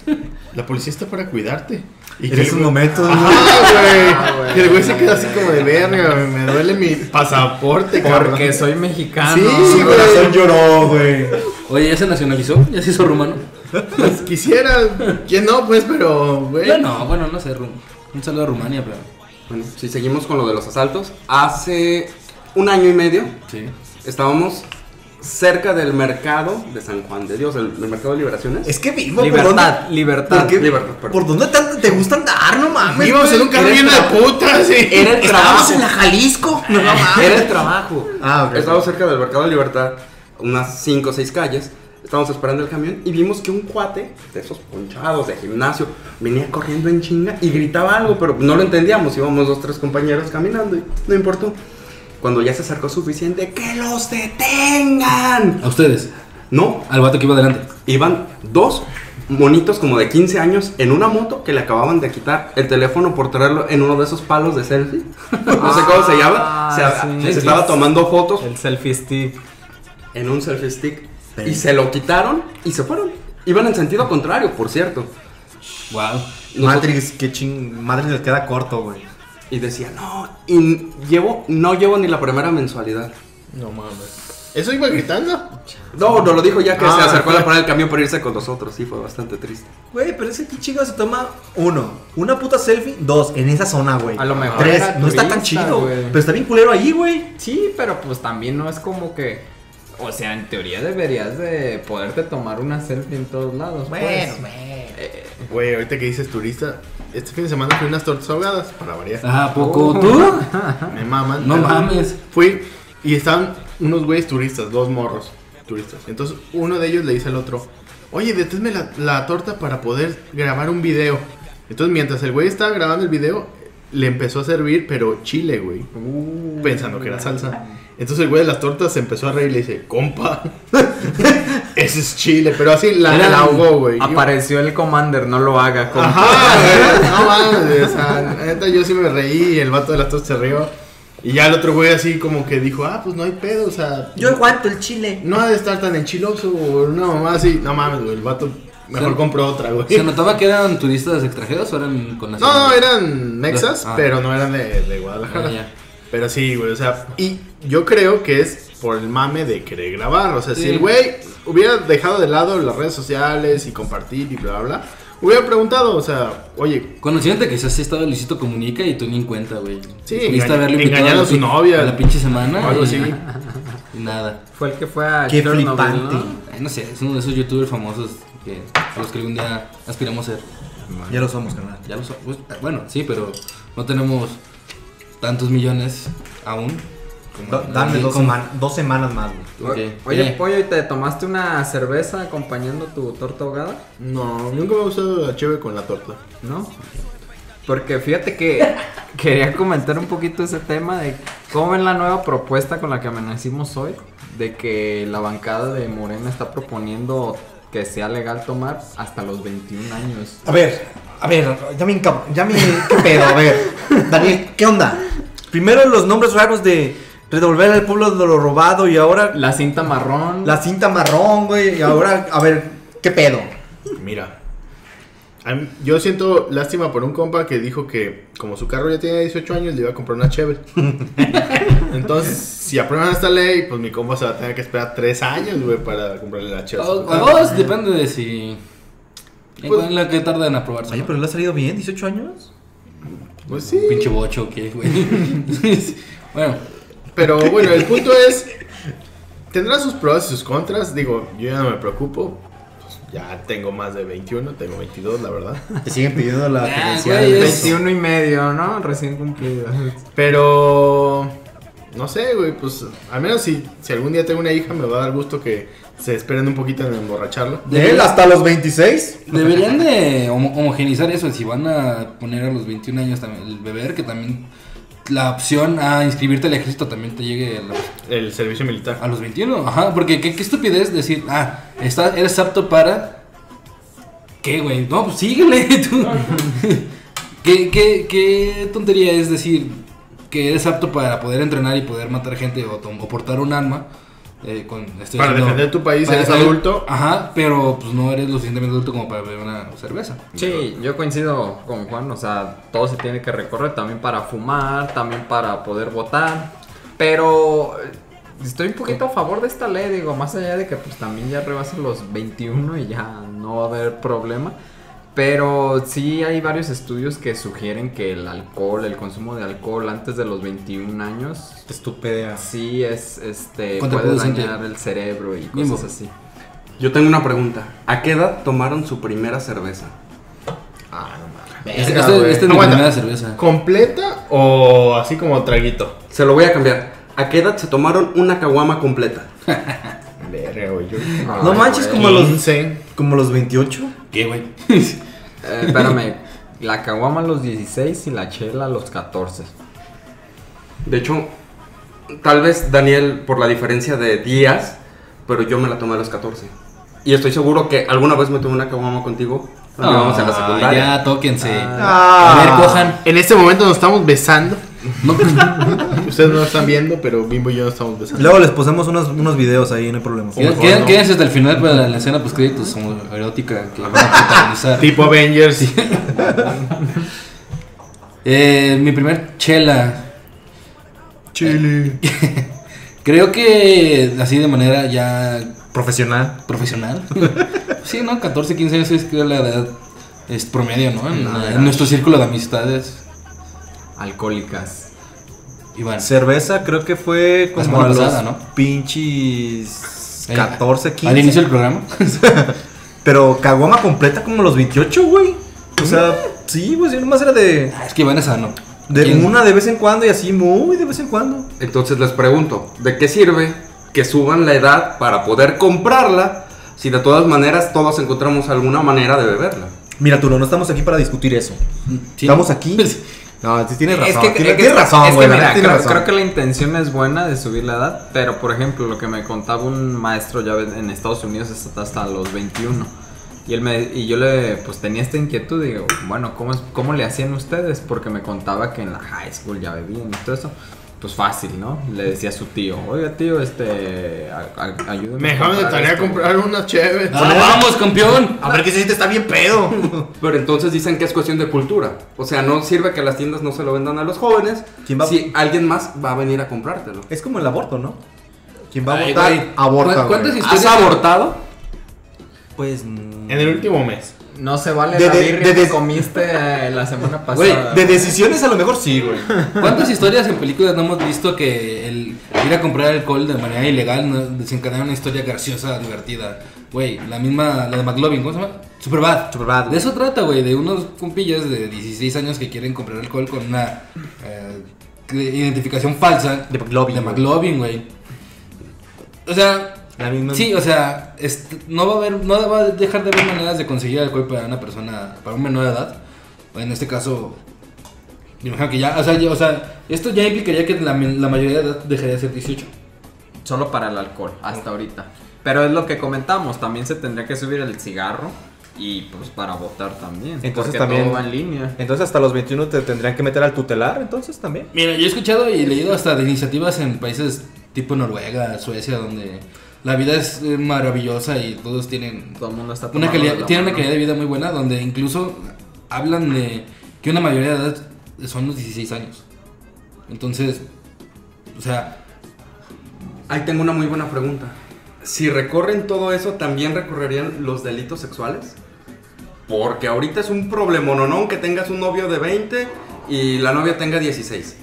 Speaker 4: La policía está para cuidarte. Y que
Speaker 3: Eres
Speaker 4: el
Speaker 3: un
Speaker 4: güey-
Speaker 3: momento, güey.
Speaker 4: Ah, güey. Y el güey se queda así como de verga, güey, me duele mi pasaporte, cabrón.
Speaker 6: Porque soy mexicano.
Speaker 4: Sí,
Speaker 3: Mi corazón lloró, güey.
Speaker 2: Oye, ¿ya se nacionalizó? ¿Ya se hizo rumano?
Speaker 4: Pues quisiera, ¿quién no? Pues, pero, güey.
Speaker 2: Yo no, bueno, no sé, rum- Un saludo a Rumania, pero.
Speaker 7: Bueno, si seguimos con lo de los asaltos, hace un año y medio
Speaker 2: Sí.
Speaker 7: estábamos cerca del mercado de San Juan de Dios, el, el mercado de liberaciones.
Speaker 10: Es que vivo, ¿por dónde?
Speaker 6: Libertad, libertad.
Speaker 10: ¿Por qué?
Speaker 7: Libertad, perdón.
Speaker 10: ¿Por dónde tanto te gusta andar? No mames.
Speaker 4: Íbamos en un carro lleno de putas y...
Speaker 7: Era el
Speaker 10: Estábamos
Speaker 7: trabajo.
Speaker 10: en la Jalisco. No mames.
Speaker 7: Era el trabajo.
Speaker 3: Ah, ok.
Speaker 7: Estábamos cerca del Mercado de Libertad, unas 5 o 6 calles. Estábamos esperando el camión y vimos que un cuate de esos ponchados de gimnasio venía corriendo en chinga y gritaba algo, pero no lo entendíamos. Íbamos dos, tres compañeros caminando y no importó. Cuando ya se acercó suficiente, ¡que los detengan!
Speaker 2: A ustedes,
Speaker 7: No,
Speaker 2: al vato que iba adelante.
Speaker 7: iban dos monitos como de 15 años en una moto que le acababan de quitar el teléfono por traerlo en uno de esos palos de selfie. no sé cómo se llama. Se,
Speaker 6: Ah, sí.
Speaker 7: se estaba tomando fotos
Speaker 6: El selfie stick.
Speaker 7: en un selfie stick. Y se lo quitaron y se fueron. Iban en sentido contrario, por cierto.
Speaker 2: Wow.
Speaker 7: Nosotros-
Speaker 3: Matrix, qué ching. Matrix les queda corto, güey.
Speaker 7: Y decía, no, y n- llevo, no llevo ni la primera mensualidad.
Speaker 4: No mames. ¿Eso iba gritando?
Speaker 7: No, no lo dijo ya que se
Speaker 4: Ah,
Speaker 7: acercó a
Speaker 4: ok.
Speaker 7: la parada del camión para irse con nosotros. Sí, fue bastante triste.
Speaker 3: Güey, pero ese que chico se toma uno, una puta selfie, dos, en esa zona, güey.
Speaker 6: A lo mejor
Speaker 3: Tres,
Speaker 6: era
Speaker 3: no está tan
Speaker 6: turista,
Speaker 3: chido,
Speaker 6: güey.
Speaker 3: pero está bien culero ahí, güey.
Speaker 6: Sí, pero pues también no es como que. O sea, en teoría deberías de poderte tomar una selfie en todos lados. pues. Bueno,
Speaker 3: Pues,
Speaker 4: Güey, ahorita que dices turista, este fin de semana fui a unas tortas ahogadas, para variar.
Speaker 2: Ah, ¿a poco
Speaker 4: Oh.
Speaker 2: tú?
Speaker 4: Me maman.
Speaker 2: No
Speaker 4: Pero
Speaker 2: mames.
Speaker 4: Fui y estaban unos güeyes turistas, dos morros turistas. Entonces uno de ellos le dice al otro, oye, deténme la, la torta para poder grabar un video. Entonces mientras el güey estaba grabando el video, le empezó a servir, pero chile, güey. pensando que era salsa. Entonces el güey de las tortas se empezó a reír y le dice, compa, ese es chile. Pero así la,
Speaker 2: Era-
Speaker 4: la ahogó, güey. Yo-
Speaker 6: Apareció el commander, no lo haga. compa.
Speaker 4: Ajá, güey, no mames, o sea, la neta yo sí me reí y el vato de las tortas se rió. Y ya el otro güey así como que dijo, ah, pues no hay pedo, o sea,
Speaker 11: Yo aguanto el chile.
Speaker 4: no ha de estar tan enchiloso o una mamá así. No mames, güey, el vato mejor
Speaker 2: Sí.
Speaker 4: compró otra, güey.
Speaker 2: ¿Se notaba que eran turistas extranjeros o eran con las...
Speaker 4: No, no, eran mexas,
Speaker 2: Ah.
Speaker 4: pero no eran de, de Guadalajara.
Speaker 2: Ah, ya.
Speaker 4: Pero sí, güey, o sea, y yo creo que es por el mame de querer grabar. O sea, si
Speaker 2: Sí.
Speaker 4: el güey hubiera dejado de lado las redes sociales y compartir y bla, bla, bla, hubiera preguntado, o sea, oye,
Speaker 2: Conociéndote que quizás sí estaba Luisito Comunica y tú ni en cuenta, güey.
Speaker 4: Sí,
Speaker 2: Pudiste
Speaker 4: engaña-
Speaker 2: haberle invitado
Speaker 4: engañar a
Speaker 2: la
Speaker 4: su
Speaker 2: pin-
Speaker 4: novia.
Speaker 2: La pinche semana.
Speaker 4: O algo
Speaker 2: y-
Speaker 4: así.
Speaker 2: Y nada.
Speaker 6: Fue el que fue a
Speaker 3: Qué
Speaker 6: Chernobyl,
Speaker 3: flipante.
Speaker 6: Ah, ¿no?
Speaker 2: Ay, no sé, es uno de esos youtubers famosos que, a los que algún día aspiramos ser.
Speaker 3: Ya lo somos, carnal.
Speaker 2: Ya lo so- pues, bueno, sí, pero no tenemos tantos millones aún. como-
Speaker 3: Do- dame
Speaker 2: Sí,
Speaker 3: dos,
Speaker 2: como-
Speaker 3: seman- dos semanas más, güey.
Speaker 2: Ok.
Speaker 6: Oye,
Speaker 2: Eh.
Speaker 6: Pollo, ¿y te tomaste una cerveza acompañando tu torta ahogada?
Speaker 4: No, nunca me ha gustado la cheve con la torta.
Speaker 6: ¿No? Porque fíjate que quería comentar un poquito ese tema de cómo ven la nueva propuesta con la que amanecimos hoy, de que la bancada de Morena está proponiendo que sea legal tomar hasta los 21 años.
Speaker 3: A ver, a ver, ya me encab... ya me qué pedo, a ver. Daniel, ¿qué onda? Primero los nombres raros de revolver al pueblo de lo robado y ahora
Speaker 6: La cinta marrón.
Speaker 3: la cinta marrón, güey, y ahora a ver, ¿qué pedo?
Speaker 4: Mira. a mí- Yo siento lástima por un compa que dijo que como su carro ya tenía 18 años le iba a comprar una cheve. Entonces, si aprueban esta ley, pues mi compa se va a tener que esperar 3 años, güey, para comprarle la cheve.
Speaker 2: O- o dos, Oh, depende de si. en
Speaker 4: Pues-
Speaker 2: cuál- en la que tarda en aprobarse.
Speaker 3: Oye,
Speaker 2: ¿no?
Speaker 3: pero le ha salido bien, 18 años.
Speaker 4: Pues sí.
Speaker 2: Pinche bocho, o ¿qué, güey? bueno,
Speaker 4: Pero bueno, el punto es, tendrá sus pros y sus contras. Digo, yo ya no me preocupo. Pues, ya tengo más de 21, tengo 22, la verdad.
Speaker 3: Te siguen pidiendo la
Speaker 2: Ah,
Speaker 3: credencial.
Speaker 2: güey,
Speaker 3: güey.
Speaker 2: es-
Speaker 6: 21 y medio, ¿no? Recién cumplido.
Speaker 4: Pero no sé, güey, pues al menos si, si algún día tengo una hija me va a dar gusto que se esperen un poquito en emborracharla.
Speaker 3: ¿De él hasta los 26?
Speaker 2: deberían de homo- homogeneizar eso. Si van a poner a los 21 años también el beber, que también la opción a inscribirte al ejército también te llegue a los,
Speaker 4: El servicio militar.
Speaker 2: a los 21. Ajá, porque qué, qué estupidez decir, ah, está, eres apto para. ¿Qué, güey? No, pues síguele tú. ¿Qué, qué, qué tontería es decir que eres apto para poder entrenar y poder matar gente o, tom- o portar un arma? eh, con, estoy
Speaker 4: Para
Speaker 2: diciendo-
Speaker 4: defender tu país,
Speaker 2: para
Speaker 4: eres
Speaker 2: defender-
Speaker 4: adulto.
Speaker 2: Ajá, pero pues no eres lo suficientemente adulto como para beber una cerveza.
Speaker 6: Sí, yo coincido con Juan, o sea, todo se tiene que recorrer, también para fumar, también para poder votar, pero eh, estoy un poquito a favor de esta ley, digo, más allá de que pues también ya rebasan los 21 y ya no va a haber problema, pero sí hay varios estudios que sugieren que el alcohol, el consumo de alcohol antes de los 21 años,
Speaker 3: Estupea.
Speaker 6: sí es, este, puede
Speaker 2: Contraproducente.
Speaker 6: dañar el cerebro y cosas
Speaker 2: Mimo.
Speaker 6: así.
Speaker 7: Yo tengo una pregunta. ¿A qué edad tomaron su primera cerveza?
Speaker 4: Ah,
Speaker 2: Este- Esta es mi
Speaker 4: Aguanta.
Speaker 2: primera cerveza.
Speaker 4: ¿Completa o así como traguito?
Speaker 7: Se lo voy a cambiar. ¿A qué edad se tomaron una caguama completa?
Speaker 4: Verga, güey. Yo...
Speaker 3: No manches,
Speaker 6: güey.
Speaker 3: como a los
Speaker 4: 15.
Speaker 3: como a los 28.
Speaker 2: ¿Qué, güey?
Speaker 6: Eh, espérame, la caguama a los 16 y la chela a los 14.
Speaker 7: De hecho, tal vez Daniel, por la diferencia de días, pero yo me la tomé a los 14. Y estoy seguro que alguna vez me tomé una caguama contigo. Cuando íbamos en la
Speaker 2: Ah,
Speaker 7: secundaria.
Speaker 2: Ya, tóquense.
Speaker 6: Ah.
Speaker 2: A ver, cojan.
Speaker 4: En este momento nos estamos besando. Ustedes no lo están viendo, pero Bimbo y yo nos estamos besando.
Speaker 3: Luego les posemos unos, unos videos ahí, no hay problema.
Speaker 2: Quédense quédense hasta el final para la, la escena post créditos como erótica que van a protagonizar.
Speaker 4: Tipo Avengers.
Speaker 2: Eh, mi primer chela.
Speaker 3: Chile.
Speaker 2: Creo que así de manera ya
Speaker 3: Profesional.
Speaker 2: profesional. sí, ¿no? 14, 15 años es creo la edad es promedio, ¿no? En, eh, en nuestro círculo de amistades.
Speaker 6: Alcohólicas.
Speaker 2: Y bueno,
Speaker 3: Cerveza creo que fue
Speaker 2: La
Speaker 3: como
Speaker 2: semana
Speaker 3: a los
Speaker 2: pasada, ¿no?
Speaker 3: pinches
Speaker 2: Eh,
Speaker 3: 14, 15.
Speaker 2: al inicio del programa.
Speaker 3: Pero caguama completa como a los 28, güey. O sea, sí, güey, yo nomás era de,
Speaker 2: Ah, es que Iván es sano.
Speaker 3: de
Speaker 2: ¿Quién?
Speaker 3: una de vez en cuando y así muy de vez en cuando.
Speaker 7: Entonces les pregunto, ¿de qué sirve que suban la edad para poder comprarla si de todas maneras todos encontramos alguna manera de beberla?
Speaker 3: Mira, tú no, no estamos aquí para discutir eso.
Speaker 2: Sí.
Speaker 3: Estamos aquí. No, sí tienes razón. tienes, tienes
Speaker 6: está-
Speaker 3: razón,
Speaker 6: es que
Speaker 3: güey. la
Speaker 6: mira,
Speaker 3: neta tienes
Speaker 6: creo,
Speaker 3: razón.
Speaker 6: creo que la intención es buena de subir la edad, pero por ejemplo, lo que me contaba un maestro ya ves, en Estados Unidos es hasta, hasta los 21. Y, él me, y yo le, pues tenía esta inquietud, digo, bueno, ¿cómo, es- ¿cómo le hacían ustedes? Porque me contaba que en la high school ya bebían y todo eso. Pues fácil, ¿no? Le decía a su tío, oiga tío, este, a- a- ayúdame. a
Speaker 4: Mejor me
Speaker 6: comprar
Speaker 4: estaría a
Speaker 6: esto".
Speaker 4: comprar una chévere.
Speaker 2: Ah, vamos, campeón.
Speaker 10: A ver qué se siente, está bien pedo.
Speaker 7: Pero entonces dicen que es cuestión de cultura. O sea, no sirve que las tiendas no se lo vendan a los jóvenes
Speaker 3: ¿Quién va-
Speaker 7: si alguien más va a venir a comprártelo.
Speaker 3: Es como el aborto, ¿no? Quien va a
Speaker 2: Ay,
Speaker 3: abortar,
Speaker 2: güey.
Speaker 3: aborta,
Speaker 2: ¿Cuán- cuántas
Speaker 3: güey.
Speaker 7: ¿Has abortado?
Speaker 3: Pues...
Speaker 4: En el último mes.
Speaker 6: No se vale
Speaker 3: De-
Speaker 6: la
Speaker 3: de-
Speaker 6: birria
Speaker 3: de-
Speaker 6: que
Speaker 3: de-
Speaker 6: comiste eh, la semana pasada.
Speaker 2: Güey,
Speaker 3: De decisiones a lo mejor sí, güey.
Speaker 2: ¿Cuántas historias en películas no hemos visto que el ir a comprar alcohol de manera ilegal no- desencadenaron una historia graciosa, divertida? Güey, la misma, la de McLovin, ¿cómo se llama? Superbad.
Speaker 3: Superbad, güey.
Speaker 2: De eso trata, güey, de unos compillas de 16 años que quieren comprar alcohol con una eh, cre- identificación falsa
Speaker 3: De McLovin,
Speaker 2: De
Speaker 3: güey.
Speaker 2: McLovin, güey. O sea,
Speaker 3: La misma...
Speaker 2: sí, o sea, est- no va a haber, no va a dejar de haber maneras de conseguir alcohol para una persona, para un menor de edad. O En este caso, me imagino que ya, o sea, ya- o sea, esto ya implicaría que la, men- la mayoría de edad dejaría de ser 18.
Speaker 6: Solo para el alcohol, hasta ahorita. Pero es lo que comentamos, también se tendría que subir el cigarro y pues para votar también.
Speaker 3: Entonces
Speaker 6: porque
Speaker 3: también-
Speaker 6: todo va en línea.
Speaker 3: Entonces hasta los 21 te tendrían que meter al tutelar, entonces también.
Speaker 2: Mira, yo he escuchado y leído hasta de iniciativas en países tipo Noruega, Suecia, donde la vida es eh, maravillosa y todos tienen
Speaker 6: Todo el mundo está
Speaker 2: una
Speaker 6: tomando
Speaker 2: calidad,
Speaker 6: de la
Speaker 2: tienen una
Speaker 6: mano.
Speaker 2: calidad de vida muy buena, donde incluso hablan de que una mayoría de edad son los 16 años. Entonces, o sea,
Speaker 7: Ahí tengo una muy buena pregunta. Si recorren todo eso, ¿también recorrerían los delitos sexuales? Porque ahorita es un problemononón que tengas un novio de 20 y la novia tenga 16.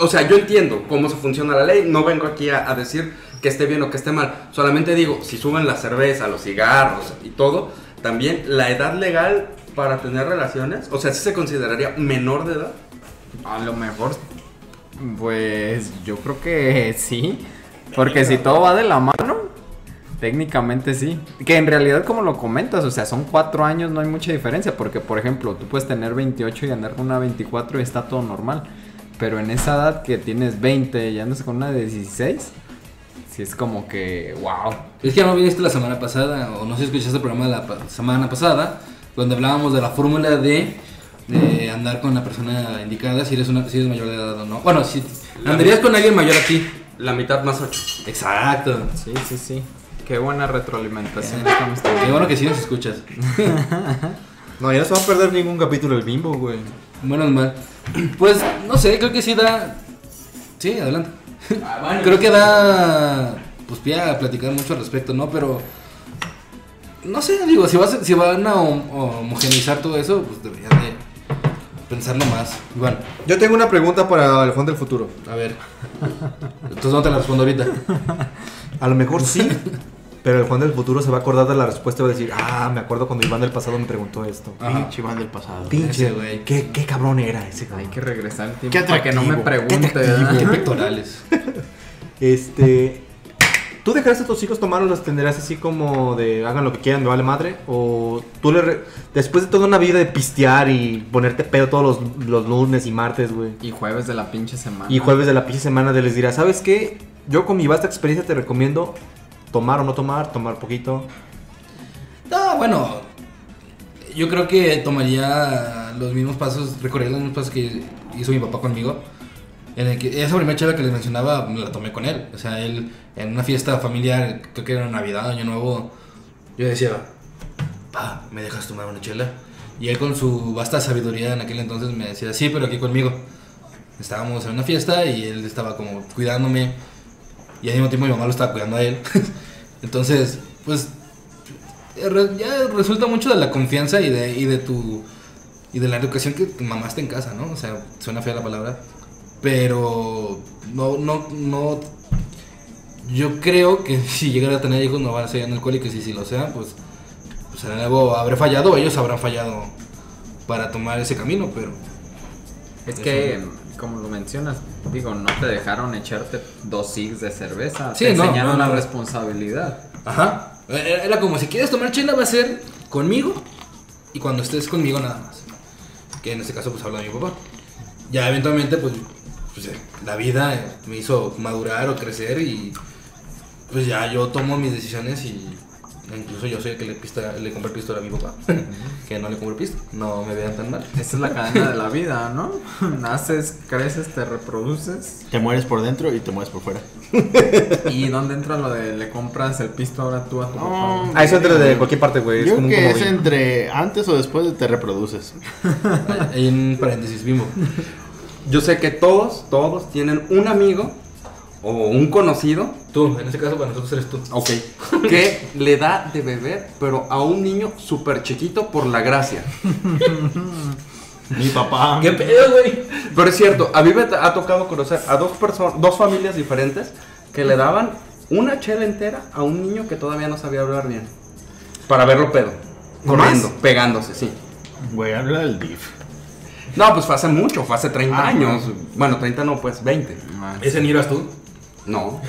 Speaker 7: O sea, yo entiendo cómo se funciona la ley, no vengo aquí a, a decir que esté bien o que esté mal. Solamente digo, si suben la cerveza, los cigarros y todo, también la edad legal para tener relaciones, o sea, si se consideraría menor de edad.
Speaker 6: A lo mejor, pues yo creo que sí. Porque si todo va de la mano, técnicamente sí. Que en realidad como lo comentas, o sea, son cuatro años, no hay mucha diferencia. Porque por ejemplo, tú puedes tener 28 y andar con una 24 y está todo normal. Pero en esa edad que tienes 20 y andas con una de 16, sí es como que, wow.
Speaker 2: es que no viniste la semana pasada, o no sé si escuchaste el programa de la pa- semana pasada, donde hablábamos de la fórmula de, de andar con la persona indicada, si eres, una, si eres mayor de edad o no. Bueno, si andarías con alguien mayor a ti.
Speaker 7: La mitad más 8.
Speaker 2: Exacto.
Speaker 6: Sí, sí, sí. Qué buena retroalimentación estamos
Speaker 2: Qué
Speaker 6: teniendo.
Speaker 2: bueno que sí nos escuchas.
Speaker 3: No, ya no se va a perder ningún capítulo del bimbo, güey.
Speaker 2: Menos mal. Pues, no sé, creo que sí da. Sí, adelante. creo que da. Pues pie a platicar mucho al respecto, ¿no? Pero. No sé, digo, si, vas, si van a hom- homogeneizar todo eso, pues deberían de pensarlo más. Igual,
Speaker 3: Yo tengo una pregunta para el Juan del futuro.
Speaker 2: a ver. Entonces no te la respondo ahorita.
Speaker 3: A lo mejor sí, pero el Juan del futuro se va a acordar de la respuesta y va a decir, ah, me acuerdo cuando Iván del pasado me preguntó esto.
Speaker 2: Ajá.
Speaker 4: Pinche Iván del pasado.
Speaker 3: Pinche,
Speaker 2: Ese Ah, güey.
Speaker 3: ¿Qué, qué cabrón era ese
Speaker 6: Hay
Speaker 3: güey.
Speaker 6: que regresar al
Speaker 4: Qué
Speaker 6: tiempo para que no me
Speaker 4: atractivo,
Speaker 6: pregunte. ¿verdad?
Speaker 2: Qué pectorales.
Speaker 3: Este, ¿tú dejarás a tus hijos tomar o los tendrás así como de hagan lo que quieran, me vale madre? ¿O tú le, re- después de toda una vida de pistear y ponerte pedo todos los, los lunes y martes, güey?
Speaker 6: Y jueves de la pinche semana.
Speaker 3: Y jueves de la pinche semana de les dirá, ¿sabes qué? Yo con mi vasta experiencia te recomiendo tomar o no tomar, tomar poquito.
Speaker 2: No, bueno, yo creo que tomaría los mismos pasos, recorrería los mismos pasos que hizo mi papá conmigo. En el que, esa primera chava que les mencionaba me la tomé con él. O sea, él en una fiesta familiar, creo que era Navidad, Año Nuevo, yo decía, pa, ¿me dejas tomar una chela? Y él con su vasta sabiduría en aquel entonces me decía, sí, pero aquí conmigo. Estábamos en una fiesta y él estaba como cuidándome y al mismo tiempo mi mamá lo estaba cuidando a él. Entonces, pues Eh, re- ya resulta mucho de la confianza y de, y de tu y de la educación que tu mamá está en casa, ¿no? O sea, suena fea la palabra, pero no no no yo creo que si llegara a tener hijos no van a ser alcohólicos y si lo sean, pues pues en algo habré fallado, ellos habrán fallado para tomar ese camino, pero
Speaker 6: Es que, como lo mencionas, digo, no te dejaron echarte dos sigs de cerveza.
Speaker 2: Sí,
Speaker 6: te
Speaker 2: no,
Speaker 6: enseñaron
Speaker 2: no, no.
Speaker 6: la responsabilidad.
Speaker 2: Ajá. Eh, Era era como si quieres tomar chela va a ser conmigo y cuando estés conmigo nada más. Que en este caso pues habla de mi papá. Ya eventualmente pues, pues, eh, la vida eh, me hizo madurar o crecer y pues ya yo tomo mis decisiones y incluso yo soy el que le, pista, le compré pistola a mi papá. que no le compré pistola. No me vean tan mal.
Speaker 6: Esa es la cadena de la vida, ¿no? Naces, creces, te reproduces.
Speaker 4: Te mueres por dentro y te mueres por fuera.
Speaker 6: ¿Y dónde entra lo de le compras el pisto ahora tú a tu
Speaker 4: No.
Speaker 6: papá?
Speaker 3: Ah, eso entra de cualquier parte, güey. Es
Speaker 4: Yo
Speaker 3: como
Speaker 4: creo
Speaker 3: un
Speaker 4: que es
Speaker 3: comodín.
Speaker 4: entre antes o después de te reproduces.
Speaker 2: Ahí en paréntesis, bimbo.
Speaker 7: Yo sé que todos, todos tienen un amigo o un conocido
Speaker 2: Tú, en este caso para nosotros eres tú.
Speaker 7: Ok. Que le da de beber, pero a un niño súper chiquito por la gracia.
Speaker 4: Mi papá.
Speaker 2: ¿Qué pedo, güey?
Speaker 7: Pero es cierto, a mí me ta- ha tocado conocer a dos personas, dos familias diferentes que le daban una chela entera a un niño que todavía no sabía hablar bien. Para verlo pedo. Corriendo, pegándose, sí.
Speaker 4: Güey, habla del DIF.
Speaker 7: No, pues fue hace mucho, fue hace 30
Speaker 4: Ah,
Speaker 7: años. Bueno, 30 no, pues 20.
Speaker 2: Ese ni eras tú.
Speaker 7: No.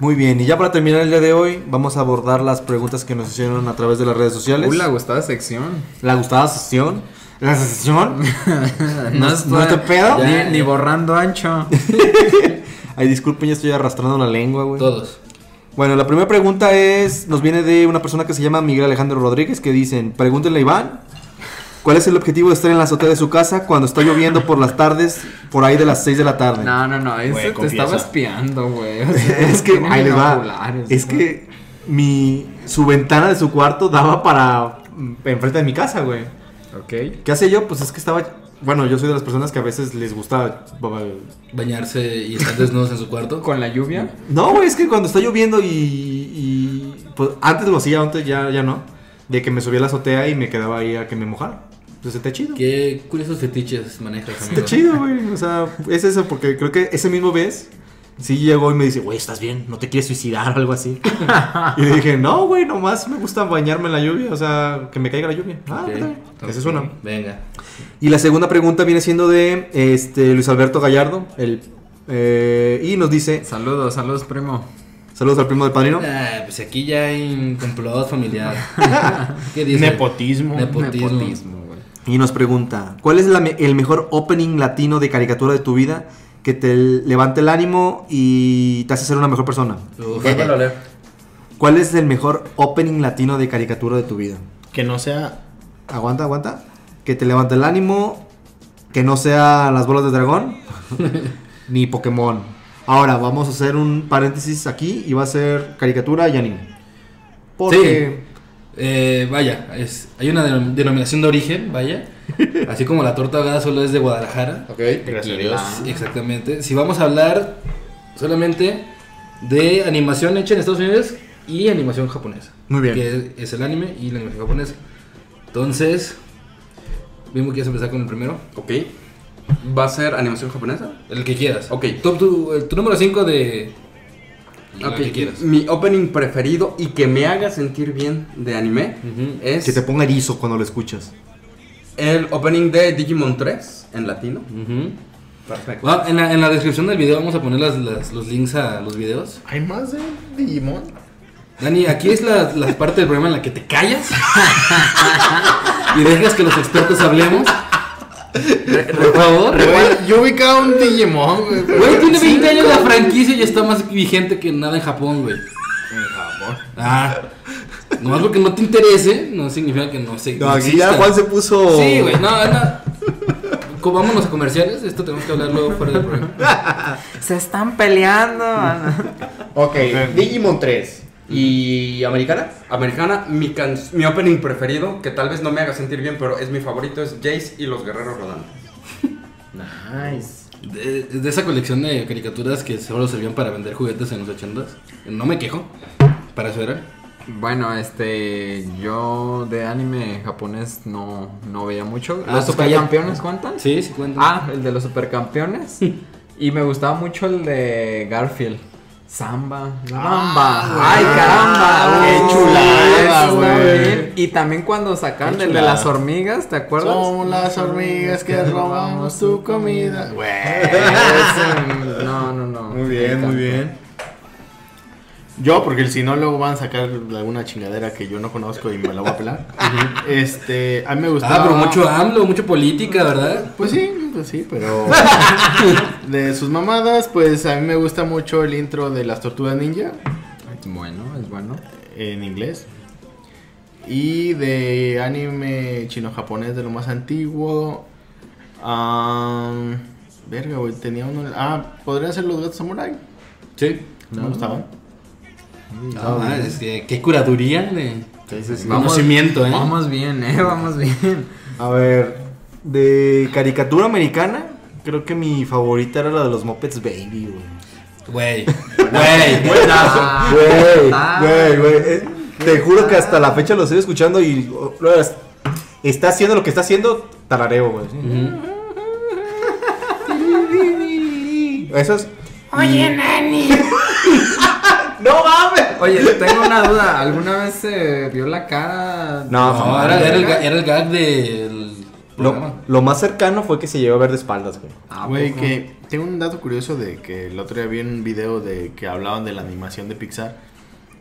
Speaker 3: Muy bien, y ya para terminar el día de hoy, vamos a abordar las preguntas que nos hicieron a través de las redes sociales.
Speaker 6: Uy, la gustada sección.
Speaker 3: La gustada sesión. La sesión.
Speaker 6: No,
Speaker 3: no
Speaker 6: estoy-
Speaker 3: te pedo?
Speaker 6: Ni, ni borrando ancho.
Speaker 3: Ay, disculpen, ya estoy arrastrando la lengua, güey.
Speaker 2: Todos.
Speaker 3: Bueno, la primera pregunta es, nos viene de una persona que se llama Miguel Alejandro Rodríguez, que dicen, pregúntenle a Iván, ¿cuál es el objetivo de estar en la azotea de su casa cuando está lloviendo por las tardes, por ahí de las 6 de la tarde?
Speaker 6: No, no, no. Ese te
Speaker 4: confiesa.
Speaker 6: estaba espiando, güey. O sea,
Speaker 3: es que,
Speaker 6: tiene
Speaker 3: ahí les va,
Speaker 6: binoculares,
Speaker 3: es
Speaker 6: ¿no?
Speaker 3: que mi, su ventana de su cuarto daba para mm, enfrente de mi casa, güey.
Speaker 6: Ok.
Speaker 3: ¿Qué hacía yo? Pues es que estaba, bueno, yo soy de las personas que a veces les gusta...
Speaker 2: Bañarse y estar desnudos en su cuarto.
Speaker 6: Con la lluvia.
Speaker 3: No, güey, es que cuando está lloviendo y, y, pues antes lo hacía, antes ya, ya no. De que me subía a la azotea y me quedaba ahí a que me mojara. Pues está chido.
Speaker 2: ¿Qué curiosos fetiches manejas, amigo?
Speaker 3: Está chido, güey. O sea, es eso, porque creo que ese mismo vez sí llegó y me dice, güey, ¿estás bien? ¿No te quieres suicidar o algo así? y le dije, no, güey, nomás me gusta bañarme en la lluvia, o sea, que me caiga la lluvia. Ah,
Speaker 2: Ok.
Speaker 3: está bien. Esa es una.
Speaker 2: Venga.
Speaker 3: Y la segunda pregunta viene siendo de este, Luis Alberto Gallardo, el, eh, y nos dice,
Speaker 6: Saludos, saludos, primo.
Speaker 3: saludos al primo del padrino.
Speaker 2: Ah, pues aquí ya hay un complot familiar. ¿Qué dice?
Speaker 4: Nepotismo.
Speaker 2: Nepotismo.
Speaker 6: güey.
Speaker 3: Y nos pregunta, ¿cuál es la me- el mejor opening latino de caricatura de tu vida que te levante el ánimo y te hace ser una mejor persona?
Speaker 2: Uf.
Speaker 7: Vuélvelo a leer.
Speaker 3: ¿Cuál es el mejor opening latino de caricatura de tu vida?
Speaker 4: Que no sea.
Speaker 3: Aguanta, aguanta. Que te levante el ánimo, que no sea las bolas de dragón, ni Pokémon. Ahora, vamos a hacer un paréntesis aquí y va a ser caricatura y anime. Porque...
Speaker 2: Eh, vaya, es, hay una denom- denominación de origen, vaya. Así como la torta ahogada solo es de Guadalajara.
Speaker 7: Ok.
Speaker 4: Gracias a Dios.
Speaker 3: Ah.
Speaker 2: Sí, Exactamente. Si vamos a hablar solamente de animación hecha en Estados Unidos y animación japonesa.
Speaker 3: Muy bien.
Speaker 2: Que es el anime y la animación japonesa. Entonces, mismo quieres empezar con el primero.
Speaker 7: Ok. ¿Va a ser animación japonesa?
Speaker 2: El que quieras.
Speaker 7: Ok.
Speaker 2: Tu, tu- el- tu número 5 de. El
Speaker 7: Ok,
Speaker 2: que quieras.
Speaker 7: Mi opening preferido y que me haga sentir bien de anime
Speaker 2: Ujú.
Speaker 7: es
Speaker 3: Que te ponga erizo cuando lo escuchas.
Speaker 7: el opening de Digimon 3 en latino.
Speaker 2: Ujú.
Speaker 7: Perfecto.
Speaker 2: Bueno, en, la, en la descripción del video vamos a poner las- las- los links a los videos.
Speaker 4: Hay más de Digimon.
Speaker 2: Dani, aquí es la, la parte del programa en la que te callas y dejas que los expertos hablemos. Por favor.
Speaker 4: Güey, yo ubicaba un Digimon, güey. pero-
Speaker 2: Güey, tiene 20 años la franquicia y está más vigente que nada en Japón, güey.
Speaker 4: En Japón.
Speaker 2: Ah. Nomás porque no te interese, no significa que no se.
Speaker 3: No, aquí ya
Speaker 2: exista.
Speaker 3: Juan se puso...
Speaker 2: Sí, güey, no, no. co- vámonos a comerciales. Esto tenemos que hablarlo fuera del programa.
Speaker 6: Se están peleando.
Speaker 12: Ok, Digimon 3. ¿Y americana?
Speaker 7: Americana, mi, can- mi opening preferido, que tal vez no me haga sentir bien, pero es mi favorito, es Jace y los Guerreros Rodantes.
Speaker 12: Nice.
Speaker 2: De, de esa colección de caricaturas que solo servían para vender juguetes en los 80s. No me quejo. Para eso era.
Speaker 6: Bueno, este. Yo de anime japonés no, no veía mucho.
Speaker 2: Ah,
Speaker 6: ¿Los
Speaker 2: pues calla.
Speaker 6: supercampeones cuentan?
Speaker 2: Sí, sí cuenta.
Speaker 6: Ah, el de los supercampeones. y me gustaba mucho el de Garfield. Samba, la
Speaker 4: Ah,
Speaker 6: bamba. Ay, caramba.
Speaker 12: qué
Speaker 6: Uy,
Speaker 12: chulada,
Speaker 6: eso está
Speaker 12: güey.
Speaker 6: bien. Y también cuando sacaron
Speaker 12: Qué
Speaker 6: el de
Speaker 12: chulada.
Speaker 6: las hormigas, ¿te acuerdas?
Speaker 4: Son las hormigas que robamos tu comida.
Speaker 6: Ese, no, no, no.
Speaker 4: Muy bien, muy bien. Yo, porque si no, luego van a sacar alguna chingadera que yo no conozco y me la voy a pelar. este, a mí me gustaba.
Speaker 2: Ah, pero mucho AMLO, mucho política, ¿verdad?
Speaker 4: Pues sí, pues sí, pero. de sus mamadas, pues a mí me gusta mucho el intro de las tortugas ninja
Speaker 6: Es bueno, es bueno.
Speaker 4: en inglés. Y de anime chino-japonés de lo más antiguo. am, verga, güey, tenía uno. Ah, podría ser los gatos samurai.
Speaker 2: Sí.
Speaker 4: Me gustaban.
Speaker 2: No, ah, es que, qué curaduría de
Speaker 6: Vamos-
Speaker 2: conocimiento, ¿eh?
Speaker 6: Vamos bien, eh, vamos bien.
Speaker 3: A ver, de caricatura americana, creo que mi favorita era la de los Muppets Baby, güey.
Speaker 2: Güey, güey.
Speaker 6: Ah,
Speaker 3: Güey,
Speaker 6: ah,
Speaker 3: güey, güey. eh, Te juro que hasta la fecha lo estoy escuchando y oh, lo es- está haciendo lo que está haciendo, tarareo, güey. Esas. Oye,
Speaker 6: Oye, tengo una duda. ¿Alguna vez se vio la cara?
Speaker 4: Ah,
Speaker 3: No,
Speaker 2: No,
Speaker 3: jamás.
Speaker 2: era, era el, ga- era el gag del
Speaker 3: Lo,
Speaker 2: programa.
Speaker 3: lo más cercano fue que se llegó a ver de espaldas, güey.
Speaker 6: Ah,
Speaker 4: Güey,
Speaker 6: poco.
Speaker 4: que tengo un dato curioso de que el otro día vi un video de que hablaban de la animación de Pixar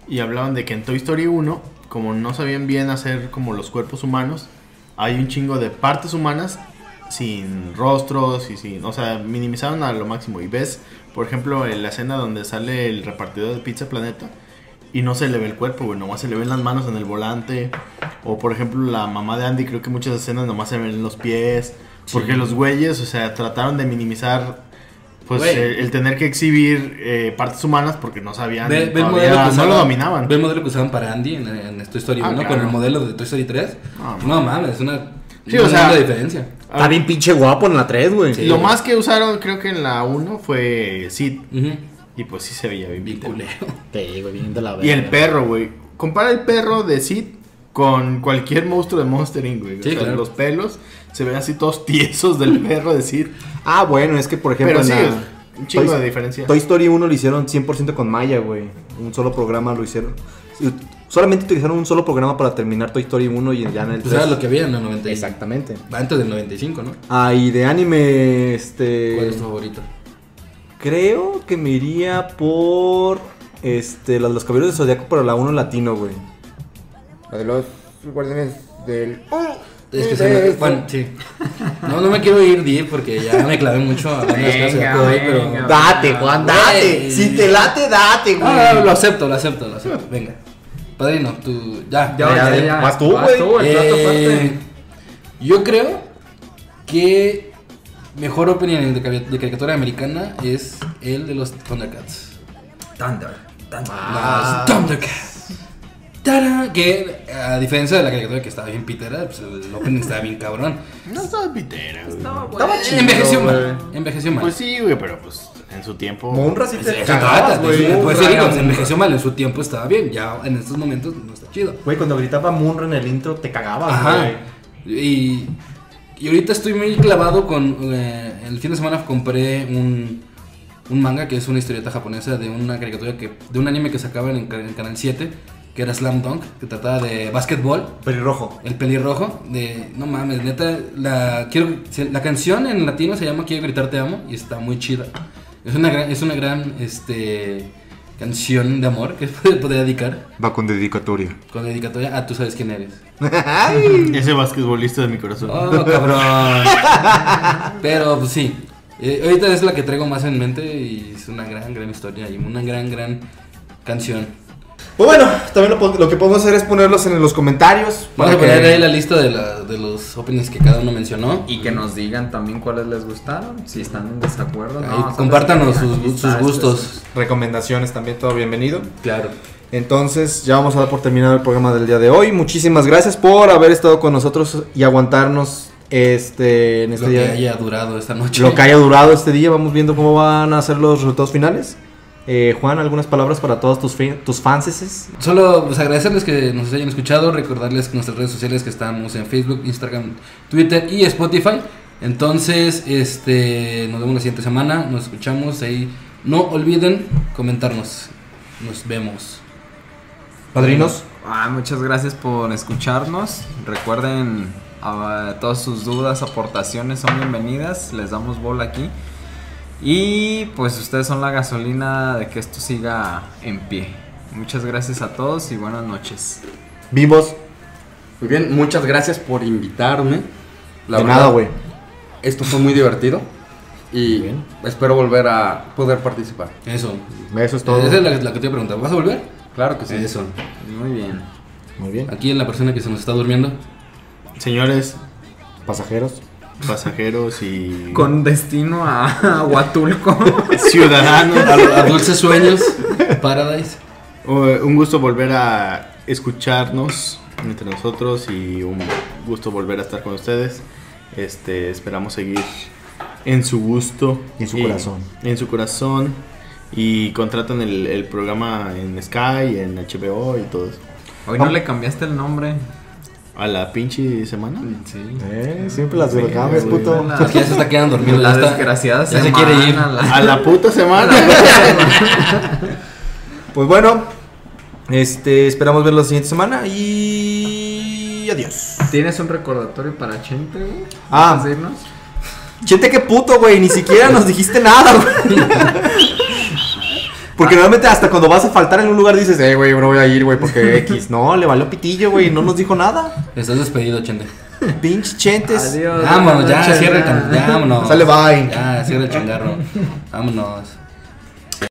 Speaker 4: y hablaban de que en Toy Story 1, como no sabían bien hacer como los cuerpos humanos, hay un chingo de partes humanas sin rostros y sin, o sea, minimizaron a lo máximo y ves, por ejemplo, en la escena donde sale el repartidor de Pizza Planeta y no se le ve el cuerpo, güey, nomás se le ven las manos en el volante o por ejemplo la mamá de Andy, creo que muchas escenas nomás se ven los pies porque los güeyes, o sea, trataron de minimizar pues
Speaker 2: Güey.
Speaker 4: el, el tener que exhibir eh, partes humanas porque no sabían,
Speaker 2: Ve, ve el
Speaker 4: todavía
Speaker 2: modelo que
Speaker 4: no
Speaker 2: usaban,
Speaker 4: lo dominaban.
Speaker 2: Ve el modelo que usaban para Andy en, en Toy Story
Speaker 4: Ah,
Speaker 2: 1
Speaker 4: claro.
Speaker 2: con el modelo de Toy Story 3.
Speaker 4: Ah,
Speaker 2: no mames, es una,
Speaker 4: Sí,
Speaker 2: una
Speaker 4: o sea,
Speaker 2: grande diferencia.
Speaker 3: Está bien pinche guapo en la 3, güey.
Speaker 4: Ah. Lo más que usaron creo que en la 1 fue Sid
Speaker 2: Ujú.
Speaker 4: y pues sí se veía bien.
Speaker 2: Bien
Speaker 4: pitero.
Speaker 2: culero.
Speaker 12: Te güey, bien de la verga.
Speaker 4: Y el perro, güey. Compara el perro de Sid con cualquier monstruo de Monster Inc, güey. O
Speaker 2: Sí,
Speaker 4: sea,
Speaker 2: claro.
Speaker 4: los pelos se ven así todos tiesos del perro de Sid.
Speaker 3: Ah, bueno, es que por ejemplo.
Speaker 4: Pero sí,
Speaker 3: en la-
Speaker 4: es un chingo
Speaker 3: Toy-
Speaker 4: de diferencia.
Speaker 3: Toy Story 1 lo hicieron 100% con Maya, güey. Un solo programa lo hicieron. Sí, Solamente utilizaron un solo programa para terminar Toy Story 1 y ya en el
Speaker 2: Pues era
Speaker 3: 3.
Speaker 2: lo que había en el 90. y-
Speaker 3: Exactamente.
Speaker 2: Antes del 95, ¿no?
Speaker 3: Ah, y de anime, este.
Speaker 2: ¿Cuál es tu favorito?
Speaker 3: Creo que me iría por. Este, la de los caballeros de Zodiaco, pero la 1 latino, güey.
Speaker 12: La de los guardianes del.
Speaker 2: Es que se me- bueno, sí. No, no me quiero ir, Di, porque ya me clavé mucho hablando de las clases de todo, pero...
Speaker 12: Date, Juan, date.
Speaker 2: Güey.
Speaker 12: Si te late, date, güey.
Speaker 2: Ah, lo acepto, lo acepto, lo acepto. Venga. Padrino, tú... Ya,
Speaker 6: Ya, ya, ya.
Speaker 3: Vas tú, güey.
Speaker 6: el plato
Speaker 2: Eh,
Speaker 6: fuerte.
Speaker 2: Yo creo que mejor opening de, cari- de caricatura americana es el de los Thundercats.
Speaker 13: Thunder. Thunder.
Speaker 7: Ah.
Speaker 2: Los Thundercats. ¡Tarán! Que a diferencia de la caricatura que estaba bien pitera, pues el opening estaba bien cabrón.
Speaker 4: No estaba pitera, güey.
Speaker 2: Estaba chido. Envejeció mal. Envejeció mal.
Speaker 4: Pues sí, güey, pero pues en su tiempo.
Speaker 3: Monra sí
Speaker 2: Pues, de
Speaker 3: te
Speaker 2: eso
Speaker 3: cagabas,
Speaker 2: trata,
Speaker 3: güey.
Speaker 2: pues, pues, sí,
Speaker 3: Monra,
Speaker 2: digo,
Speaker 3: güey.
Speaker 2: se envejeció mal en su tiempo, estaba bien. Ya en estos momentos no está chido.
Speaker 3: Güey, cuando gritaba Munra en el intro, te cagabas,
Speaker 2: Ajá.
Speaker 3: güey.
Speaker 2: Y, y ahorita estoy muy clavado con. eh, el fin de semana compré un, un manga que es una historieta japonesa de una caricatura que. de un anime que sacaban en, en Canal 7, que era Slam Dunk, que trataba de básquetbol.
Speaker 3: Pelirrojo.
Speaker 2: El pelirrojo de. No mames, neta. La, quiero, se- la canción en latino se llama Quiero gritar te amo y está muy chida. Es una gran, es una gran este, canción de amor que podría dedicar
Speaker 3: Va con dedicatoria.
Speaker 2: con dedicatoria a tú sabes quién eres.
Speaker 4: Ese basquetbolista de mi corazón.
Speaker 2: Oh, cabrón. Pero pues sí. Eh, ahorita es la que traigo más en mente y es una gran, gran historia y una gran, gran canción.
Speaker 3: Pues bueno, también lo, pon- lo que podemos hacer es ponerlos en los comentarios.
Speaker 2: Vamos
Speaker 3: para
Speaker 2: a poner
Speaker 3: que-
Speaker 2: ahí la lista de, la- de los openings que cada uno mencionó.
Speaker 6: Y que nos digan también cuáles les gustaron, si están en desacuerdo.
Speaker 2: Ahí,
Speaker 6: no, ¿sabes
Speaker 2: compártanos
Speaker 6: qué?
Speaker 2: sus,
Speaker 6: Aquí
Speaker 2: gu-
Speaker 6: está,
Speaker 2: sus
Speaker 6: esto es-
Speaker 2: gustos.
Speaker 3: Recomendaciones también, todo bienvenido.
Speaker 2: Claro.
Speaker 3: Entonces, ya vamos a dar por terminado el programa del día de hoy. Muchísimas gracias por haber estado con nosotros y aguantarnos este, en este
Speaker 2: Lo que
Speaker 3: día.
Speaker 2: haya durado esta noche.
Speaker 3: Lo que haya durado este día, vamos viendo cómo van a ser los resultados finales. Eh, Juan, algunas palabras para todos tus, fi- tus fanses.
Speaker 2: Solo pues, agradecerles que nos hayan escuchado, recordarles que nuestras redes sociales que estamos en Facebook, Instagram, Twitter y Spotify. Entonces, este, nos vemos la siguiente semana, nos escuchamos ahí. No olviden comentarnos. Nos vemos.
Speaker 3: Padrinos,
Speaker 6: Ah, muchas gracias por escucharnos. Recuerden, ah, todas sus dudas, aportaciones son bienvenidas. Les damos bola aquí. Y pues ustedes son la gasolina de que esto siga en pie. Muchas gracias a todos y buenas noches.
Speaker 3: vivos,
Speaker 7: Muy bien, muchas gracias por invitarme. La
Speaker 3: de
Speaker 7: verdad,
Speaker 3: nada, güey.
Speaker 7: Esto fue muy divertido y espero volver a poder participar.
Speaker 2: Eso.
Speaker 3: Eso es todo.
Speaker 2: Esa es la, la que te iba a preguntar. ¿Vas a volver?
Speaker 7: Claro que sí.
Speaker 2: Eso.
Speaker 6: Muy bien.
Speaker 3: Muy bien.
Speaker 2: Aquí en la persona que se nos está durmiendo.
Speaker 4: Señores,
Speaker 3: Pasajeros.
Speaker 4: pasajeros y
Speaker 6: Con destino a Huatulco.
Speaker 4: ciudadanos,
Speaker 2: A dulces sueños. Paradise.
Speaker 4: eh, un gusto volver a escucharnos entre nosotros y un gusto volver a estar con ustedes. Este, esperamos seguir en su gusto,
Speaker 3: Y en su corazón.
Speaker 4: en su corazón y contratan el, el programa en Sky, en HBO y todo eso.
Speaker 6: Hoy no le cambiaste el nombre.
Speaker 4: A la pinche semana.
Speaker 6: Sí.
Speaker 3: Eh, siempre las
Speaker 6: Sí,
Speaker 3: cambias,
Speaker 6: güey,
Speaker 3: puto.
Speaker 6: la-
Speaker 2: Es que ya se está quedando dormido.
Speaker 6: La
Speaker 2: ya está-
Speaker 6: desgraciada
Speaker 2: ya se
Speaker 6: semana,
Speaker 2: quiere ir.
Speaker 4: A
Speaker 6: la-
Speaker 4: la puta
Speaker 3: Ah,
Speaker 4: semana.
Speaker 3: Pues bueno, este, esperamos verlos la siguiente semana y adiós.
Speaker 6: ¿Tienes un recordatorio para Chente, güey?
Speaker 3: Ah.
Speaker 6: ¿Vas a irnos?
Speaker 3: Chente, qué puto, güey. Ni siquiera nos dijiste nada, güey. Porque normalmente hasta cuando vas a faltar en un lugar dices, eh, güey, yo no voy a ir, güey, porque X. No, le valió pitillo, güey, no nos dijo nada.
Speaker 2: Estás despedido, chende.
Speaker 3: Pinche chentes.
Speaker 6: Adiós.
Speaker 2: Vámonos, ya,
Speaker 6: buenas noches,
Speaker 2: cierra el can-
Speaker 6: ya.
Speaker 2: ya, vámonos.
Speaker 3: Sale, bye.
Speaker 2: Ya, cierra el changarro. Vámonos.